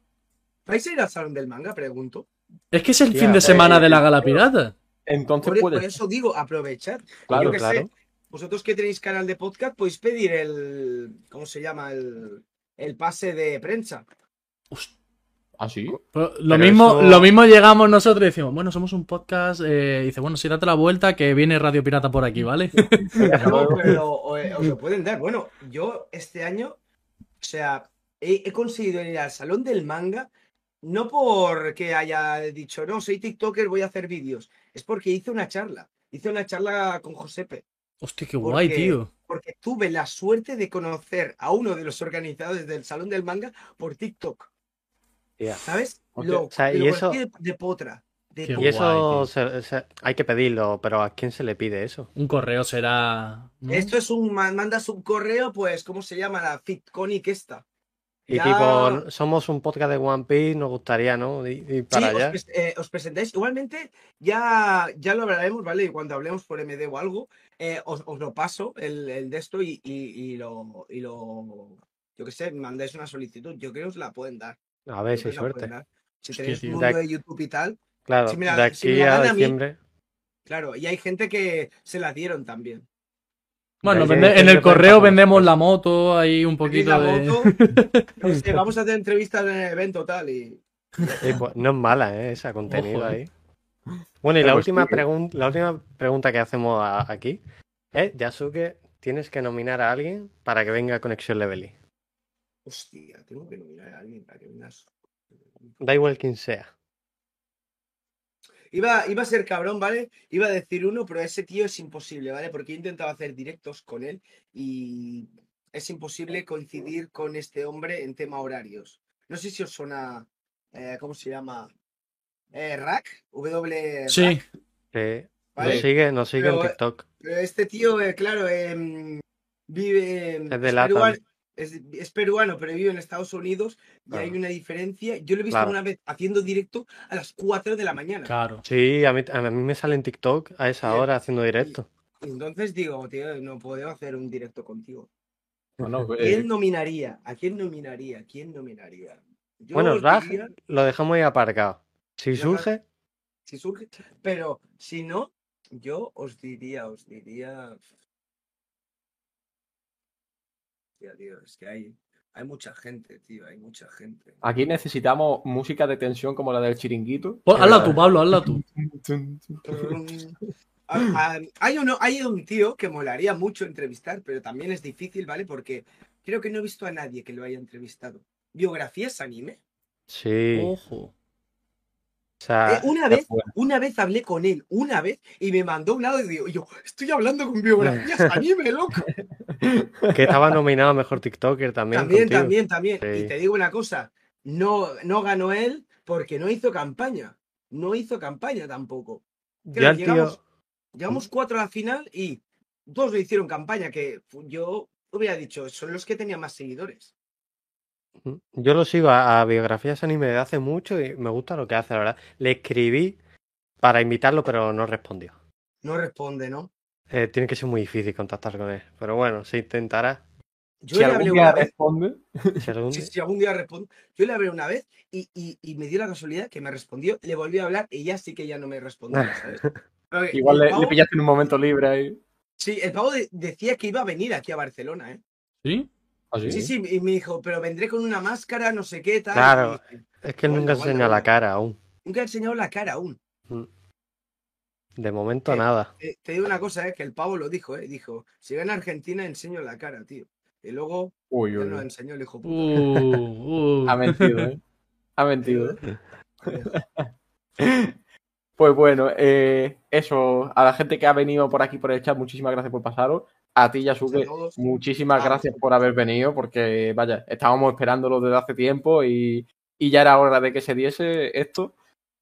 S2: ¿Vais a ir al salón del manga? Pregunto.
S3: Es que es el
S4: Tía,
S3: fin de
S4: pues,
S3: semana de la Gala Pirata.
S1: Entonces
S2: Por, e-, por
S1: puede.
S2: eso digo, aprovechad.
S1: Claro,
S2: yo que
S4: claro.
S2: sé, vosotros que tenéis canal de podcast, podéis pedir el. ¿Cómo se llama? El, el pase de prensa.
S1: ¿Ah, sí?
S3: Pero Pues, Lo
S4: Pero
S3: mismo,
S4: eso-
S3: lo mismo llegamos nosotros y decimos, bueno, somos un podcast. eh, dice, bueno, sí, date la vuelta que viene Radio Pirata por
S2: <laughs>
S3: aquí, ¿vale?
S4: <laughs>
S2: No, pero o- eh, os lo pueden dar. Bueno, yo este año, o sea, he, he conseguido ir al salón del manga, no porque haya dicho, no, soy TikToker, voy a hacer vídeos. Es porque hice una charla. Hice una charla con Josepe,
S3: Hostia, qué guay,
S2: Porque-
S3: tío.
S2: porque tuve la suerte de conocer a uno de los organizadores del salón del manga por TikTok.
S4: Tía.
S2: ¿Sabes?
S1: Ok,
S2: Lo,
S4: o sea, y
S2: lo
S4: eso-
S2: conocí de, de potra. de
S3: Qué
S4: Y
S2: potra.
S4: eso se- se- hay que pedirlo, pero ¿a quién se le pide eso?
S3: Un correo será. ¿no?
S2: Esto es un, ma- mandas un correo, pues, ¿cómo se llama? La Fitconic esta.
S4: Y
S2: Ya-
S4: tipo, somos un podcast de One Piece, nos gustaría, ¿no? Ir, ir para
S2: sí,
S4: allá.
S2: Os, pres- eh, os presentáis. Igualmente, ya, ya lo hablaremos, ¿vale? Y cuando hablemos por MD o algo, eh, os, os lo paso, el, el de esto, y, y, y lo, y lo. Yo qué sé, mandáis una solicitud. Yo creo que os la pueden dar.
S4: A ver
S2: yo
S4: si
S2: creo que
S4: hay
S2: os la
S4: suerte.
S2: pueden dar. Si
S3: Hostia,
S2: tenéis
S3: tío.
S2: un mundo
S4: De-
S2: de YouTube y tal,
S4: Claro,
S2: Si me la-
S4: de aquí
S2: si me la
S4: a
S2: dan a mí-
S4: diciembre.
S2: claro. Y hay gente que se la dieron también.
S3: Bueno,
S4: Ya,
S3: vende-
S4: ya, ya
S3: en el
S4: te pueden
S3: correo
S4: pasar
S3: vendemos
S4: cosas.
S3: la moto, ahí un poquito
S2: la
S3: de.
S2: moto.
S4: <laughs>
S2: no sé, vamos a hacer entrevistas en el evento tal y.
S4: Eh, pues, no es mala, ¿eh? Esa contenido
S3: Ojo, eh.
S4: ahí. Bueno, y la
S1: Pero
S4: última,
S1: pues,
S4: pregun- la última pregunta que hacemos a- aquí es, Yasuke, tienes que nominar a alguien para que venga a Conexión Levely.
S2: Hostia, tengo que nominar a alguien para que venga.
S4: Da igual quien sea.
S2: Iba, iba a ser cabrón, ¿vale? Iba a decir uno, pero ese tío es imposible, ¿vale? Porque yo intentaba hacer directos con él y es imposible coincidir con este hombre en tema horarios. No sé si os suena, eh, ¿cómo se llama? Eh, Rack, W.
S3: Sí,
S2: Rack,
S4: Eh,
S2: ¿vale?
S4: Nos sigue, nos sigue
S2: Pero,
S4: en
S2: eh,
S4: TikTok.
S2: Pero este tío, eh, claro, em, vive. em,
S4: Es de Latam.
S2: peruano- es, es peruano, pero vive en Estados Unidos y hay
S4: Claro.
S2: una diferencia. Yo lo he visto
S4: Claro.
S2: una vez haciendo directo a las 4 de la mañana.
S3: claro.
S4: Sí, a mí, a mí me sale en TikTok a esa
S2: Bien.
S4: hora haciendo directo.
S2: Entonces digo, tío, no puedo hacer un directo contigo.
S1: Bueno,
S4: Eh.
S1: pues,
S2: ¿Quién nominaría? ¿A quién nominaría? ¿Quién nominaría? Yo
S4: Bueno,
S2: os
S4: Raj
S2: diría,
S4: lo dejamos ahí aparcado. Si
S2: Yo-
S4: surge,
S2: si surge, pero si no, yo os diría, os diría. Hostia, tío, es que hay, hay mucha gente, tío, hay mucha
S4: <laughs>
S2: gente.
S1: aquí necesitamos música de tensión como la del chiringuito.
S3: Pon- Pues, hazla tú, Pablo, hazla tú.
S2: Ah, ah, Mm, hay, uno, hay un tío que molaría mucho entrevistar, pero también es difícil, ¿vale? Porque creo que no he visto a nadie que lo haya entrevistado. ¿Biografías anime?
S4: sí. O
S3: Ojo.
S4: sea,
S2: Oh.
S4: Ah,
S2: Eh, una vez,
S1: pues,
S2: una vez hablé con él, una vez, y me mandó un audio y digo, yo, estoy hablando con biografías anime, loco.
S4: que estaba nominado a mejor TikToker también.
S2: También,
S4: contigo.
S2: también, también.
S4: Sí.
S2: Y te digo una cosa, no, no ganó él porque no hizo campaña. No hizo campaña tampoco.
S4: Yo
S2: Creo
S4: al
S2: que
S4: tío,
S1: Mm.
S2: Llegamos cuatro a la final y dos no hicieron campaña, que yo hubiera dicho, son los que tenían más seguidores.
S4: Mm, Yo lo sigo a, a biografías anime de hace mucho y me gusta lo que hace, la verdad. Le escribí para invitarlo, pero no respondió.
S2: No responde, ¿no?
S4: Eh, tiene que ser muy difícil contactar con él. Pero bueno, se intentará.
S2: Yo
S1: Si
S2: le
S1: algún
S2: hablé
S1: día
S2: una vez,
S1: responde,
S4: Si
S2: <laughs>
S4: algún
S2: sí,
S4: día-
S2: sí, algún día respondo. Yo le hablé una vez y, y- y me dio la casualidad que me respondió, le volví a hablar y ya sí que ya no me respondió,
S1: <laughs>
S2: ¿sabes? Porque
S1: Ah. igual
S2: el
S1: le,
S2: pavo-
S1: le pillaste en un momento libre ahí.
S2: Sí, el pavo de- decía que iba a venir aquí a Barcelona, ¿eh?
S3: <laughs> ¿Sí?
S1: ¿Ah,
S2: Sí, sí, y me dijo, pero vendré con una máscara, no sé qué, tal.
S4: Claro.
S2: y dije,
S4: Es que él
S2: Bueno,
S4: nunca
S2: aguanta,
S4: enseña la
S2: aguanta.
S4: cara aún.
S2: Nunca he enseñado la cara aún.
S4: De momento
S2: Eh, <laughs>
S4: nada.
S2: Eh, te digo una cosa, ¿eh? Que el pavo lo dijo, ¿eh? Dijo, si ven a Argentina, enseño la cara, tío. Y luego
S1: Uy,
S2: ya
S1: uy,
S2: no
S1: uy.
S2: enseñó el hijo puta.
S3: Uh, uh.
S1: Ha mentido, ¿eh? Ha
S2: <laughs>
S1: mentido.
S2: Eh,
S1: Pues bueno, eh, eso, a la gente que ha venido por aquí por el chat, muchísimas gracias por pasaros. A ti,
S2: a
S1: Yasuke,
S2: todos.
S1: muchísimas
S2: A
S1: gracias
S2: vosotros.
S1: por haber venido, porque vaya, estábamos esperándolo desde hace tiempo y, y ya era hora de que se diese esto.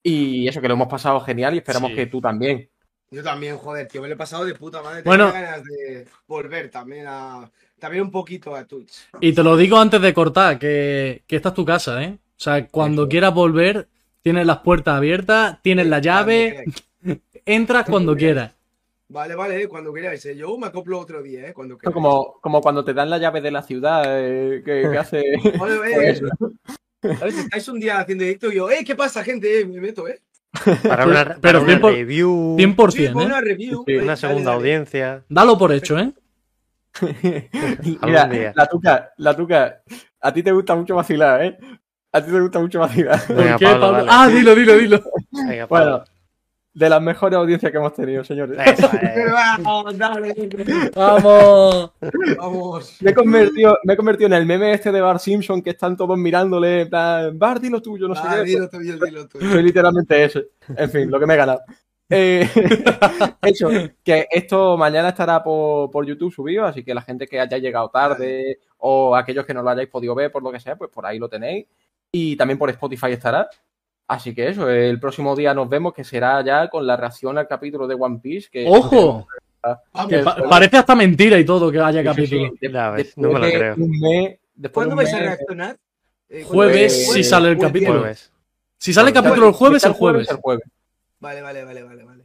S1: Y eso, que lo hemos pasado genial y esperamos
S3: Sí.
S1: que tú también.
S2: Yo también, joder, tío, me lo he pasado de puta madre.
S3: Bueno.
S2: Tenía ganas de volver también a. También un poquito a Twitch.
S3: uh. Y te lo digo antes de cortar, que, que esta es tu casa, ¿eh? O sea, cuando
S1: Eso.
S3: quieras volver, tienes las puertas abiertas, tienes la llave,
S2: Cuando queráis.
S3: entras cuando quieras.
S2: Vale, vale, eh, cuando queráis. eh. Yo me acoplo otro día, ¿eh? Cuando
S1: Esto
S2: queráis.
S1: Como, como cuando te dan la llave de la ciudad, eh, que, que hace... <laughs>
S2: Vale,
S1: Pues
S2: eh,
S1: eso.
S2: a veces estáis un día haciendo directo y yo, ¡eh! ¿Qué pasa, gente? Eh, me meto, ¿eh?
S4: Para
S3: Pero-
S4: una,
S3: pero
S4: para una
S3: 100%,
S4: review,
S3: 100%,
S2: Sí, con
S3: ¿eh?
S2: una review.
S1: Sí,
S2: eh,
S4: una
S2: dale,
S4: segunda
S2: dale.
S4: audiencia.
S3: Dalo por hecho, ¿eh?
S1: Mira,
S4: Algún día.
S1: la tuca, la tuca, a ti te gusta mucho vacilar, ¿eh? A ti te gusta mucho vacilar.
S4: Venga, Pablo, dale.
S3: Ah, dilo, dilo, dilo.
S4: Venga,
S1: Bueno,
S4: Pablo. pues,
S1: de las mejores audiencias que hemos tenido, señores.
S2: <laughs>
S4: Eso
S2: Pero
S4: es.
S2: vamos, dale,
S3: Vamos.
S2: vamos.
S1: Me he, convertido, me he convertido en el meme este de Bart Simpson que están todos mirándole, en plan, Bart, dilo tuyo, no
S2: Ah,
S1: sé qué.
S2: dilo tú, dilo, dilo tú.
S1: Soy literalmente ese. En fin, lo que me he ganado. Eh, <laughs> hecho, que esto mañana estará por, por YouTube subido, así que la gente que haya llegado tarde o aquellos que no lo hayáis podido ver por lo que sea, pues por ahí lo tenéis. Y también por Spotify estará. Así que eso, el próximo día nos vemos que será ya con la reacción al capítulo de One Piece. Que,
S2: Vamos.
S3: Ojo. Que pa- parece hasta mentira y todo que haya capítulo.
S1: de-
S4: Ya ves,
S1: después
S4: no me lo
S1: de
S4: creo.
S1: un mes- después de
S2: ¿Cuándo
S1: un
S2: vais a
S1: mes-
S2: reaccionar? Eh, ¿cuándo
S3: Jueves,
S2: vais a-
S3: si sale el
S2: Jueves.
S3: capítulo.
S4: Jueves.
S3: Si sale el capítulo el jueves,
S1: Está
S3: el jueves.
S1: El jueves.
S2: Vale, vale, vale, vale, vale.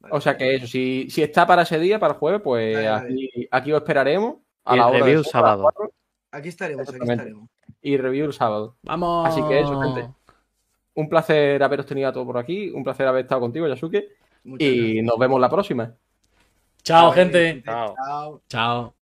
S2: Vale,
S1: O sea
S2: vale.
S1: que eso, si, si está para ese día, para el jueves, pues
S2: Vale, vale.
S1: Aquí, aquí os esperaremos. A
S4: Y
S1: la hora
S4: review
S1: de-
S4: sábado.
S1: cuatro,
S2: Aquí estaremos, aquí
S1: Exactamente.
S2: estaremos.
S1: Y review el sábado.
S3: Vamos.
S1: Así que eso, gente. Un placer haberos tenido a todos por aquí. Un placer haber estado contigo, Yasuke.
S2: Muchas gracias.
S1: Y nos vemos la próxima.
S3: Chao, gente.
S4: Chao.
S2: Chao.
S3: Chao.